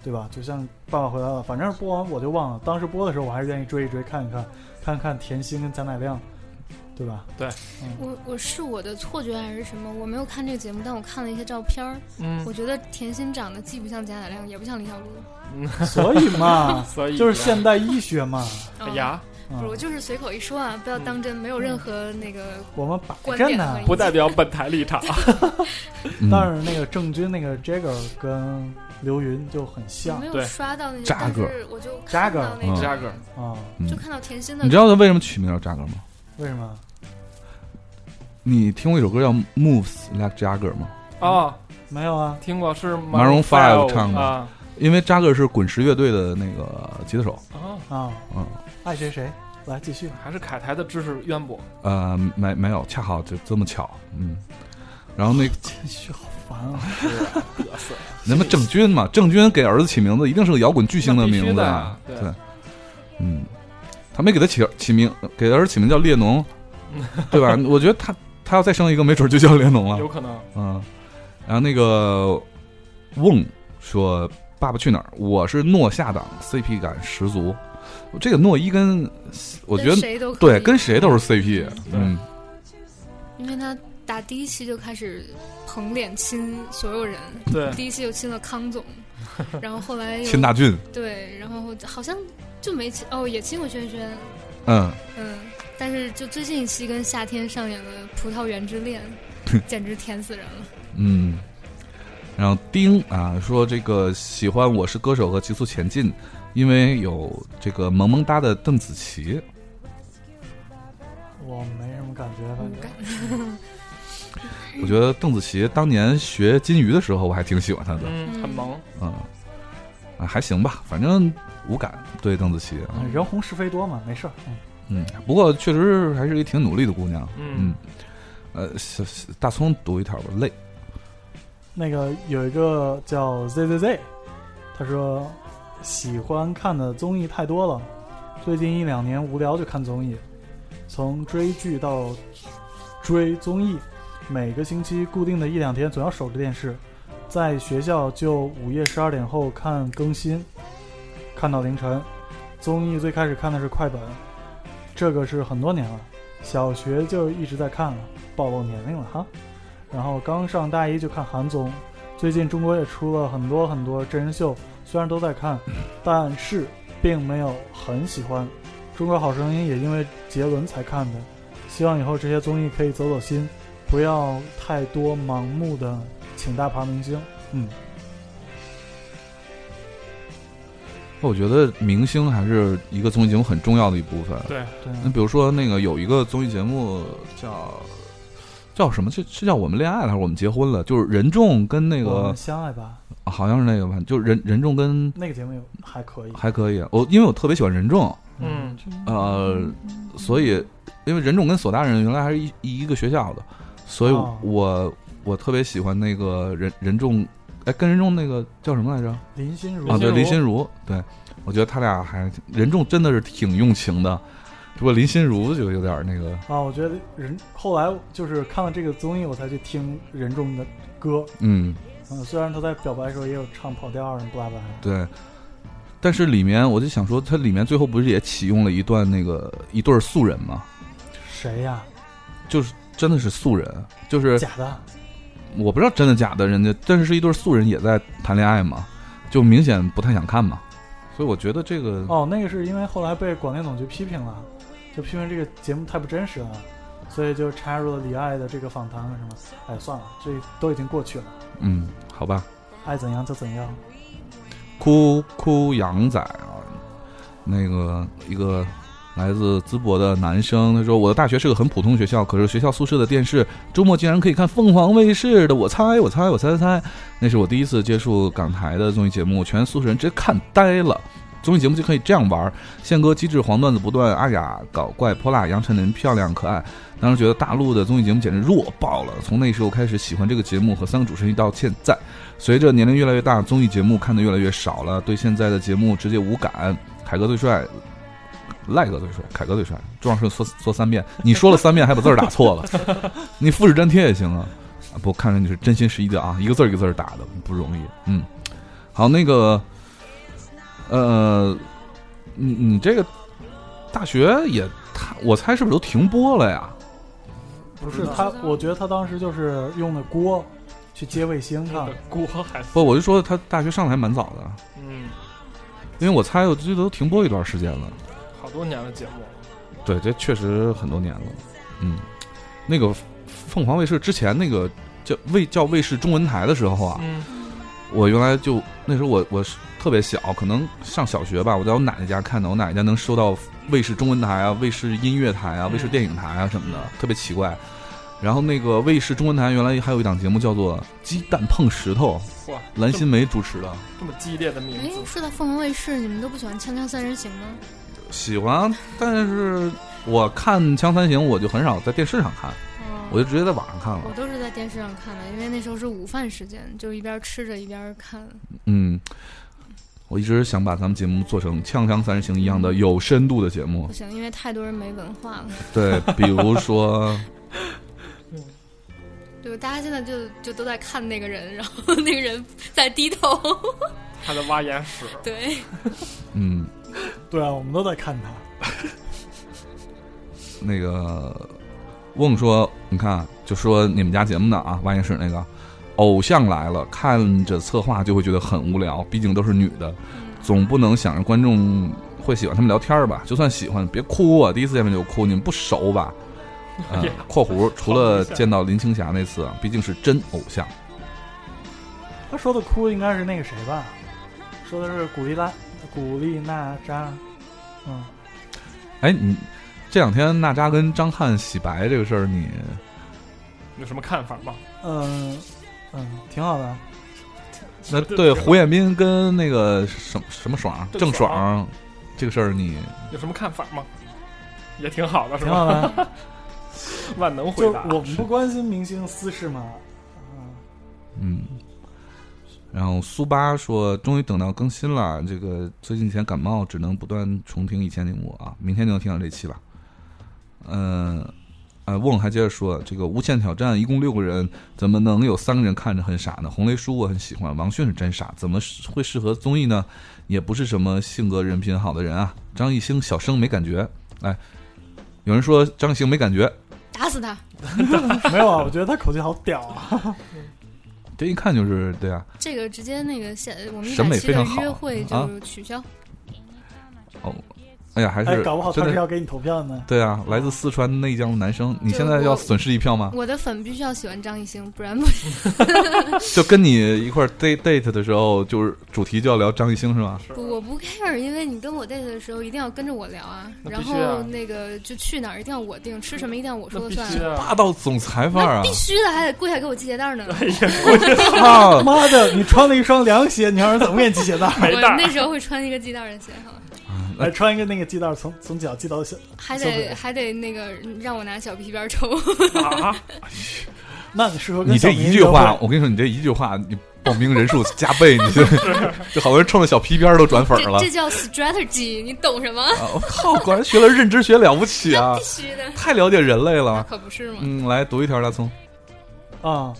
S4: 对吧？就像《爸爸回来了》，反正播完我就忘了。当时播的时候，我还是愿意追一追，看一看，看看甜心跟贾乃亮，对吧？
S2: 我我是我的错觉还是什么？我没有看这个节目，但我看了一些照片儿，
S3: 嗯，
S2: 我，觉得甜心长得既不像贾乃亮，也不像李小璐。
S4: 所以嘛
S3: 所以
S4: 就是现代医学 嘛。
S2: 哎
S3: 哎，呀，
S4: 嗯
S2: 不是，我就是随口一说啊，不要当真，没有任何那个
S4: 我们摆
S2: 观
S4: 着
S2: 点
S4: 呢
S2: 和。意
S3: 不代表本台 立场。
S1: 嗯
S4: 但是那个郑钧、那个 Jagger 跟刘云就很
S2: 我
S4: 像
S2: 没有
S3: 嗯对
S2: 刷到那些，
S1: 扎
S2: 但
S1: 个嗯
S2: 是我就
S4: 扎
S2: 看到
S4: 个
S2: 那个，
S3: 扎个
S4: 啊？
S2: 就看到甜心的。
S1: 你知道他为什么取名叫扎格吗？
S4: 为什么？
S1: 你听过一首歌叫《Moves Like Jagger》吗？
S3: 啊，
S4: 没有啊？
S3: 听过是
S1: Maroon Five 唱的
S3: 啊
S1: 因为扎格是滚石乐队的那个吉他手。
S3: 啊，
S4: 啊，
S1: 嗯，
S4: 爱谁谁。来继续。
S3: 还是凯台的知识渊博。
S1: 呃，没没有，恰好就这么巧。嗯，然后那个
S4: 继续好烦啊！
S3: 是啊 嘚瑟
S1: 那么郑钧嘛，郑钧给儿子起名字一定是个摇滚巨星
S3: 那必须
S1: 名字
S3: 的
S1: 啊。
S3: 对
S1: 对，嗯，他没给他起起名，给儿子起名叫列 侬，对吧？我觉得他他要再生一个，没准就叫列侬了。
S3: 有可能
S1: 嗯，然后那个瓮说《爸爸去哪儿》，我是诺下档，CP 感十足。这个诺一跟我觉
S2: 跟
S1: 得
S2: 谁都可以哎
S1: 对，跟谁都是 CP，嗯，
S2: 因为他打第一期就开始捧脸亲所有人，
S3: 对，
S2: 第一期就亲了康 总，然后后来又
S1: 秦大俊，
S2: 对，然后呃好像就没亲哦，也亲过轩轩，
S1: 嗯，
S2: 嗯， 但是就最近一期跟夏天上演的《葡萄园之恋》，简直甜死人了。
S1: 嗯，然后丁啊说这个喜欢《我是歌手》和《极速前进》，因为有这个萌萌哒的邓紫棋。
S4: 我没什么感觉，
S3: 哎
S4: 反正
S1: 我觉得邓紫棋当年学金鱼的时候，我还挺喜欢她的，
S3: 嗯，很萌。
S1: 嗯，啊还行吧，反正无感对邓紫棋啊，
S4: 嗯人红是非多嘛，没事儿。嗯
S1: 嗯，不过确实还是一挺努力的姑娘，
S3: 嗯
S1: 呃，小小大葱读一条吧，累，
S4: 那个有一个叫 Z Z Z，他说喜欢看的综艺太多了，最近一两年无聊就看综艺，从追剧到追综艺，每个星期固定的一两天总要守着电视，在学校就午夜十二点后看更新，看到凌晨。综艺最开始看的是快本，这个是很多年了，小学就一直在看了，暴露年龄了哈。然后刚上大一就看韩综，最近中国也出了很多很多真人秀，虽然都在看，
S1: 嗯
S4: 但是并没有很喜欢。中国好声音也因为杰伦才看的，希望以后这些综艺可以走走心，不要太多盲目的请大牌明星。嗯，
S1: 我觉得明星还是一个综艺节目很重要的一部分。
S3: 对，
S2: 嗯
S4: 对，
S1: 那比如说那个有一个综艺节目叫叫什么？是是叫我们恋爱了还是我们结婚了？就是任重跟那
S4: 我
S1: 个
S4: 们相爱吧，
S1: 好像是那个吧，就是任任重跟
S4: 那个节目有还可以。
S1: 还可以。我因为我特别喜欢任重，
S3: 嗯，
S1: 呃，所以因为任重跟索大人原来还是一一个学校的，所以
S4: 哦
S1: 我、我特别喜欢那个任任重，哎，跟任重那个叫什么来着？
S4: 林心如
S1: 啊，对，林
S3: 林
S1: 心
S3: 心
S1: 如，对我觉得他俩还挺任重真的是挺用情的，只不过林心如就有点那个。
S4: 啊，我觉得人后来就是看了这个综艺，我才去听任重的歌。
S1: 嗯，
S4: 嗯，虽然他在表白的时候也有唱跑调儿什么不拉不拉的。
S1: 对。但是里面我就想说，它里面最后不是也启用了一段那个一对儿素人吗？
S4: 谁呀、
S1: 就是真的是素人，就是
S4: 假的，
S1: 我不知道真的假的，人家但是一对儿素人也在谈恋爱嘛，就明显不太想看嘛。所以我觉得这个，
S4: 哦，那个是因为后来被广电总局批评了，就批评这个节目太不真实了，所以就插入了李艾的这个访谈了，是吗？哎，算了，这都已经过去了，
S1: 嗯，好吧，
S4: 爱怎样就怎样。
S1: 哭哭羊仔啊，那个一个来自淄博的男生，他说我的大学是个很普通学校，可是学校宿舍的电视周末竟然可以看凤凰卫视的，我猜我猜我猜猜，那是我第一次接触港台的综艺节目，全宿舍人直接看呆了。综艺节目就可以这样玩儿，宪哥机智，黄段子不断，阿雅搞怪泼辣，杨丞琳漂亮可爱。当时觉得大陆的综艺节目简直弱爆了，从那时候开始喜欢这个节目和三个主持人到现在。随着年龄越来越大，综艺节目看的越来越少了，对现在的节目直接无感。凯哥最帅，赖哥最帅，凯哥最帅。朱老师说说三遍，你说了三遍还把字儿打错了，你复制粘贴也行啊。啊不，看着你是真心实意的啊，一个字儿一个字儿打的不容易。嗯，好，那个，呃，你你这个大学也，他我猜是不是都停播了呀？
S4: 不是他，我觉得他当时就是用的锅去接卫星看
S3: 这，个锅还
S1: 不，我就说他大学上的还蛮早的，
S3: 嗯，
S1: 因为我猜我记得都停播一段时间了。
S3: 好多年的节目了，
S1: 对，这确实很多年了。嗯，那个凤凰卫视之前那个叫卫叫卫视中文台的时候啊，
S3: 嗯
S1: 我原来就那时候我我是特别小，可能上小学吧，我在我奶奶家看的，我奶奶家能收到卫视中文台啊、卫视音乐台啊、
S3: 嗯
S1: 卫视电影台啊什么的，特别奇怪。然后那个卫视中文台原来还有一档节目叫做《鸡蛋碰石头
S3: 哇，》，
S1: 蓝
S3: 这
S1: 心
S3: 么
S1: 湄主持的，
S3: 这么激烈的名
S2: 哎，
S3: 字，
S2: 说到凤凰卫视，你们都不喜欢《锵锵三人行》吗？
S1: 喜欢，但是我看《锵三行》，我就很少在电视上看，
S2: 哦
S1: 我就直接在网上看了
S2: 我。都是在电视上看的，因为那时候是午饭时间，就一边吃着一边看。
S1: 嗯，我一直想把咱们节目做成《锵锵三人行》一
S3: 嗯
S1: 样的有深度的节目
S2: 不，行，因为太多人没文化了。
S1: 对，比如说，
S2: 对，大家现在就就都在看那个人，然后那个人在低头。
S3: 还在挖眼屎，
S2: 对，
S1: 嗯，
S4: 对啊，我们都在看他。
S1: 那个翁说，你看，就说你们家节目呢啊，万眼室那个偶像来了，看着策划就会觉得很无聊，毕竟都是女的，
S2: 嗯
S1: 总不能想着观众会喜欢他们聊天儿吧？就算喜欢，别哭啊，第一次见面就哭，你们不熟吧？嗯
S3: 哎呀，
S1: 括弧除了
S3: 好一下
S1: 啊
S3: 啊
S1: 见到林青霞那次，毕竟是真偶像。
S4: 他说的哭应该是那个谁吧？说的是古力拉、古力娜扎，嗯，
S1: 哎，你这两天娜扎跟张翰洗白这个事儿， 你
S3: 有什么看法吗？
S4: 嗯嗯，挺好的。
S1: 那
S3: 对
S1: 对
S3: 对
S1: 胡彦斌跟那个什么什么爽郑
S3: 郑爽
S1: 爽这个事儿，你
S3: 有什么看法吗？也挺好的，是
S4: 挺
S3: 吧？
S4: 好的，
S3: 万能回
S4: 就
S3: 答。
S4: 我们不关心明星私事嘛，嗯，
S1: 嗯。然后苏八说：“终于等到更新了，这个最近几天感冒，只能不断重听以前节目啊，明天就能听到这期了。”嗯，啊，瓮还接着说：“这个无限挑战一共六个人，怎么能有三个人看着很傻呢？红雷叔我很喜欢，王迅是真傻，怎么会适合综艺呢？也不是什么性格人品好的人啊。张艺兴小生没感觉，哎，有人说张艺兴没感觉，
S2: 打死他！
S4: 没有啊，我觉得他口气好屌啊，
S1: 这一看就是对啊。
S2: 这个直接那个下我们一
S1: 审
S2: 百
S1: 美
S2: 期
S1: 非
S2: 的
S1: 常好
S2: 约会
S1: 啊
S2: 就是取消。
S1: 哦，哎 呀，还是
S4: 哎，搞不好
S1: 真
S4: 他
S1: 的
S4: 是要给你投票呢。
S1: 对啊，来自四川内江的男生，你
S2: 就
S1: 现在
S2: 我
S1: 要损失一票 吗？
S2: 我的粉必须要喜欢张艺兴，不然不
S1: 就跟你一块儿 date date 的时候，就是主题就要聊张艺兴是吗？
S3: 是
S2: 不我不 care，因为你跟我 date 的时候一定要跟着我聊啊，
S3: 那
S2: 然
S3: 必须啊
S2: 后那个就去哪儿一定要我定，吃什么一定要我
S3: 那
S2: 说了
S3: 必
S2: 算
S3: 须。啊！
S1: 霸道总裁范儿啊
S2: 必！须的，还得跪下给我系鞋带 儿呢。
S1: 啊，
S4: 妈的，你穿了一双凉鞋，你让人怎么给你系鞋 带儿？
S1: 哎
S3: 没
S2: 我
S3: 带儿
S2: 那时候会穿一个系带儿的鞋，好吧
S4: 哎，穿一个那个系带儿，从从脚系到小，
S2: 还
S4: 是不
S2: 得
S4: 是
S2: 还得那个让我拿小皮 鞭抽。
S3: 啊，
S4: 那你适合跟
S1: 你这
S4: 小明
S1: 一句
S4: 约会
S1: 话，我跟你说，你这一句话，你报名人数加倍，你这就好多人冲着小皮鞭儿都转粉儿
S2: 这
S1: 了
S2: 这。叫 strategy，你懂什么？
S1: 啊我靠，果然学了认知学了不起啊
S2: 必！须的，
S1: 太了解人类了。
S2: 可不是吗？
S1: 嗯，来读一条大葱。
S4: 啊。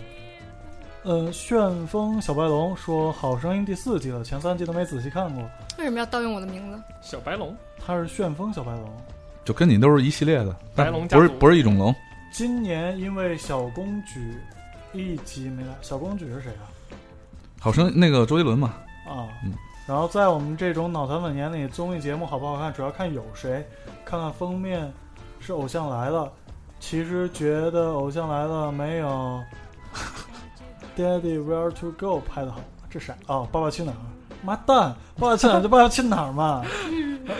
S4: 呃，旋风小白龙说《好声音》第四季了，前三季都没仔细看过。
S2: 为什么要盗用我的名字？
S3: 小白龙，
S4: 他是旋风小白龙，
S1: 就跟你都是一系列的，但
S3: 白龙家
S1: 不是
S3: 族
S1: 不是一种龙。
S4: 今年因为小公举一集没来，小公举是谁啊？
S1: 好声那个周杰伦嘛，
S4: 啊，
S1: 嗯
S4: 然后在我们这种脑残粉眼里，综艺节目好不好看，主要看有谁，看看封面是《偶像来了》，其实觉得《偶像来了》没有 《Daddy Where to Go》拍的好，这啥？哦，《爸爸去哪儿》。妈蛋，《爸爸去哪儿》就《爸爸去哪儿》嘛，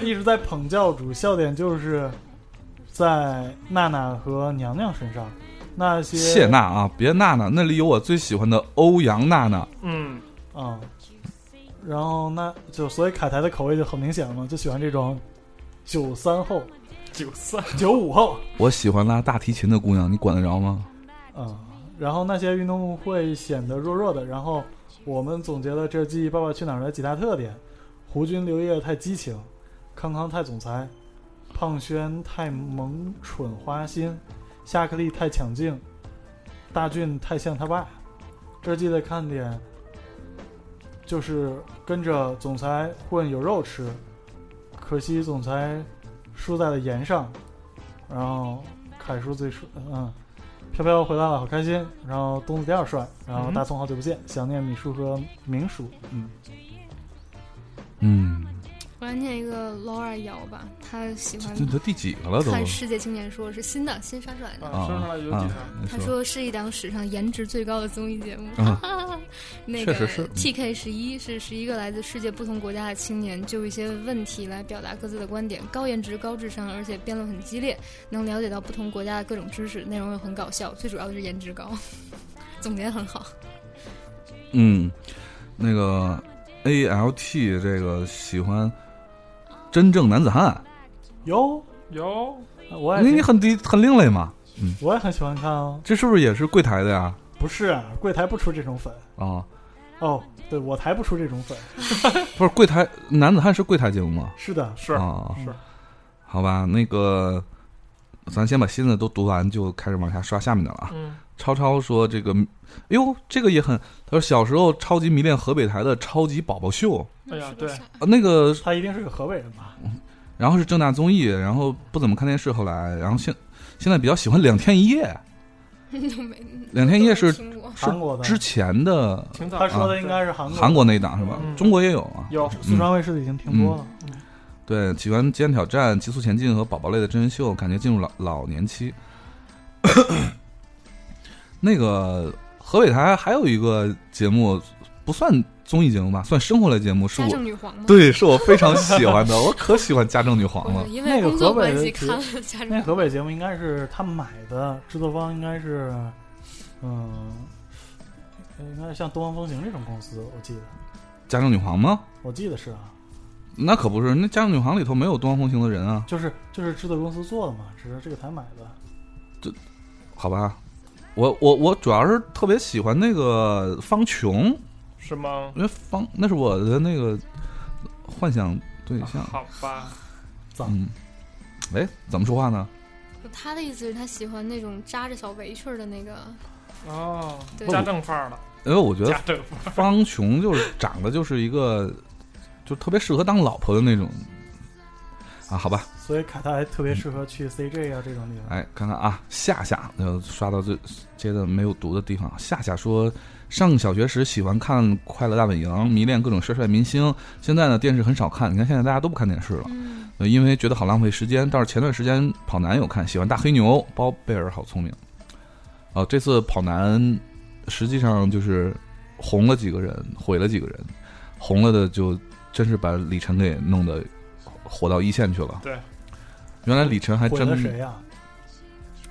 S4: 一直在捧教主，笑点就是在娜娜和娘娘身上，那些
S1: 谢娜啊，别娜娜，那里有我最喜欢的欧阳娜娜。
S3: 嗯，
S4: 啊、然后那就所以凯台的口味就很明显了嘛，就喜欢这种九三后、
S3: 九三，
S4: 九五后
S1: 我喜欢拉大提琴的姑娘，你管得着吗？
S4: 啊、然后那些运动会显得弱弱的。然后我们总结了这季《爸爸去哪儿》的几大特点：胡军、刘烨太激情，康康太总裁，胖轩太萌蠢花心，夏克立太抢镜，大俊太像他爸。这季的看点就是跟着总裁混有肉吃，可惜总裁输在了盐上，然后凯叔最帅，嗯，飘飘回来了，好开心，然后东子第二帅，然后大葱好久不见，想念米叔和明叔，嗯，
S1: 嗯，
S2: 我来念一个 Laura 瑶吧，她喜欢
S1: 这都第几个了都？
S2: 看《世界青年说》，是新的新刷出来的。
S1: 啊
S3: 啊，说出来有
S1: 啊
S3: 几条？
S1: 你
S2: 她
S1: 说
S2: 说是一档史上颜值最高的综艺节目。
S1: 啊，
S2: 那
S1: 确
S2: 个
S1: 实是嗯
S2: TK 十一是十一个来自世界不同国家的青年，就一些问题来表达各自的观点，高颜值、高智商，而且辩论很激烈，能了解到不同国家的各种知识，内容又很搞笑，最主要的是颜值高， 总结得很好。
S1: 嗯，那个 A L T 这个喜欢真正男子汉，
S4: 哟，
S3: 有
S4: 我也
S1: 你你
S4: 挺
S1: 很低很另类嘛，
S4: 我也很喜欢看哦，
S1: 这是不是也是柜台的呀？
S4: 不是啊，柜台不出这种粉
S1: 啊，
S4: 哦，对我台不出这种粉，
S1: 不是柜台男子汉是柜台节目吗？
S4: 是的，
S3: 是
S1: 啊，
S3: 是，
S1: 好吧，那个咱先把新的都读完，就开始往下刷下面的了啊。
S3: 嗯，
S1: 超超说这个，哎呦，这个也很，他说小时候超级迷恋河北台的超级宝宝秀，
S3: 哎呀
S2: 是不是
S3: 对
S2: 傻
S1: 呃，那个
S4: 他一定是个河北人吧？
S1: 然后是正大综艺，然后不怎么看电视，后来，然后现现在比较喜欢两天一夜，
S2: 都没
S1: 两天一夜是
S2: 都没听过
S1: 是
S4: 韩国的，
S1: 之前的啊
S3: 挺早
S4: 他
S3: 的。
S4: 说的应该是韩国的
S1: 韩国那一档是吧？
S3: 嗯
S1: 中国也有啊。
S3: 有
S4: 四川卫视的已经停播了，
S1: 对，喜欢《极限挑战》《极速前进》和宝宝类的真人秀，感觉进入老老年期。 那个河北台还有一个节目，不不算综艺节目吧，算生活类节目，是
S2: 家
S1: 我
S2: 政女皇 吗？
S1: 对，是我非常喜欢的， 我可喜欢家政女皇
S2: 我
S1: 了。
S2: 因
S4: 那
S2: 为
S4: 个
S2: 工作
S4: 河北
S2: 关
S4: 的
S2: 系
S4: 节
S2: 看了家
S1: 嗯
S4: 那
S2: 政。
S4: 河北节目应该是他买的，制作方应该是，嗯，应该是像东方风行这种公司，我记得，
S1: 家政女皇吗？
S4: 我记得是啊，
S1: 那可不是，那家政女皇里头没有东方风情的人啊，
S4: 就是就是制作公司做的嘛，只是这个台买的。
S1: 好吧。我我我主要是特别喜欢那个方琼，
S3: 是吗？
S1: 因为方那是我的那个幻想对象。
S3: 好吧，
S1: 嗯，哎，怎么说话呢？
S2: 他的意思是，他喜欢那种扎着小围裙儿的那个，
S3: 哦，
S2: 对
S3: 家政范儿了，
S1: 因为我觉得
S3: 家政范
S1: 方琼就是长得就是一个，就特别适合当老婆的那种。啊，好吧，
S4: 所以凯特还特别适合去 CJ 啊这种地方。
S1: 哎，看看啊，夏夏，呃，刷到这接着没有读的地方。啊夏夏说，上小学时喜欢看《快乐大本营》，迷恋各种帅帅明星。现在呢，电视很少看，你看现在大家都不看电视了。
S2: 嗯，
S1: 呃，因为觉得好浪费时间。倒是前段时间跑男有看，喜欢大黑牛，包贝尔好聪明。啊、这次跑男实际上就是红了几个人，毁了几个人。红了的就真是把李晨给弄得火到一线去了。
S3: 对，
S1: 原来李晨还
S4: 毁
S1: 真
S4: 了谁呀、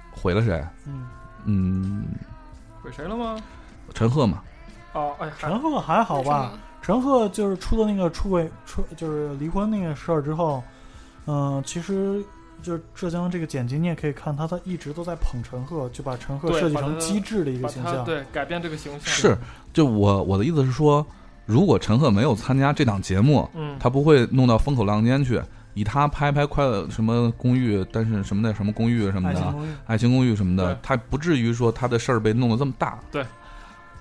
S1: 毁了谁？
S4: 嗯，
S1: 嗯，
S3: 儿毁谁了吗？
S1: 陈赫嘛。
S3: 哦，哎，还
S4: 陈赫还好吧？陈赫就是出了那个出轨出就是离婚那个事儿之后，嗯、其实就是浙江这个剪辑，你也可以看他，他一直都在捧陈赫，就把陈赫
S3: 对
S4: 设计
S3: 把
S4: 成
S3: 他
S4: 机智的一个
S3: 把
S4: 形
S3: 他
S4: 象。
S3: 对改变这个形象
S1: 是，就我我的意思是说，如果陈赫没有参加这档节目，
S3: 嗯，
S1: 他不会弄到风口浪尖去。以他拍拍快乐什么公寓，但是什么那什么公寓什么
S4: 爱
S1: 的，
S4: 情
S1: 《
S4: 公寓，
S1: 爱情公寓》什么的
S3: 对，
S1: 他不至于说他的事儿被弄得这么大。
S3: 对。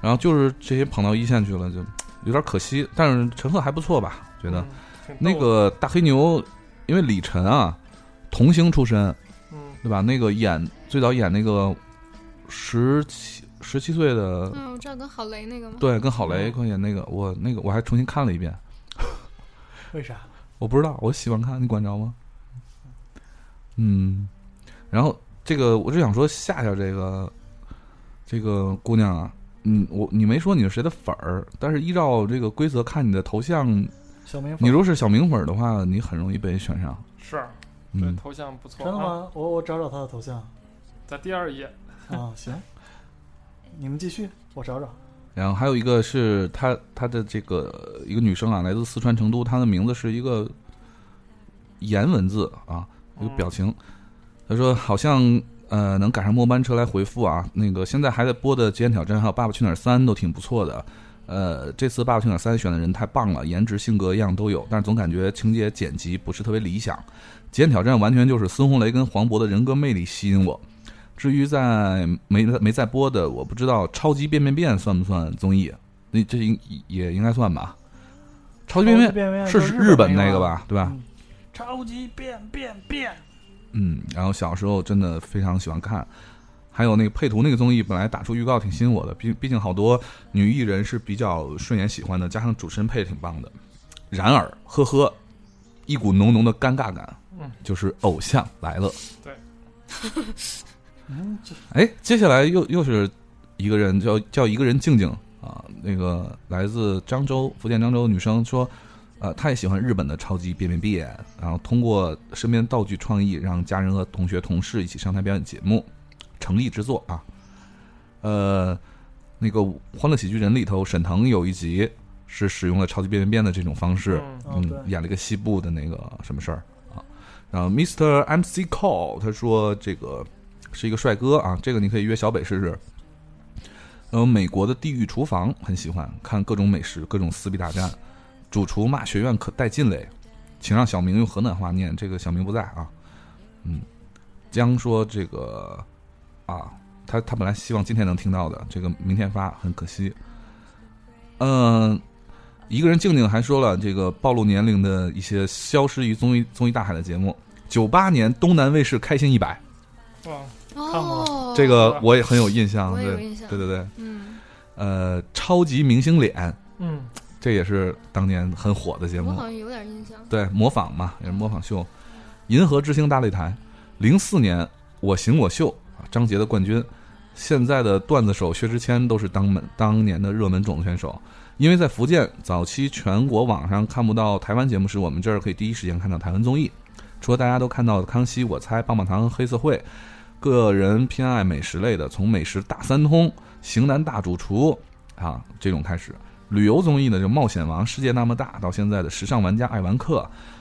S1: 然后就是这些捧到一线去了，就有点可惜。但是陈赫还不错吧？觉得、
S3: 嗯挺
S1: 那
S3: 逗的
S1: 个大黑牛，因为李晨啊，童星出身，
S3: 嗯，
S1: 对吧？那个演最早演那个十七十七岁的，
S2: 嗯，我知道跟郝蕾那个吗？
S1: 对，跟郝蕾一块演那个，我那个我还重新看了一遍。
S4: 为啥？
S1: 我不知道，我喜欢看，你管着吗？嗯，然后这个我就想说夏夏这个这个姑娘啊，嗯，我你没说你是谁的粉儿，但是依照这个规则看你的头像，
S4: 小明粉，
S1: 你如果是小明粉儿的话，你很容易被选上。
S3: 是对
S1: 嗯，
S3: 头像不错，
S4: 真的
S3: 啊？
S4: 吗？我我找找他的头像
S3: 在第二页，
S4: 啊，行，你们继续，我找找。
S1: 然后还有一个是她她的这个一个女生啊，来自四川成都，她的名字是一个颜文字啊，一
S3: 哦嗯
S1: 个表情。他说好像呃能赶上末班车来回复啊。那个现在还在播的《极限挑战》还有《爸爸去哪儿三》都挺不错的。呃，这次《爸爸去哪儿三》选的人太棒了，颜值、性格一样都有，但是总感觉情节剪辑不是特别理想。《极限挑战》完全就是孙红雷跟黄渤的人格魅力吸引我。至于在没没在播的，我不知道《超级变变变》算不算综艺？那这应也应该算吧。超级变变
S4: 变变
S1: 是
S4: 是
S1: 日本那
S4: 那
S1: 个？吧，对吧？
S4: 嗯超级变变变，
S1: 嗯，然后小时候真的非常喜欢看，还有那个配图那个综艺，本来打出预告挺吸引我的，毕毕竟好多女艺人是比较顺眼喜欢的，加上主持人配的挺棒的。然而，呵呵，一股浓浓的尴尬感，
S3: 嗯，
S1: 就是偶像来了。
S4: 嗯，这
S1: 哎，接下来又又是一个人叫叫一个人静静啊，那个来自漳州福建漳州的女生说，呃，她也喜欢日本的超级变变变，然后通过身边道具创意，让家人和同学同事一起上台表演节目，成立之作啊。呃，那个《欢乐喜剧人》里头，沈腾有一集是使用了超级变变变的这种方式，
S4: 哦
S3: 嗯
S1: 嗯
S4: 对，
S1: 演了一个西部的那个什么事儿啊。然后 Mr. MC Call 他说这个是一个帅哥啊，这个你可以约小北试试。然后美国的《地狱厨房》很喜欢看各种美食，各种撕逼大战，主厨骂学院可带劲嘞，请让小明用河南话念，这个小明不在啊。嗯，江说这个啊，他他本来希望今天能听到的，这个明天发很可惜。嗯、一个人静静还说了这个暴露年龄的一些消失于综艺综艺大海的节目。九八年东南卫视《开心一百
S3: 哇，
S4: 看过
S2: 哦》，，
S1: 这个我也很有印象。
S2: 我也有
S1: 对
S2: 印象，
S1: 对对对，
S2: 嗯，
S1: 呃，超级明星脸，
S3: 嗯，
S1: 这也是当年很火的节
S2: 我
S1: 目
S2: 好。像有点印象。
S1: 对，模仿嘛，也是模仿秀。银河之星大擂台，零四年我行我秀，啊张杰的冠军。现在的段子手薛之谦都是当门当年的热门种子选手，因为在福建早期全国网上看不到台湾节目时，我们这儿可以第一时间看到台湾综艺。除了大家都看到的《康熙》《我猜》《棒棒糖》《黑社会》，个人偏爱美食类的，从美食大三通、型男大主厨啊这种开始。旅游综艺呢，就《冒险王》《世界那么大》，到现在的《时尚玩家》《爱玩客》。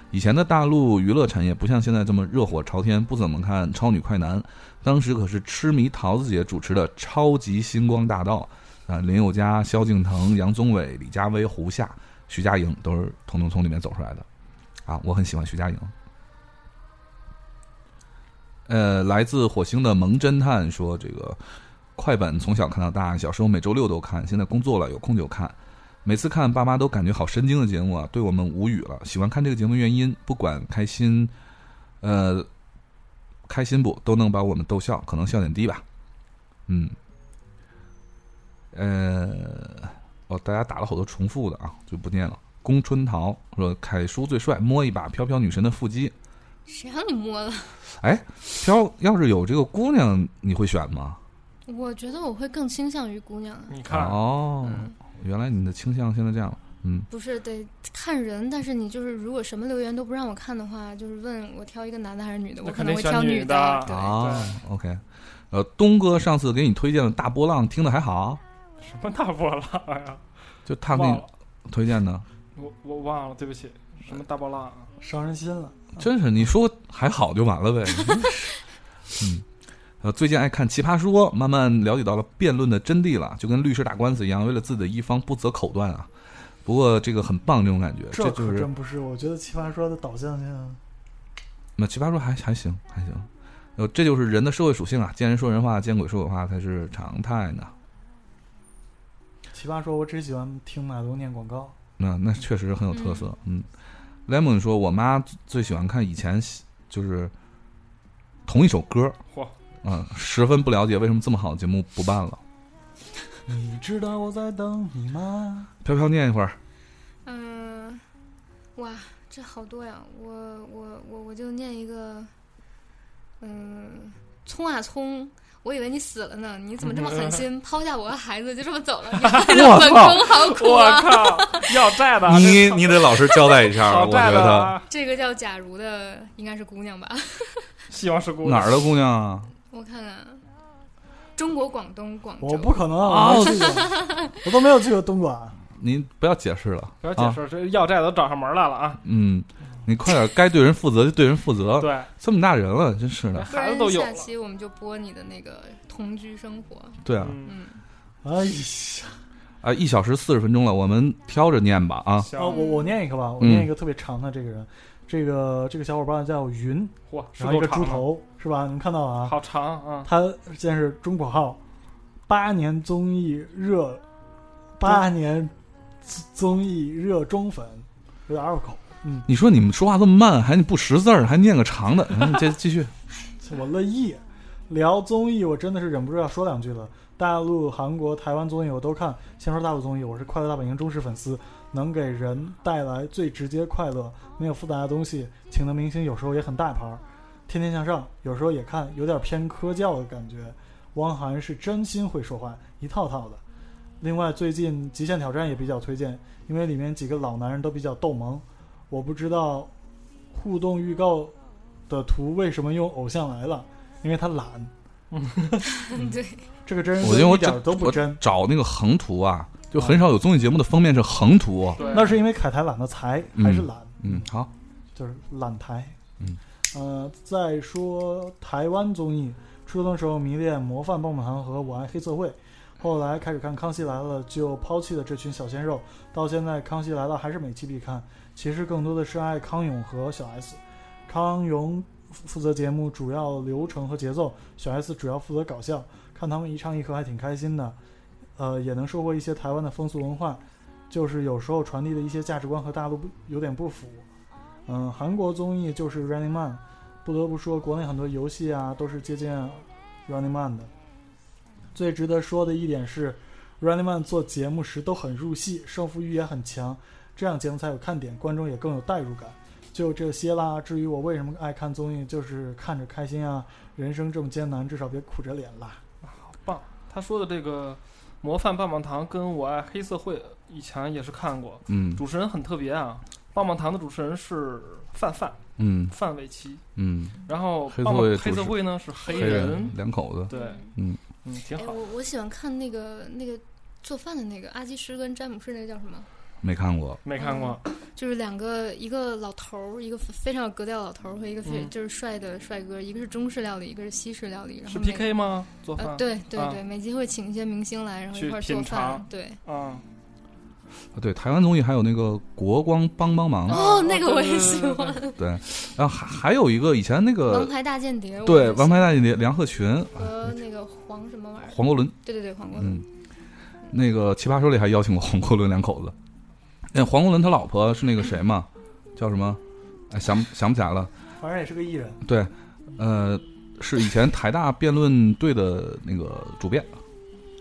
S1: 以前的大陆娱乐产业不像现在这么热火朝天，不怎么看《超女快男》，当时可是痴迷桃子姐主持的《超级星光大道》啊，林宥嘉、萧敬腾、杨宗纬、李佳薇、胡夏、徐佳莹都是统统从里面走出来的啊，我很喜欢徐佳莹。呃，来自火星的萌侦探说，这个快本从小看到大，小时候每周六都看，现在工作了有空就看。每次看爸妈都感觉好神经的节目啊，对我们无语了。喜欢看这个节目原因，不管开心，呃，开心不都能把我们逗笑，可能笑点低吧。嗯，呃，哦，大家打了好多重复的啊，就不念了。龚春桃说：“凯叔最帅，摸一把飘飘女神的腹肌。
S2: 谁让你摸了？
S1: 飘，要是有这个姑娘，你会选吗？
S2: 我觉得我会更倾向于姑娘，啊
S3: 你看，
S1: 哦，
S2: 嗯，
S1: 原来你的倾向现在这样了。嗯，
S2: 不是得看人，但是你就是如果什么留言都不让我看的话，就是问我挑一个男的还是女的，
S3: 那
S2: 我
S3: 肯
S2: 可
S3: 定
S2: 能会挑
S3: 选女
S2: 女
S3: 的
S2: 对，
S1: 啊，OK，呃，东哥上次给你推荐的大波浪听的还好，
S3: 什么大波浪啊哎呀？
S1: 就他给
S3: 忘
S1: 你
S3: 了，
S1: 推荐的，
S3: 我我忘了，对不起，什么大波浪啊？
S4: 伤人心了。
S1: 真是你说还好就完了呗。 嗯，呃，最近爱看《奇葩说》，慢慢了解到了辩论的真谛了，就跟律师打官司一样，为了自己的一方不择口段啊。不过这个很棒，这种感觉，这
S4: 这
S1: 就
S4: 可
S1: 是
S4: 真不是，我觉得《奇葩说》的导向性，
S1: 那《奇葩说》还还行，还行。呃，这就是人的社会属性啊，见人说人话，见鬼说鬼话才是常态呢。
S4: 《奇葩说》我只喜欢听马东念广告。
S1: 那那确实很有特色。嗯，Lemon 说，我妈最最喜欢看以前喜就是同一首歌，
S3: 嚯，
S1: 嗯，十分不了解为什么这么好的节目不办了。
S4: 你知道我在等你吗？
S1: 飘飘念一会儿，
S2: 嗯、哇，这好多呀！我我我我就念一个，嗯、冲啊冲！我以为你死了呢，你怎么这么狠心，抛下我和孩子就这么走了？你孩子
S3: 我
S2: 本
S3: 靠
S2: 宫好苦
S3: 我
S2: 啊！
S3: 靠，要债的啊，
S1: 你
S3: 这
S1: 你得老实交代一下
S3: 好
S1: 我觉
S3: 债的
S1: 得
S3: 啊，
S2: 这个叫假如的应该是姑娘吧？
S3: 希望是姑
S1: 哪
S3: 娘
S1: 儿的姑娘啊？
S2: 我看看啊，中国广东广州。
S4: 我不可能，啊
S3: 哦
S4: 我没去过， 我都没有去过 东莞。
S1: 您不要解释了，
S3: 不要解
S1: 啊。
S3: 释，这要债的都找上门来了啊！
S1: 嗯，你快点，该对人负责就对人负责。
S3: 对，嗯
S1: 这么大人了，真是的。
S2: 不
S3: 孩
S2: 然
S3: 子都有
S2: 下
S3: 了，
S2: 期我们就播你的那个同居生活。
S1: 对啊，
S3: 嗯，
S2: 嗯，
S4: 哎呀，
S1: 啊，一小时四十分钟了，我们挑着念吧啊。
S3: 行
S4: 啊，，我我念一个吧，我
S1: 嗯
S4: 念一个特别长的这个人，这个这个小伙伴叫云，
S3: 嚯，是
S4: 然后一
S3: 够
S4: 个猪
S3: 长的，
S4: 头是吧？你们看到了啊？
S3: 好长啊！
S4: 他现在是中国号，八年综艺热，八年综艺热衷粉，有点拗口。嗯，
S1: 你说你们说话这么慢，还你不识字儿，还念个长的，嗯，这继续。
S4: 我乐意聊综艺，我真的是忍不住要说两句了。大陆、韩国、台湾综艺我都看。先说大陆综艺，我是《快乐大本营》忠实粉丝，能给人带来最直接快乐，没有复杂的东西，请的明星有时候也很大牌儿。天天向上有时候也看，有点偏科教的感觉。汪涵是真心会说话，一套套的。另外，最近《极限挑战》也比较推荐，因为里面几个老男人都比较逗萌。我不知道互动预告的图为什么用偶像来了，因为他懒。
S2: 对，
S4: 这个真人
S1: 我觉得我
S4: 一点儿
S1: 找
S4: 都不真，
S1: 找那个横图啊，就很少有综艺节目的封面是横图。
S3: 对，
S4: 那是因为凯台懒得裁，
S1: 嗯
S4: 还是懒，
S1: 嗯，好，
S4: 就是懒台。
S1: 嗯，
S4: 呃，再说台湾综艺，初中的时候迷恋《模范棒棒糖》和《我爱黑社会》，后来开始看《康熙来了》，就抛弃了这群小鲜肉，到现在《康熙来了》还是每期必看。其实更多的是爱康永和小 S，康永负责节目主要流程和节奏，小 S 主要负责搞笑。看他们一唱一和还挺开心的，呃，也能收获一些台湾的风俗文化，就是有时候传递的一些价值观和大陆不有点不符。嗯，韩国综艺就是《Running Man》，不得不说，国内很多游戏啊都是借鉴《Running Man》的。最值得说的一点是，《Running Man》做节目时都很入戏，胜负欲也很强，这样节目才有看点，观众也更有代入感。就这些啦。至于我为什么爱看综艺，就是看着开心啊，人生这么艰难，至少别苦着脸啦。
S3: 好棒，他说的这个《模范棒棒糖》跟《我爱黑社会》以前也是看过，
S1: 嗯
S3: 主持人很特别啊。棒棒糖的主持人是范范
S1: 嗯
S3: 范玮琪，
S1: 嗯，
S3: 然后
S1: 黑社
S3: 棒棒
S1: 会主
S3: 黑社
S1: 持
S3: 会呢是黑
S1: 黑
S3: 人
S1: 人，两口子，
S3: 对，
S1: 嗯
S3: 嗯，挺
S2: 哎，
S3: 好。
S2: 我我喜欢看那个那个做饭的那个阿基师跟詹姆士那个叫什么？
S1: 没看过，
S3: 没看过，
S2: 就是两个，一个老头儿，一个非常有格调的老头儿，和一个非、
S3: 嗯
S2: 就是帅的帅哥，一个是中式料理，一个是西式料理，嗯然
S3: 是
S2: 后每
S3: PK 吗？做饭
S2: 呃，对对
S3: 啊
S2: 对，每集会请一些明星来，然后
S3: 去
S2: 一块儿
S3: 品
S2: 做饭
S3: 尝，
S2: 对。
S3: 啊，
S1: 啊对台湾综艺还有那个国光帮帮忙，
S2: 哦
S3: 啊，
S2: 那个
S3: 对
S2: 我
S3: 对
S2: 也
S3: 对
S2: 喜
S3: 对对
S2: 欢，《
S1: 对，然后还还有一个以前那
S2: 王
S1: 个
S2: 牌大间谍》。
S1: 对《王牌大姐》梁鹤群、
S2: 和那个黄什么玩意儿？
S1: 黄国伦，
S2: 对对对，黄国伦
S1: 嗯。，那个《奇葩说》里还邀请过黄国伦两口子。那黄国伦他老婆是那个谁嘛？叫什么？哎，想不想不起来了。
S4: 反正也是个艺人。
S1: 对，呃，是以前台大辩论队的那个主辩，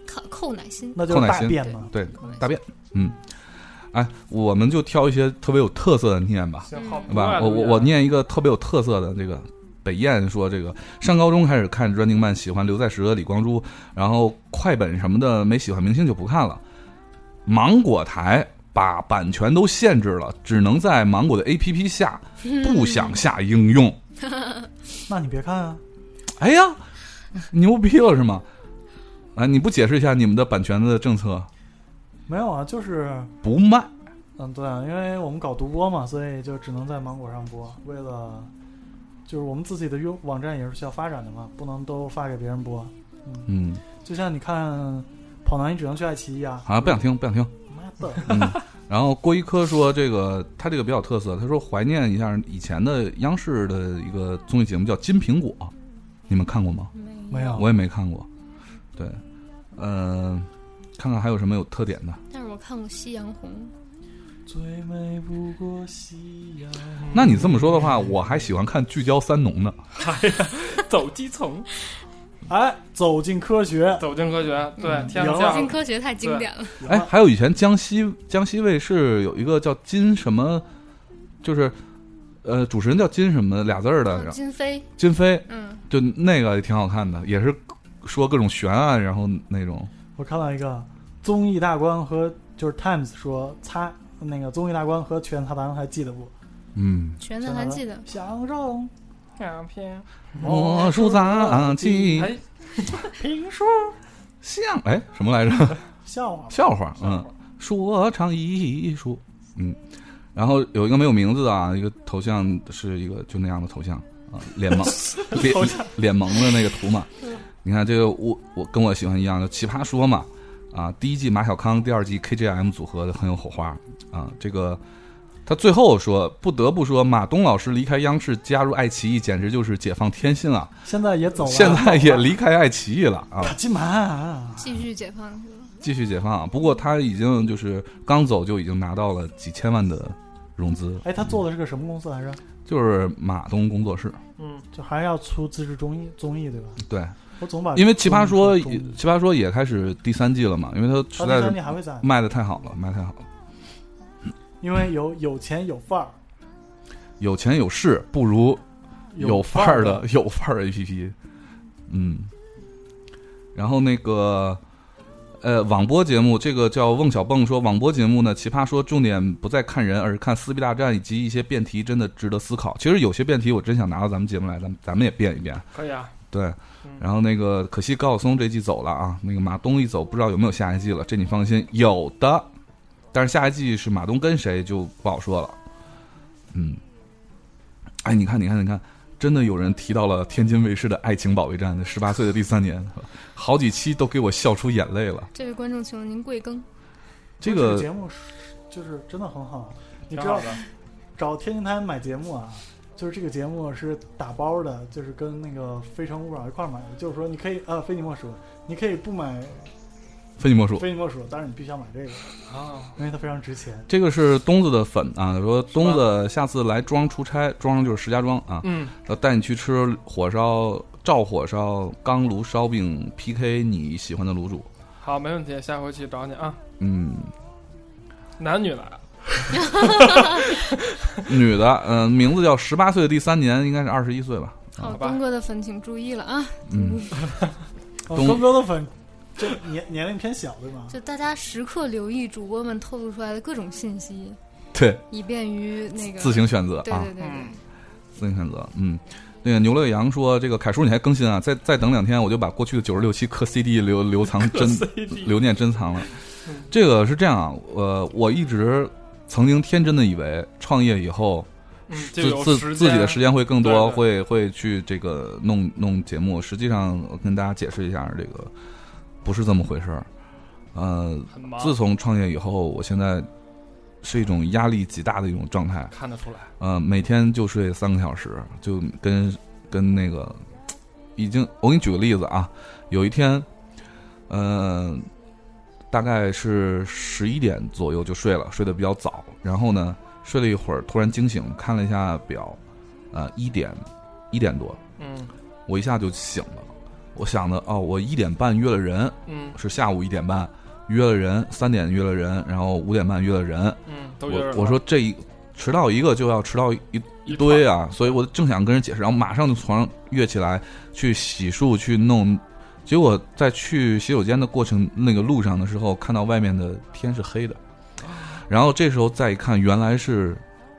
S2: 寇寇乃馨，
S4: 那就是大便嘛。
S1: 对，
S2: 寇乃馨
S1: 大便。嗯，哎，我们就挑一些特别有特色的念吧，
S3: 行好，
S1: 好
S3: 国
S1: 吧？
S3: 外
S1: 我
S3: 留
S1: 我
S3: 言
S1: 我念一个特别有特色的这个。北燕说：“这个上高中开始看《running man》，喜欢刘在石的李光洙，然后快本什么的没喜欢明星就不看了。芒果台把版权都限制了，只能在芒果的 APP 下，
S2: 嗯
S1: 不想下应用。
S4: 那你别看啊，
S1: 哎呀，牛逼了是吗？啊，你不解释一下你们的版权的政策？
S4: 没有啊，就是
S1: 不卖，
S4: 嗯，对啊，因为我们搞独播嘛，所以就只能在芒果上播。为了就是我们自己的用网站也是需要发展的嘛，不能都发给别人播。
S1: 嗯，
S4: 就像你看跑男，你只能去爱奇艺啊。
S1: 啊，不想听，不想听。
S4: 妈的，
S1: 然后郭一科说，这个他这个比较有特色，他说怀念一下以前的央视的一个综艺节目叫《金苹果》，你们看过吗？
S4: 没有
S1: 我也没看过。对，嗯、看看还有什么有特点的。
S2: 但是我看过《夕阳红
S4: 最美不过夕阳。
S1: 那你这么说的话，我还喜欢看《聚焦三农》呢。
S3: 走基层，
S4: 哎，走进科学，
S3: 走进科学，对，
S4: 嗯
S3: 天
S4: 有
S3: 上
S4: 啊
S3: 下》，
S2: 《新科学》太经典了。
S4: 赢
S1: 哎，
S4: 了
S1: 还有以前江西江西卫视有一个叫金什么，就是呃主持人叫金什么俩字儿的，然后
S2: 哦金飞，
S1: 金飞，
S2: 嗯，
S1: 就那个也挺好看的，也是说各种悬案，然后那种
S4: 我看到一个综艺大观和就是 Times 说擦那个综艺大观和全大班还记得不？
S1: 嗯。
S2: 全的还记得。
S4: 想让
S3: 两篇，
S1: 魔术杂技
S3: 哎，
S4: 评说
S1: 像哎什么来着？
S4: 笑话吧。
S1: 笑话，嗯，说唱艺术，嗯。然后有一个没有名字的啊，一个头像是一个就那样的头像啊，脸盲， 脸脸盲的那个图嘛。你看这个我我跟我喜欢一样，就奇葩说嘛，啊，第一季马小康，第二季 KJM 组合的很有火花啊。这个他最后说，不得不说，马东老师离开央视加入爱奇艺，简直就是解放天性啊！
S4: 现在也走了，
S1: 现在也离开爱奇艺了啊。
S4: 打金盘啊，
S2: 继续解放是吧？
S1: 继续解放啊。不过他已经就是刚走就已经拿到了几千万的融资，
S4: 哎，他做的是个什么公司来着？
S1: 就是马东工作室。
S3: 嗯，
S4: 就还要出自制综艺综艺对吧？
S1: 对，
S4: 我总把
S1: 因为奇葩说，
S4: 综艺中
S1: 奇葩说也开始第三季了嘛，因为它实
S4: 他
S1: 在
S4: 第三
S1: 是
S4: 季还会在，
S1: 卖的太好了，卖得太好了，
S4: 因为有有钱有范儿，
S1: 有钱有势不如有范儿
S4: 的
S1: 的有范儿 A P P，嗯，然后那个。呃，网播节目这个叫孟小蹦说，网播节目呢，奇葩说重点不在看人，而是看撕逼大战以及一些辩题，真的值得思考。其实有些辩题我真想拿到咱们节目来，咱们咱们也辩一辩。
S3: 可以啊，
S1: 对
S3: 嗯，
S1: 然后那个可惜高晓松这季走了啊，那个马东一走，不知道有没有下一季了。这你放心，有的，但是下一季是马东跟谁就不好说了。嗯，哎，你看，你看，你看，真的有人提到了天津卫视的《爱情保卫战》十八岁的第三年，好几期都给我笑出眼泪了。
S2: 这位观众，请问您贵庚？
S1: 这
S4: 个
S1: 个
S4: 节目是就是真的很好，啊你
S3: 挺
S4: 知
S3: 好
S4: 道
S3: 的，
S4: 找天津台买节目啊。就是这个节目是打包的，就是跟那个《非诚勿扰》一块儿买的。就是说，你可以呃，非你莫属，你可以不买《
S1: 非你莫属。
S4: 非你莫属》，但是你必须要买这个，
S3: 啊，
S4: 因为它非常值钱。
S1: 这个是东子的粉啊，说东
S3: 吧
S1: 子下次来庄出差，庄就是石家庄啊，
S3: 嗯，
S1: 要带你去吃火烧、照火烧、钢炉烧饼 PK 你喜欢的卤煮。
S3: 好，没问题，下回去找你啊，
S1: 嗯，
S3: 男女来，
S1: 女的， 嗯、名字叫十八岁的第三年，应该是二十一岁吧。
S2: 好，
S3: 吧
S2: 东哥的粉请注意了啊！
S1: 嗯，
S4: 哦，
S1: 东
S4: 东哥的粉就年年龄偏小对吗？
S2: 就大家时刻留意主播们透露出来的各种信息，
S1: 对，
S2: 以便于那个
S1: 自。行选择
S2: 对
S1: 啊
S2: 对，对对
S7: 嗯，
S1: 自行选择。嗯，那个牛乐阳说，这个凯叔你还更新啊？再再等两天，我就把过去的九十六期刻 CD 留留藏珍
S3: 嗯
S1: 留念珍藏了。这个是这样啊，呃，我一直曾经天真的以为创业以后
S3: 嗯，就
S1: 自
S3: 有
S1: 自
S3: 时
S1: 自己的时间会更多，
S3: 对
S1: 会会去这个弄弄节目。实际上，我跟大家解释一下，这个不是这么回事儿。呃，
S3: 很忙，
S1: 自从创业以后，我现在是一种压力极大的一种状态。
S3: 看得出来，
S1: 呃，每天就睡三个小时，就跟跟那个已经，我给你举个例子啊，有一天，呃，大概是十一点左右就睡了，睡得比较早，然后呢，睡了一会儿，突然惊醒，看了一下表，呃，一点一点多，
S3: 嗯
S1: 我一下就醒了，我想的哦，我一点半约了人，
S3: 嗯
S1: 是下午一点半约了人，三点约了人，然后五点半约了人，
S3: 嗯，都觉
S1: 我
S3: 得
S1: 我说这一迟到一个就要迟到一
S3: 一
S1: 一堆啊，所以我正想跟人解释，然后马上就从床上跃起来去洗漱去弄，结果在去洗手间的过程那个路上的时候，看到外面的天是黑的，然后这时候再一看，原来是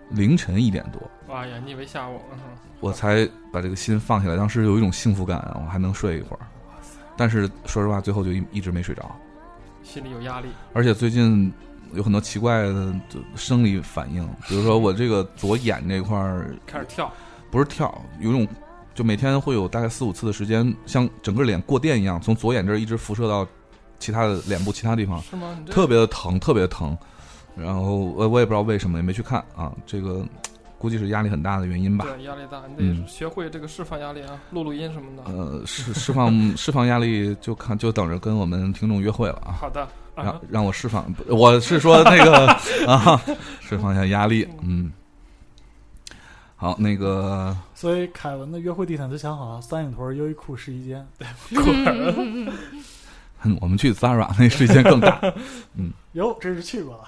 S1: 凌晨一点多，
S3: 哎呀，你以为吓我？嗯
S1: 我才把这个心放下来，当时有一种幸福感啊，我还能睡一会儿，但是说实话，最后就一一直没睡着。
S3: 心里有压力，
S1: 而且最近有很多奇怪的就生理反应，比如说我这个左眼这块儿
S3: 开始跳，
S1: 不是跳，有一种就每天会有大概四五次的时间，像整个脸过电一样，从左眼这儿一直辐射到其他的脸部其他地方，
S3: 是吗？你这
S1: 特别的疼，特别的疼。然后我我也不知道为什么，也没去看啊，这个估计是压力很大的原因吧。
S3: 对压力大，你
S1: 嗯
S3: 得学会这个释放压力啊，录录音什么的。
S1: 呃，释释放 释放压力，就看就等着跟我们听众约会了啊。
S3: 好的，啊
S1: 让，让我释放，不我是说那 个啊，释放一下压力，嗯。好，那个
S4: 所以凯文的约会地点就想好了，三里屯优衣库试衣间。
S3: 嗯
S2: 嗯
S1: 哼我们去 Zara 那是一件更大。
S4: 哟，这是去过了。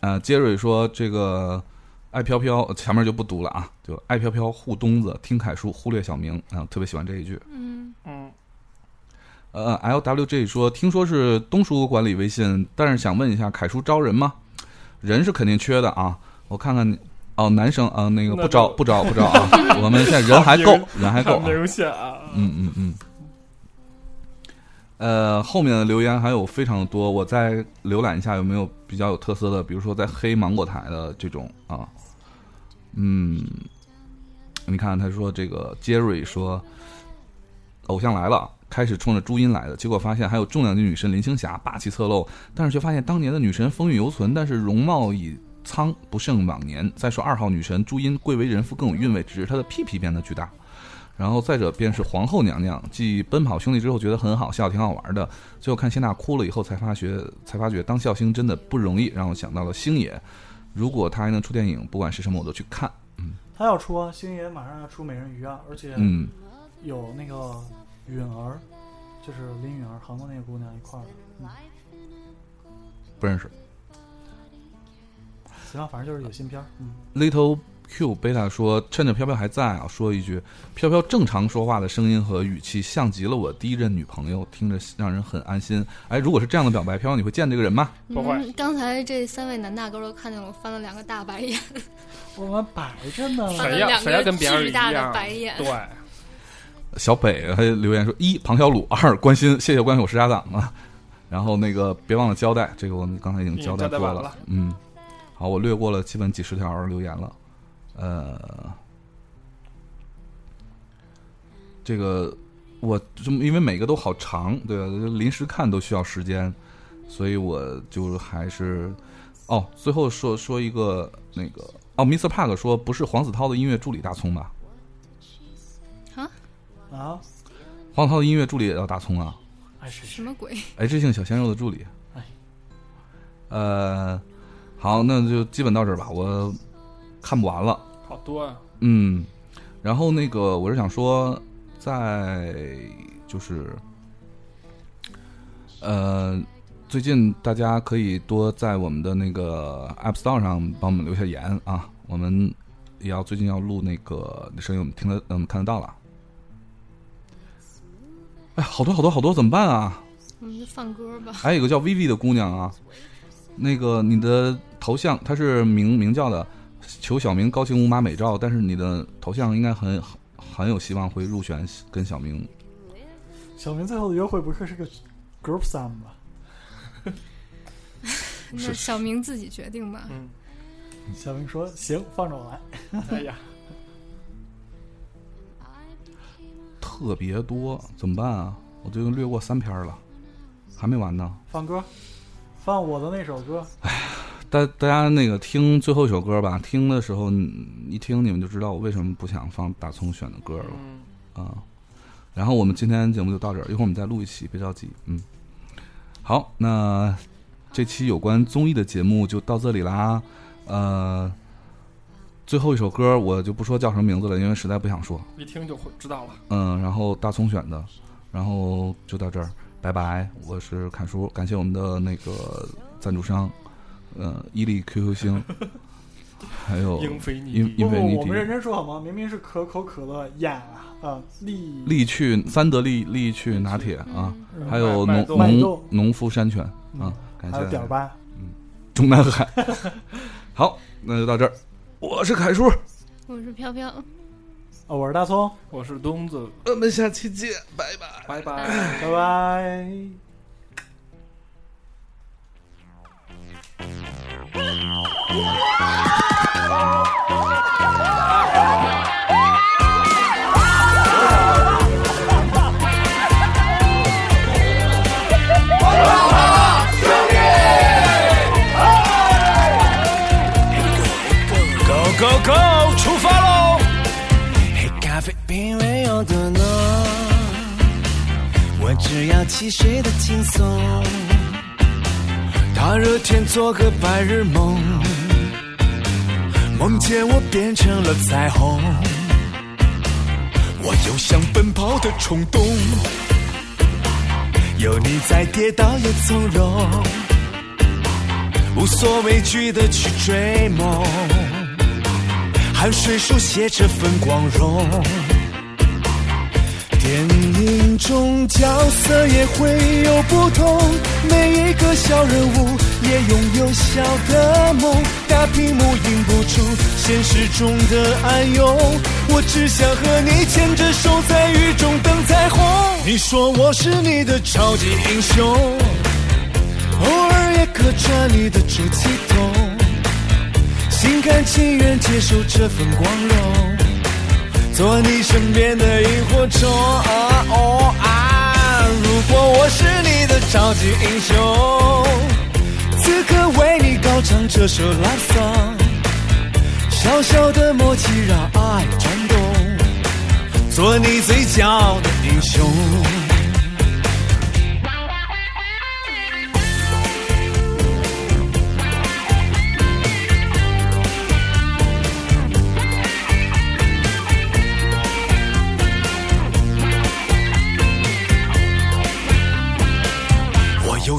S1: 呃，杰瑞说这个爱飘飘前面就不读了啊，就爱飘飘护东子，听凯叔忽略小明啊、特别喜欢这一句。
S2: 嗯，
S3: 嗯，
S1: 呃，LWG 说听说是东叔管理微信，但是想问一下，凯叔招人吗？人是肯定缺的啊，我看看你哦，男生啊、呃那个
S3: 那
S1: 不招
S3: 就
S1: 不招不招 啊，我们现在人还 够
S3: 好，
S1: 人还够、啊
S3: 看。流线啊，
S1: 嗯嗯嗯。呃，后面的留言还有非常多，我再浏览一下有没有比较有特色的，比如说在黑芒果台的这种啊，嗯，你看他说这个杰瑞说，偶像来了，开始冲着朱茵来的，结果发现还有重量级女神林青霞霸气侧漏，但是却发现当年的女神风韵犹存，但是容貌已苍不胜往年。再说二号女神朱茵贵为人妇更有韵味，只是她的屁屁变得巨大。然后再者便是皇后娘娘，继《奔跑兄弟》之后觉得很好笑，挺好玩的。最后看谢娜哭了以后，才发觉才发觉当笑星真的不容易，让我想到了星爷。如果他还能出电影，不管是什么我都去看。
S4: 他要出啊，星爷马上要出美人鱼啊，而且
S1: 嗯，
S4: 有那个允儿，就是林允儿，韩国那个姑娘一块儿。
S1: 不认识。
S4: 行啊，反正就是有新片儿。嗯，
S1: Little Q 贝塔说，趁着飘飘还在啊，说一句，飘飘正常说话的声音和语气，像极了我第一任女朋友，听着让人很安心。哎，如果是这样的表白，飘飘你会见这个人吗？
S3: 不会
S2: 嗯刚才这三位男大哥都看见了我翻了两个大白眼，
S4: 我们摆着呢。
S2: 翻了
S3: 嗯谁呀
S2: 两
S3: 谁呀
S2: 个
S3: 跟别人
S2: 巨大
S3: 一样嗯
S2: 的白眼。
S3: 对，
S1: 小北还留言说：一庞小鲁，二关心，谢谢关心我是家长啊。 然后那个别忘了交代，这个我们刚才已经交代过
S3: 已经交代完了
S1: 嗯，好，我略过了基本几十条留言了。呃，这个我这么因为每个都好长，对吧？就临时看都需要时间，所以我就还是哦，最后说说一个那个哦，Mr. Park 说不是黄子韬的音乐助理大葱吧？
S4: 啊，
S1: 黄子韬的音乐助理也叫大葱啊？
S4: 哎谁
S2: 什么鬼？
S1: H 姓小鲜肉的助理
S4: 哎。
S1: 呃，好，那就基本到这儿吧，我看不完了。
S3: 好多啊呀，
S1: 嗯，然后那个我是想说，在就是，呃，最近大家可以多在我们的那个 App Store 上帮我们留下言啊，我们也要最近要录那个声音，我们听得嗯看得到了。哎，好多好多好多，怎么办啊？
S2: 我们就放歌吧。
S1: 还有一个叫 Vivi 的姑娘啊，那个你的头像她是名名叫的，求小明高清无码美照，但是你的头像应该很很有希望会入选跟小明。
S4: 小明最后的约会不是是个 group sum 吗？
S2: 那小明自己决定吧。
S3: 嗯，
S4: 小明说：“行，放着我来。
S3: 哎呀，
S1: 特别多，怎么办啊？我就略过三篇了，还没完呢。”
S4: 放歌，放我的那首歌。
S1: 大大家那个听最后一首歌吧，听的时候嗯一听你们就知道我为什么不想放大葱选的歌了
S3: 嗯，
S1: 啊、然后我们今天节目就到这儿，一会儿我们再录一期，别着急，嗯。好，那这期有关综艺的节目就到这里啦。呃，最后一首歌我就不说叫什么名字了，因为实在不想说。
S3: 一听就会知道了。
S1: 嗯，然后大葱选的，然后就到这儿，拜拜。我是侃叔，感谢我们的那个赞助商，呃，伊利 QQ 星，还有
S3: 英菲尼
S1: 哦英
S3: 迪
S1: 英
S4: 不
S1: 菲尼
S4: 不，我们认
S1: 迪、
S4: 真说好吗？明明是可口可乐呀啊，利
S1: 利趣三得利利趣拿铁啊，
S2: 嗯，
S1: 还有农
S3: 麦豆
S1: 农农夫山泉啊，感
S4: 嗯还有点儿
S1: 谢
S4: 吧。
S1: 中南海。 好，那就到这儿，我是凯叔，
S2: 我是飘飘，
S4: 啊，我是大葱，
S3: 我是东子，
S1: 我们下期见，拜拜。
S3: 拜
S2: 拜
S3: 拜。
S2: 拜。
S4: 拜拜。
S5: Go Go Go，出发喽！黑咖啡品味有多浓，我只要汽水的轻松，大热天做个白日梦，梦见我变成了彩虹，我有想奔跑的冲动，有你在，跌倒也从容。无所畏惧的去追梦，汗水书写这份光荣。电影中角色也会有不同，每一个小人物也拥有小的梦。大屏幕映不出现实中的暗涌，我只想和你牵着手在雨中等彩虹。你说我是你的超级英雄。偶尔也隔着你的出气筒，心甘情愿接受这份光荣，做你身边的萤火虫。啊哦啊！如果我是你的超级英雄，此刻为你高唱这首 love song，小小的默契让爱转动，做你最骄傲的英雄。我有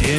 S5: 电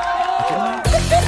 S5: ？OK 吗？